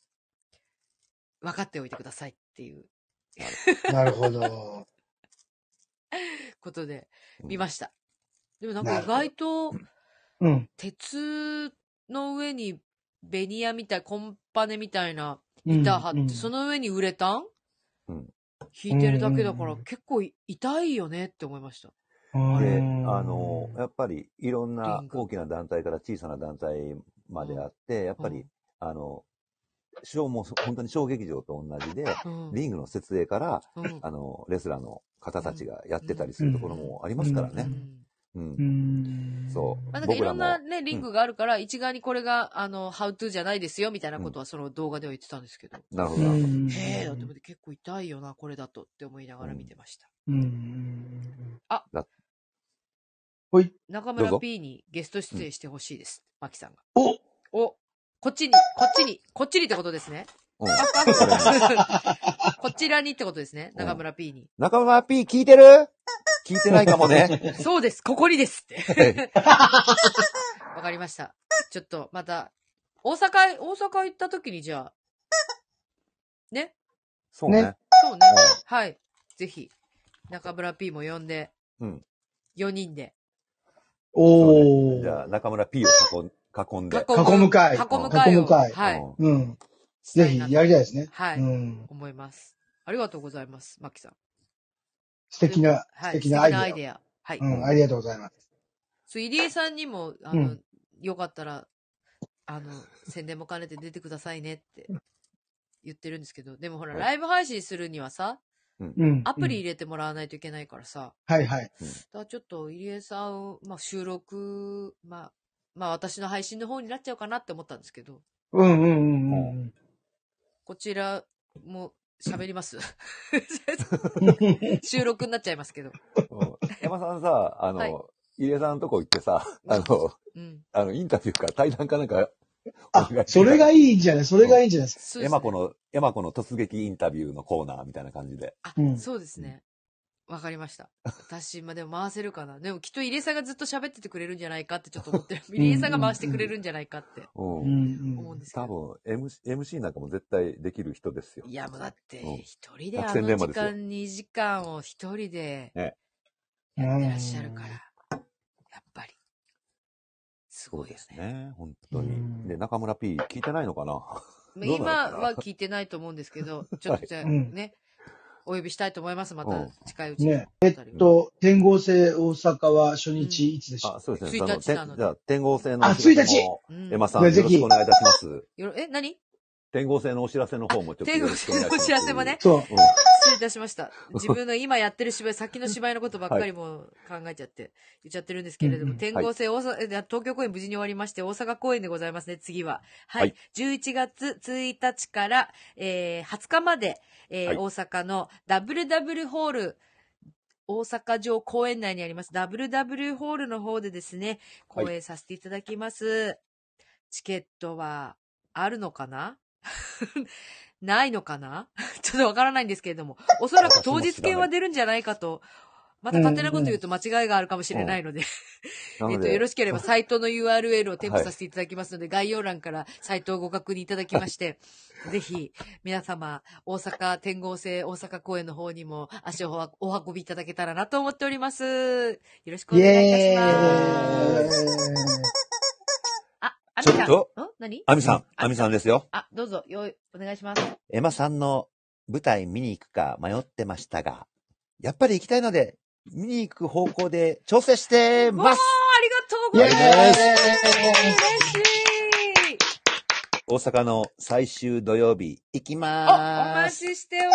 分かっておいてくださいっていうなるほど。ことでうん見ました。でもなんなかる意ほ外どと、うん。鉄の上にベニヤみたい、コンパネみたいなうん板張って、うんその上にウレタン、うん引いてるだけだから、うんうんうん結構い痛いよねって思いました。で、うんあの、やっぱり、いろんなリング大きな団体から小さな団体まであって、やっぱうりん、あの、小も、本当に小劇場と同じで、うん。リングの設営から、うんあの、レスラーの方たちがやってたりするところもありますからうね。んうんう。ん。そうまあ、なんかい僕らろもんなね、リングがあるから、一概にこれが、あの、ハウトゥーじゃないですよ、みたいなことはその動画では言ってたんですけど。なるほうどなるほど。ん。へえ、だって思って結構痛いよな、これだとって思いながら見てました。うん。中どう村ぞ P にゲスト出演してほしいです。マキさんが。おおこっちに、こっちに、こっちにってことですね。うん。 (laughs) こちらにってことですね。うん中村 P に。中村 P 聞いてる聞いてないか (laughs) もね。そうです、ここにですって。はいわかりました。ちょっと、また、大阪、大阪行った時にじゃあ、ね、そうね。ねそうね、はい。ぜひ、中村 P も呼んで、うん。 4人で、そうおねじゃあ、ー。中村 P を囲ん囲んで。囲む会囲む会を。囲む会はい。ううん。したぜいひな、とやりたいですね。はい、うん。思います。ありがとうございます、マキさん。素敵な、は素い、素敵敵ななアイアイデデア。はい。ア。うん、ありがとうございます。そう、入江さんにも、あの、うんよかったら、あの、宣伝も兼ねて出てくださいねって言ってるんですけど、でもほら、はいライブ配信するにはさ、うん。アプリ入れてもらわないといけないからさ、うんはいはい。だからちょっと入江さん、まあ収録、まあ、まあ私の配信の方になっちゃうかなって思ったんですけど、うんうんうんうんうん。こちらも喋ります (laughs) (laughs) 収録になっちゃいますけど。うん山さんさ、あはいの、入江さんのとこ行ってさ、あの、うん。あの、インタビューか対談かなんか、あ、それがいいんじゃないそれがいいんじゃないですか。そうですねエマ子の、エマ子の突撃インタビューのコーナーみたいな感じで。あ、うんそうですね。わかりました。私、まあ、でも回せるかな。でもきっと入江さんがずっと喋っててくれるんじゃないかってちょっと思ってる。 (laughs) ん入江さんが回してくれるんじゃないかってううんん。思うんうん。ですけ多ど。分、MC、MC なんかも絶対できる人ですよ。いや、もうだって、うん一人であ百戦の錬磨時ですよ間、2時間を一人でねやってらっしゃるから、うんやっぱり、すそごういよですね。ね。本当うに。んで、中村 P 聞いてないのかなまあどうなのか今なは聞いてないと思うんですけ (laughs) ど、ちょっとじゃあはいうんね、お呼びしたいと思います。まうたん近いうちに。ねえっえっ、と、天合制大阪は初日いつでしょあ、そうですね。 1日なあのでのてんじゃあ、天合制のあお知らせ1も。うんエマさ、うんんよろしくお願いいたします。よろえ、何天合制のお知らせの方もちょっと天よ狗ろしくお願いします。のお知らせもね。そう。うん。失礼いたしました。自分の今やってる芝居、先の芝居のことばっかりもう考えちゃって、言っちゃってるんですけれどうんも、うん天候制大阪、え東京公演無事に終わりまして、大阪公演でございますね、次は。はい。はい11月1日から、えー20日まで、えーはい大阪の WW ホール、大阪城公園内にあります WW ホールの方でですね、はい公演させていただきます。チケットはあるのかな (laughs) ないのかな (laughs) ちょっとわからないんですけれども、おそらく当日券は出るんじゃないかと、また勝手なこと言うと間違いがあるかもしれないので、なえっのと、よろで、しければサイトの URL を添付させていただきますので、概要欄からサイトをご確認いただきまして、ぜひ、皆様、大阪天号制大阪公園の方にも足をお運びいただけたらなと思っております。よろしくおイ願いいたエしーます。イあ、あみちょさん。っとん何アミさん、アミさんですよ。あ、どうぞ、よい、お願いします。エマさんの舞台見に行くか迷ってましたが、やっぱり行きたいので、見に行く方向で調整してもうあまりすがとうございます。イエ嬉しい。大阪の最終土曜日、行きまお、おー待す。ちしておりま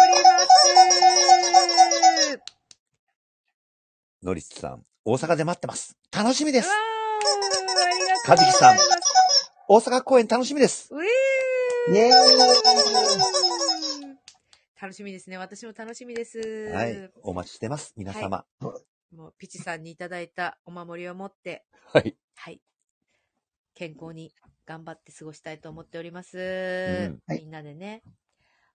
す。ノリスさん、大阪で待ってます。楽しみでわす。ー、ありがとうございます。カジキさん大阪公演楽しみです。うえイエーイー楽しみですね。私も楽しみです。はい。お待ちしてます、皆様。もう、ピチさんにいただいたお守りを持って、はい。はい。健康に頑張って過ごしたいと思っております。んはいみんなでね。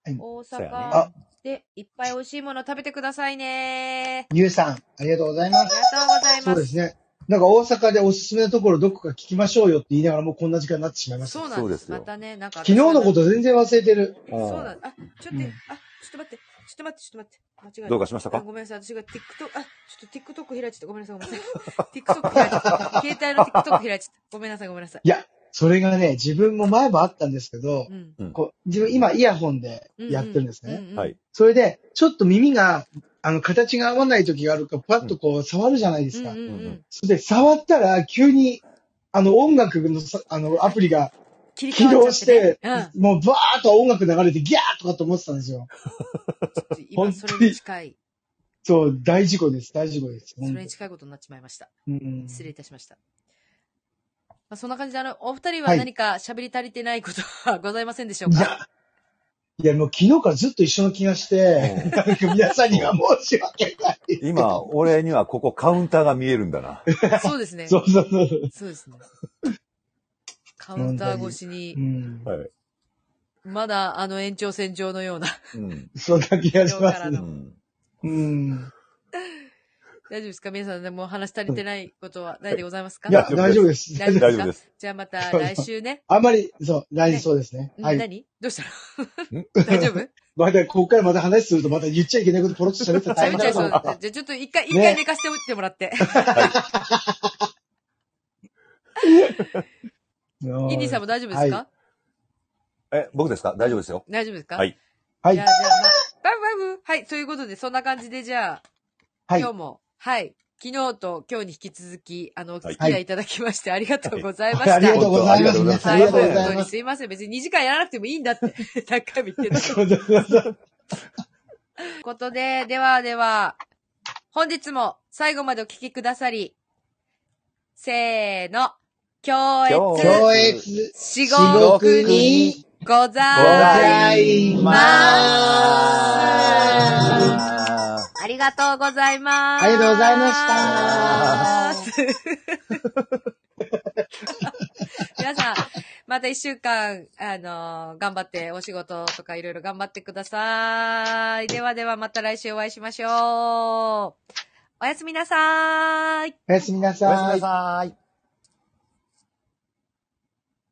はい大そうやね阪あでいっぱい美味しいもの食べてくださいね。ゆうさん、ありがとうございあまりす。がとうございそま。うですすね。なんか大阪でおすすめのところどこか聞きましょうよって言いながらもうこんな時間になってしまいました。そう昨なんで。そうですすよまたね、なんか日のこと全然忘れてる。うんそうなんだ。あ、ちょっと、うんあ、ちょっと待って、ちょっと待って、ちょっと待って。間違えた。どうかしましたあかごめんなさい、私が TikTok、あ、ちょっと TikTok 開いちゃった。ごめんなさい、ごめんなさい。TikTok 開いちゃ (laughs) った。携帯の TikTok 開いちゃった。ごめんなさい、ごめんなさい。いや、それがね、自分も前もあったんですけど、うん。こう自分今イヤホンでうんやってるんですね。ううはい。それで、ちょっと耳が、あの、形が合わない時があるから、パッとこう、触るじゃないでうすんか。うんうん。それで、触ったら、急に、あの、音楽のさ、あの、アプリが切り起替わ動っちしゃってて、ね。うん。もう、バーっと音楽流れて、ギャーとかと思ってたんですよ。ちょっと今、それに近い、そう、大事故です、大事故です。そ本当れに近いことになっちまいました。うん失礼いたしました。まあ、そんな感じで、あの、お二人ははい何か喋り足りてないことはございませんでしょういかや、いや、もう昨日からずっと一緒の気がして、なんか皆さんには申し訳ない。今、俺にはここカウンターが見えるんだな。そうですね。そうそうそう。そうですね。カウンター越しにう、ん。はい。まだあの延長線上のような。 (laughs) うん。そんな気がしまあすうのね。ん。うん。大丈夫ですか皆さんでもう話し足りてないことはないでございますかいや、大大丈丈夫夫でです。大大丈夫ですか丈夫です。じゃあまた来週ね。あんまり、そう、来そうですね。はんい。何どうしたんの (laughs) 大丈夫また、ここからまた話すると、また言っちゃいけないことポロッと喋ってたら大喋っち変ゃだいとそ思う。っじゃてあちょっと一回、一ね回寝かしておいてもらって。 (laughs) インディさんも大丈夫ですかえ、僕ですか大丈夫ですよ。大丈夫ですかはいはいじゃあ、。じゃあ、まあ、バイブバイブはい、ということで、そんな感じで、じゃあ、はい今日も、はい、昨日と今日に引き続き、あの、お付きは合いいいただきまして、ありがとうございました。ありがとうございます。皆さんありがとうご本ざ当いにますいません。別に2時間やらなくてもいいんだって、 (laughs) 何回も言ってた。といそうそうそう (laughs) そう。うことで、ではでは、本日も最後までお聞きくださり、せーの、共共越、(laughs) 共越、至至極極にござございま。ますあーありがとうございます。ありがとうございました。 (laughs) 皆さん、また一週間、あのー頑張って、お仕事とかいろいろ頑張ってください。ではではまた来週お会いしましょう。おやすみなさーい。おやすみなおやすみさ。ないさい。